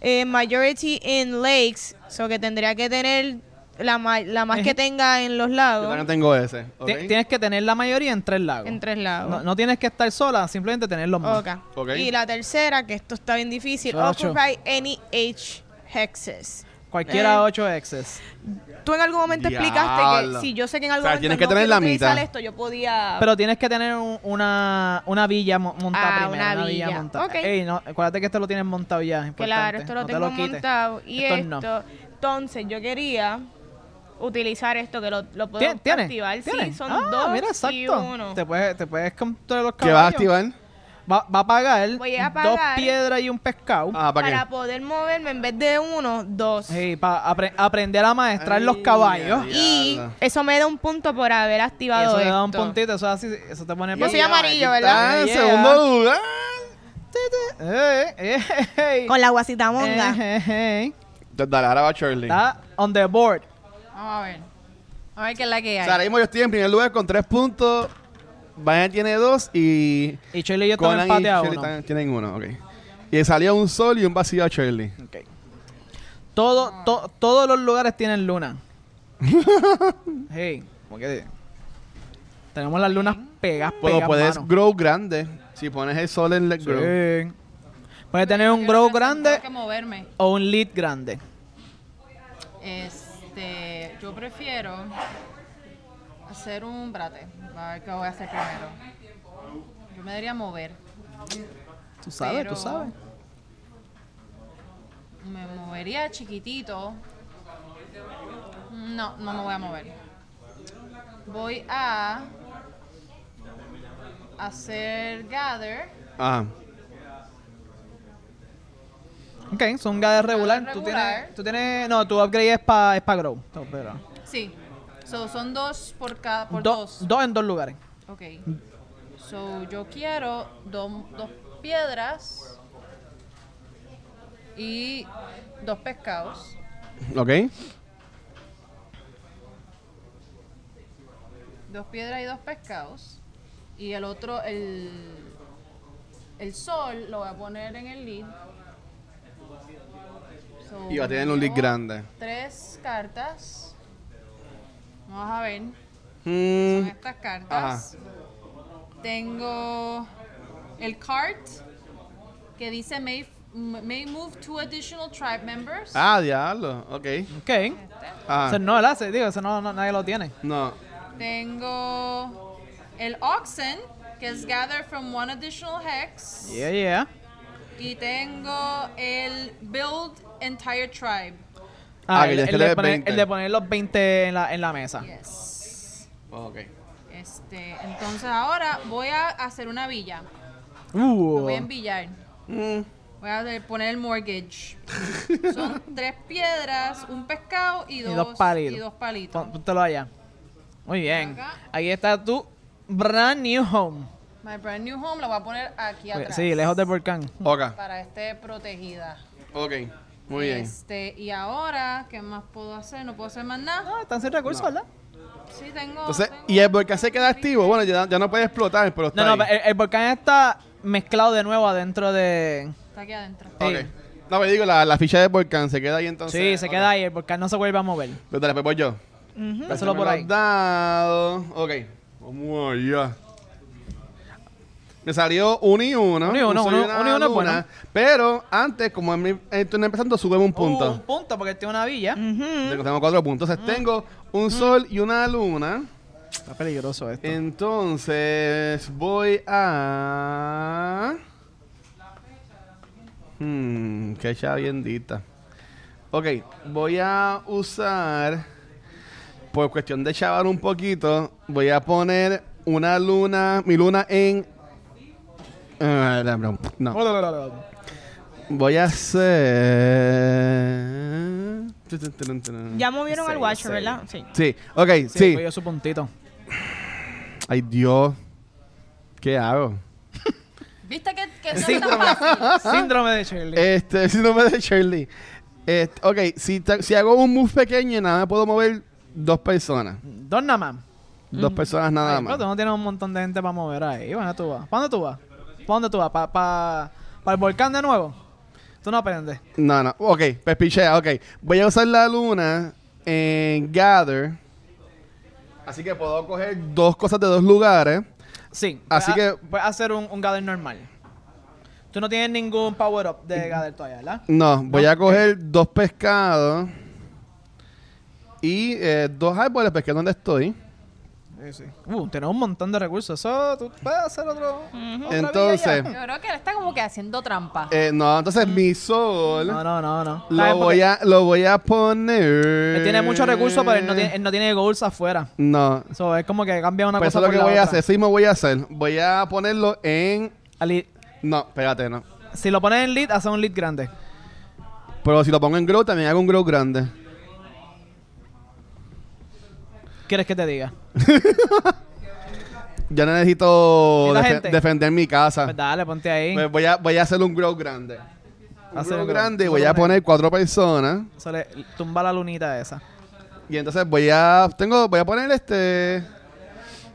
Speaker 3: eh, majority in lakes. So que tendría que tener la, ma- la más que
Speaker 4: Ejé.
Speaker 3: tenga en los
Speaker 2: Yo también
Speaker 3: lados.
Speaker 2: tengo ese. Ok.
Speaker 4: Ti- Tienes que tener la mayoría en tres lagos.
Speaker 3: En tres lados.
Speaker 4: No, no tienes que estar sola, simplemente tenerlos más.
Speaker 3: Ok.
Speaker 2: Ok.
Speaker 3: Y la tercera, que esto está bien difícil,
Speaker 4: Ocho.
Speaker 3: occupy any H hexes.
Speaker 4: Cualquiera
Speaker 3: Eh.
Speaker 4: ocho exes.
Speaker 3: Tú en algún momento explicaste
Speaker 2: Diablo.
Speaker 3: que si yo sé que en algún
Speaker 2: O sea,
Speaker 3: momento
Speaker 2: tienes que
Speaker 3: no
Speaker 2: tener
Speaker 3: quiero
Speaker 2: la mitad.
Speaker 3: utilizar esto, yo podía
Speaker 4: Pero tienes que tener un- una, una villa mo- montada
Speaker 3: Ah,
Speaker 4: primero.
Speaker 3: una
Speaker 4: Una, villa,
Speaker 3: villa.
Speaker 4: montada.
Speaker 3: Ok.
Speaker 4: Ey, no, acuérdate que esto lo tienes montado ya. es importante,
Speaker 3: claro, esto lo
Speaker 4: no te
Speaker 3: tengo
Speaker 4: quites.
Speaker 3: montado y esto,
Speaker 4: Estos no.
Speaker 3: entonces yo quería utilizar esto que lo, lo puedo
Speaker 4: ¿Tien- ¿Tienes?
Speaker 3: activar, sí,
Speaker 4: ¿Tienes?
Speaker 3: son
Speaker 4: ah,
Speaker 3: dos
Speaker 4: mira,
Speaker 3: y
Speaker 4: exacto.
Speaker 3: uno.
Speaker 4: Te puedes, te puedes controlar los
Speaker 2: ¿Qué vas a
Speaker 4: caballos.
Speaker 2: activar?
Speaker 4: Va, va a pagar
Speaker 3: Voy a
Speaker 4: dos
Speaker 3: pagar.
Speaker 4: piedras y un pescado.
Speaker 2: Ah, ¿para
Speaker 3: ¿Para,
Speaker 2: qué?
Speaker 3: poder moverme en vez de uno, dos.
Speaker 4: Ey, para apre- aprender a maestrar los
Speaker 2: Ay,
Speaker 4: caballos.
Speaker 2: ay,
Speaker 3: Y
Speaker 2: Diablo.
Speaker 3: eso me da un punto por haber
Speaker 4: Y
Speaker 3: activado
Speaker 4: eso te da un
Speaker 3: esto.
Speaker 4: puntito, eso así, eso te pone
Speaker 3: Yo soy
Speaker 4: pa-
Speaker 3: amarillo,
Speaker 4: Aquí
Speaker 3: ¿verdad?
Speaker 2: Ah, en
Speaker 4: Yeah.
Speaker 2: segundo lugar.
Speaker 4: Eh, eh, eh,
Speaker 3: Con la
Speaker 4: eh,
Speaker 3: guasitamonga.
Speaker 4: eh, eh.
Speaker 2: Entonces, Dale, ahora va Shirley. O
Speaker 4: Está on the board.
Speaker 1: Vamos a ver. A ver qué es la que
Speaker 2: sea, ahora
Speaker 1: hay.
Speaker 2: mismo yo estoy en primer lugar con tres puntos. Vaya tiene dos y
Speaker 4: Y Shirley y yo estamos
Speaker 2: Conan y
Speaker 4: empate a
Speaker 2: Shirley
Speaker 4: uno.
Speaker 2: tan- tienen uno. Ok. Y salió un sol y un vacío a Shirley.
Speaker 4: Ok. Todo, to- todos los lugares tienen luna. hey, ¿cómo que te- Tenemos las lunas pegas, pegas,
Speaker 2: Pero puedes
Speaker 4: mano.
Speaker 2: grow grande. Si pones el sol en el
Speaker 4: Sí.
Speaker 2: grow.
Speaker 4: Puedes tener un
Speaker 1: Yo creo
Speaker 4: grow
Speaker 1: que sí,
Speaker 4: grande
Speaker 1: Tengo que moverme.
Speaker 4: o un lead grande.
Speaker 1: Este, yo prefiero hacer un brate. A ver qué voy a hacer primero. Yo me debería mover.
Speaker 4: Tú sabes,
Speaker 1: Pero-
Speaker 4: tú sabes.
Speaker 1: Me movería chiquitito. No, no me voy a mover. Voy a hacer gather.
Speaker 2: Ajá.
Speaker 4: Ok, son gades regular. Tú
Speaker 1: regular.
Speaker 4: tienes, tú tienes. No, tu upgrade es para es pa grow. No, pero-
Speaker 1: Sí. So, son dos por cada por
Speaker 4: Do-
Speaker 1: dos.
Speaker 4: dos en dos lugares.
Speaker 1: Ok. So, yo quiero do- dos piedras y dos pescados.
Speaker 2: ¿Ok?
Speaker 1: Dos piedras y dos pescados. Y el otro, el, el sol, lo voy a poner en el lead. So,
Speaker 2: Y va a tener un lead
Speaker 1: llevo
Speaker 2: grande.
Speaker 1: Tres cartas. Vamos a ver. Son
Speaker 2: Mm,
Speaker 1: estas cartas. Tengo el cart que dice may, may move two additional tribe members.
Speaker 2: Ah, diablo. Ok.
Speaker 4: Ok. Eso
Speaker 2: Ah,
Speaker 4: no lo hace, digo, eso no, no- nadie lo tiene.
Speaker 2: no.
Speaker 1: Tengo el oxen que es gather from one additional hex.
Speaker 4: Yeah, yeah.
Speaker 1: Y tengo el build entire tribe.
Speaker 4: Ah,
Speaker 2: Ah, que
Speaker 4: el,
Speaker 2: ya
Speaker 4: el
Speaker 2: te le
Speaker 4: de
Speaker 2: des
Speaker 4: poner,
Speaker 2: 20.
Speaker 4: el de poner los 20 en la, en la mesa.
Speaker 1: Yes.
Speaker 2: Ok.
Speaker 1: Este, entonces ahora voy a hacer una villa. Lo
Speaker 4: Uh,
Speaker 1: voy a envillar.
Speaker 2: Mm,
Speaker 1: Voy a de- poner el mortgage. Son tres piedras, un pescado y dos,
Speaker 4: dos palitos.
Speaker 1: y dos palitos.
Speaker 4: pon- póntelo allá. Muy bien.
Speaker 1: Acá.
Speaker 4: Aquí está tu brand new home. Pues,
Speaker 1: My brand new home la voy a poner aquí atrás.
Speaker 4: Sí, lejos del volcán.
Speaker 2: Ok.
Speaker 1: Para que esté protegida.
Speaker 2: Ok. Muy bien.
Speaker 1: Este, y ahora, ¿qué más puedo hacer? No puedo hacer más nada.
Speaker 4: Ah, están sin recursos, ¿verdad?
Speaker 1: Sí, tengo.
Speaker 2: Entonces,
Speaker 1: tengo-
Speaker 2: ¿y el volcán se queda activo? Bueno, ya, ya no puede explotar, pero está
Speaker 4: No, no,
Speaker 2: ahí.
Speaker 4: el, el volcán está mezclado de nuevo adentro de...
Speaker 1: Está aquí adentro.
Speaker 2: Ok. No, pero digo, la, la ficha del volcán se queda ahí entonces.
Speaker 4: eh, Sí, se
Speaker 2: Ok.
Speaker 4: queda ahí, el volcán no se vuelve a mover.
Speaker 2: Pero dale, pues voy yo.
Speaker 4: Dáselo por
Speaker 2: Los
Speaker 4: ahí.
Speaker 2: dados. Ok. Vamos allá. Me salió uno y uno.
Speaker 4: Uno y
Speaker 2: Un
Speaker 4: uno,
Speaker 2: sol
Speaker 4: uno-
Speaker 2: una
Speaker 4: uno y uno es
Speaker 2: luna.
Speaker 4: bueno.
Speaker 2: Pero antes, como en mi, eh, estoy empezando, sube un punto.
Speaker 4: Un punto porque tiene una villa.
Speaker 2: Tengo- Tengo cuatro puntos. Entonces tengo un sol y una luna.
Speaker 4: Está peligroso esto.
Speaker 2: Entonces voy a. Hmm, qué chaviendita. Ok, voy a usar. Por cuestión de chavar un poquito, voy a poner una luna, mi luna en. Ah, no, no, no. Voy a hacer.
Speaker 3: Ya movieron al
Speaker 4: Sí,
Speaker 3: Watcher,
Speaker 4: sí.
Speaker 3: ¿verdad? Sí.
Speaker 2: Sí, ok, sí.
Speaker 4: Sí, cogió su puntito.
Speaker 2: Ay, Dios. ¿Qué hago?
Speaker 1: ¿Viste que, que
Speaker 4: Sí.
Speaker 1: no está
Speaker 2: Ah,
Speaker 1: fácil?
Speaker 4: Síndrome de Shirley.
Speaker 2: Este, síndrome de Shirley. Este, ok, si, ta- si hago un move pequeño, nada más puedo mover dos personas.
Speaker 4: Dos nada más.
Speaker 2: Dos personas nada
Speaker 4: Mm. Ay, pero
Speaker 2: más.
Speaker 4: tú no tienes un montón de gente para mover ahí. Bueno, tú vas. ¿Para dónde tú vas? ¿Para dónde tú vas? ¿Para pa, pa el volcán de nuevo? Tú no aprendes.
Speaker 2: No, no. Ok, pues pichea, ok. Voy a usar la luna en Gather. Así que puedo coger dos cosas de dos lugares.
Speaker 4: Sí.
Speaker 2: Así
Speaker 4: puedes-
Speaker 2: que-
Speaker 4: Puedes hacer un, un gather normal. Tú no tienes ningún power up de gather todavía, ¿verdad?
Speaker 2: No, voy
Speaker 4: No,
Speaker 2: a coger dos pescados y eh, dos árboles, porque es donde estoy.
Speaker 4: Sí, sí. Uh, tienes un montón de recursos. Eso tú puedes hacer otro. otra villa
Speaker 2: Entonces-
Speaker 4: ya.
Speaker 1: Yo creo que él está como que haciendo trampa.
Speaker 2: Eh, no, entonces mi sol
Speaker 4: No, no, no, no.
Speaker 2: lo, voy a, lo voy a poner.
Speaker 4: Ah, Él tiene muchos recursos, pero él no tiene, él no tiene goals afuera.
Speaker 2: No,
Speaker 4: Eso es como que cambia una
Speaker 2: Pues eso
Speaker 4: cosa
Speaker 2: es lo
Speaker 4: por
Speaker 2: que
Speaker 4: la
Speaker 2: voy a
Speaker 4: otra.
Speaker 2: hacer, sí me voy a hacer. Voy a ponerlo en...
Speaker 4: Ali-
Speaker 2: No, espérate, no.
Speaker 4: si lo pones en lead, hace un lead grande.
Speaker 2: Pero si lo pongo en grow, también hago un grow grande.
Speaker 4: ¿Quieres que te diga?
Speaker 2: Ya no necesito
Speaker 4: ¿Y la
Speaker 2: defe-
Speaker 4: gente?
Speaker 2: defender mi casa.
Speaker 4: Pues dale, ponte ahí.
Speaker 2: Pues voy a, voy a hacer un grow grande. Un
Speaker 4: Hacer
Speaker 2: grow
Speaker 4: un grow.
Speaker 2: grande,
Speaker 4: Eso
Speaker 2: voy
Speaker 4: lo
Speaker 2: a
Speaker 4: tengo.
Speaker 2: poner cuatro personas.
Speaker 4: Eso le- tumba la lunita esa.
Speaker 2: Y entonces voy a... Tengo... Voy a poner este...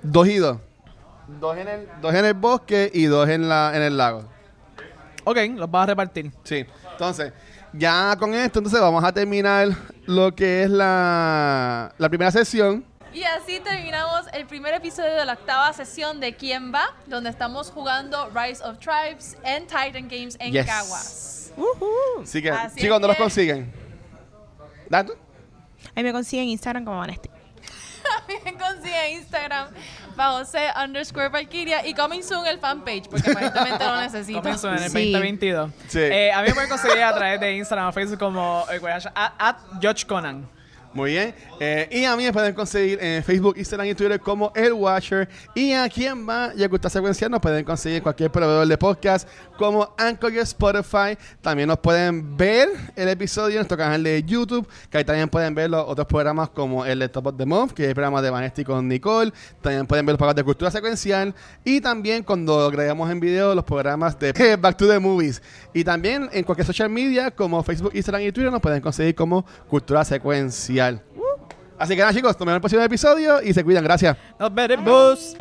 Speaker 2: Dos y dos. Dos en el, dos en el bosque y dos en, la, en el lago.
Speaker 4: Ok, los vas a repartir.
Speaker 2: Sí. Entonces, Ya con esto, entonces vamos a terminar lo que es la, la primera sesión.
Speaker 1: Y así terminamos el primer episodio de la octava sesión de ¿Quién va? Donde estamos jugando Rise of Tribes and Titan Games en
Speaker 2: Yes.
Speaker 1: Caguas.
Speaker 2: Así que,
Speaker 1: Así
Speaker 2: chicos, ¿dónde
Speaker 1: es
Speaker 2: los
Speaker 1: que-
Speaker 2: consiguen? ¿Dato?
Speaker 3: Ahí me consiguen en Instagram como Vanesti.
Speaker 1: También consigue Instagram bajo C underscore Valkyria y coming soon el fanpage porque aparentemente lo necesito.
Speaker 4: Comienzo en el
Speaker 3: Sí.
Speaker 4: 2022.
Speaker 2: Sí.
Speaker 4: Eh, a mí me pueden conseguir a través de Instagram o Facebook como eh, at, at George Conan.
Speaker 2: Muy bien. Eh, y a mí me pueden conseguir en Facebook, Instagram y Twitter como El Watcher. Y a quien va y a Gusta Secuencial nos pueden conseguir en cualquier proveedor de podcast como Anchor y Spotify. También nos pueden ver el episodio en nuestro canal de YouTube, que ahí también pueden ver los otros programas como el de Top of the Month, que es el programa de Vanesti con Nicole. También pueden ver los programas de Cultura Secuencial. Y también cuando agregamos en video los programas de Back to the Movies. Y también en cualquier social media como Facebook, Instagram y Twitter nos pueden conseguir como Cultura Secuencial. Así que nada, chicos, nos vemos en el próximo episodio y se cuidan. Gracias.
Speaker 4: Nos veremos.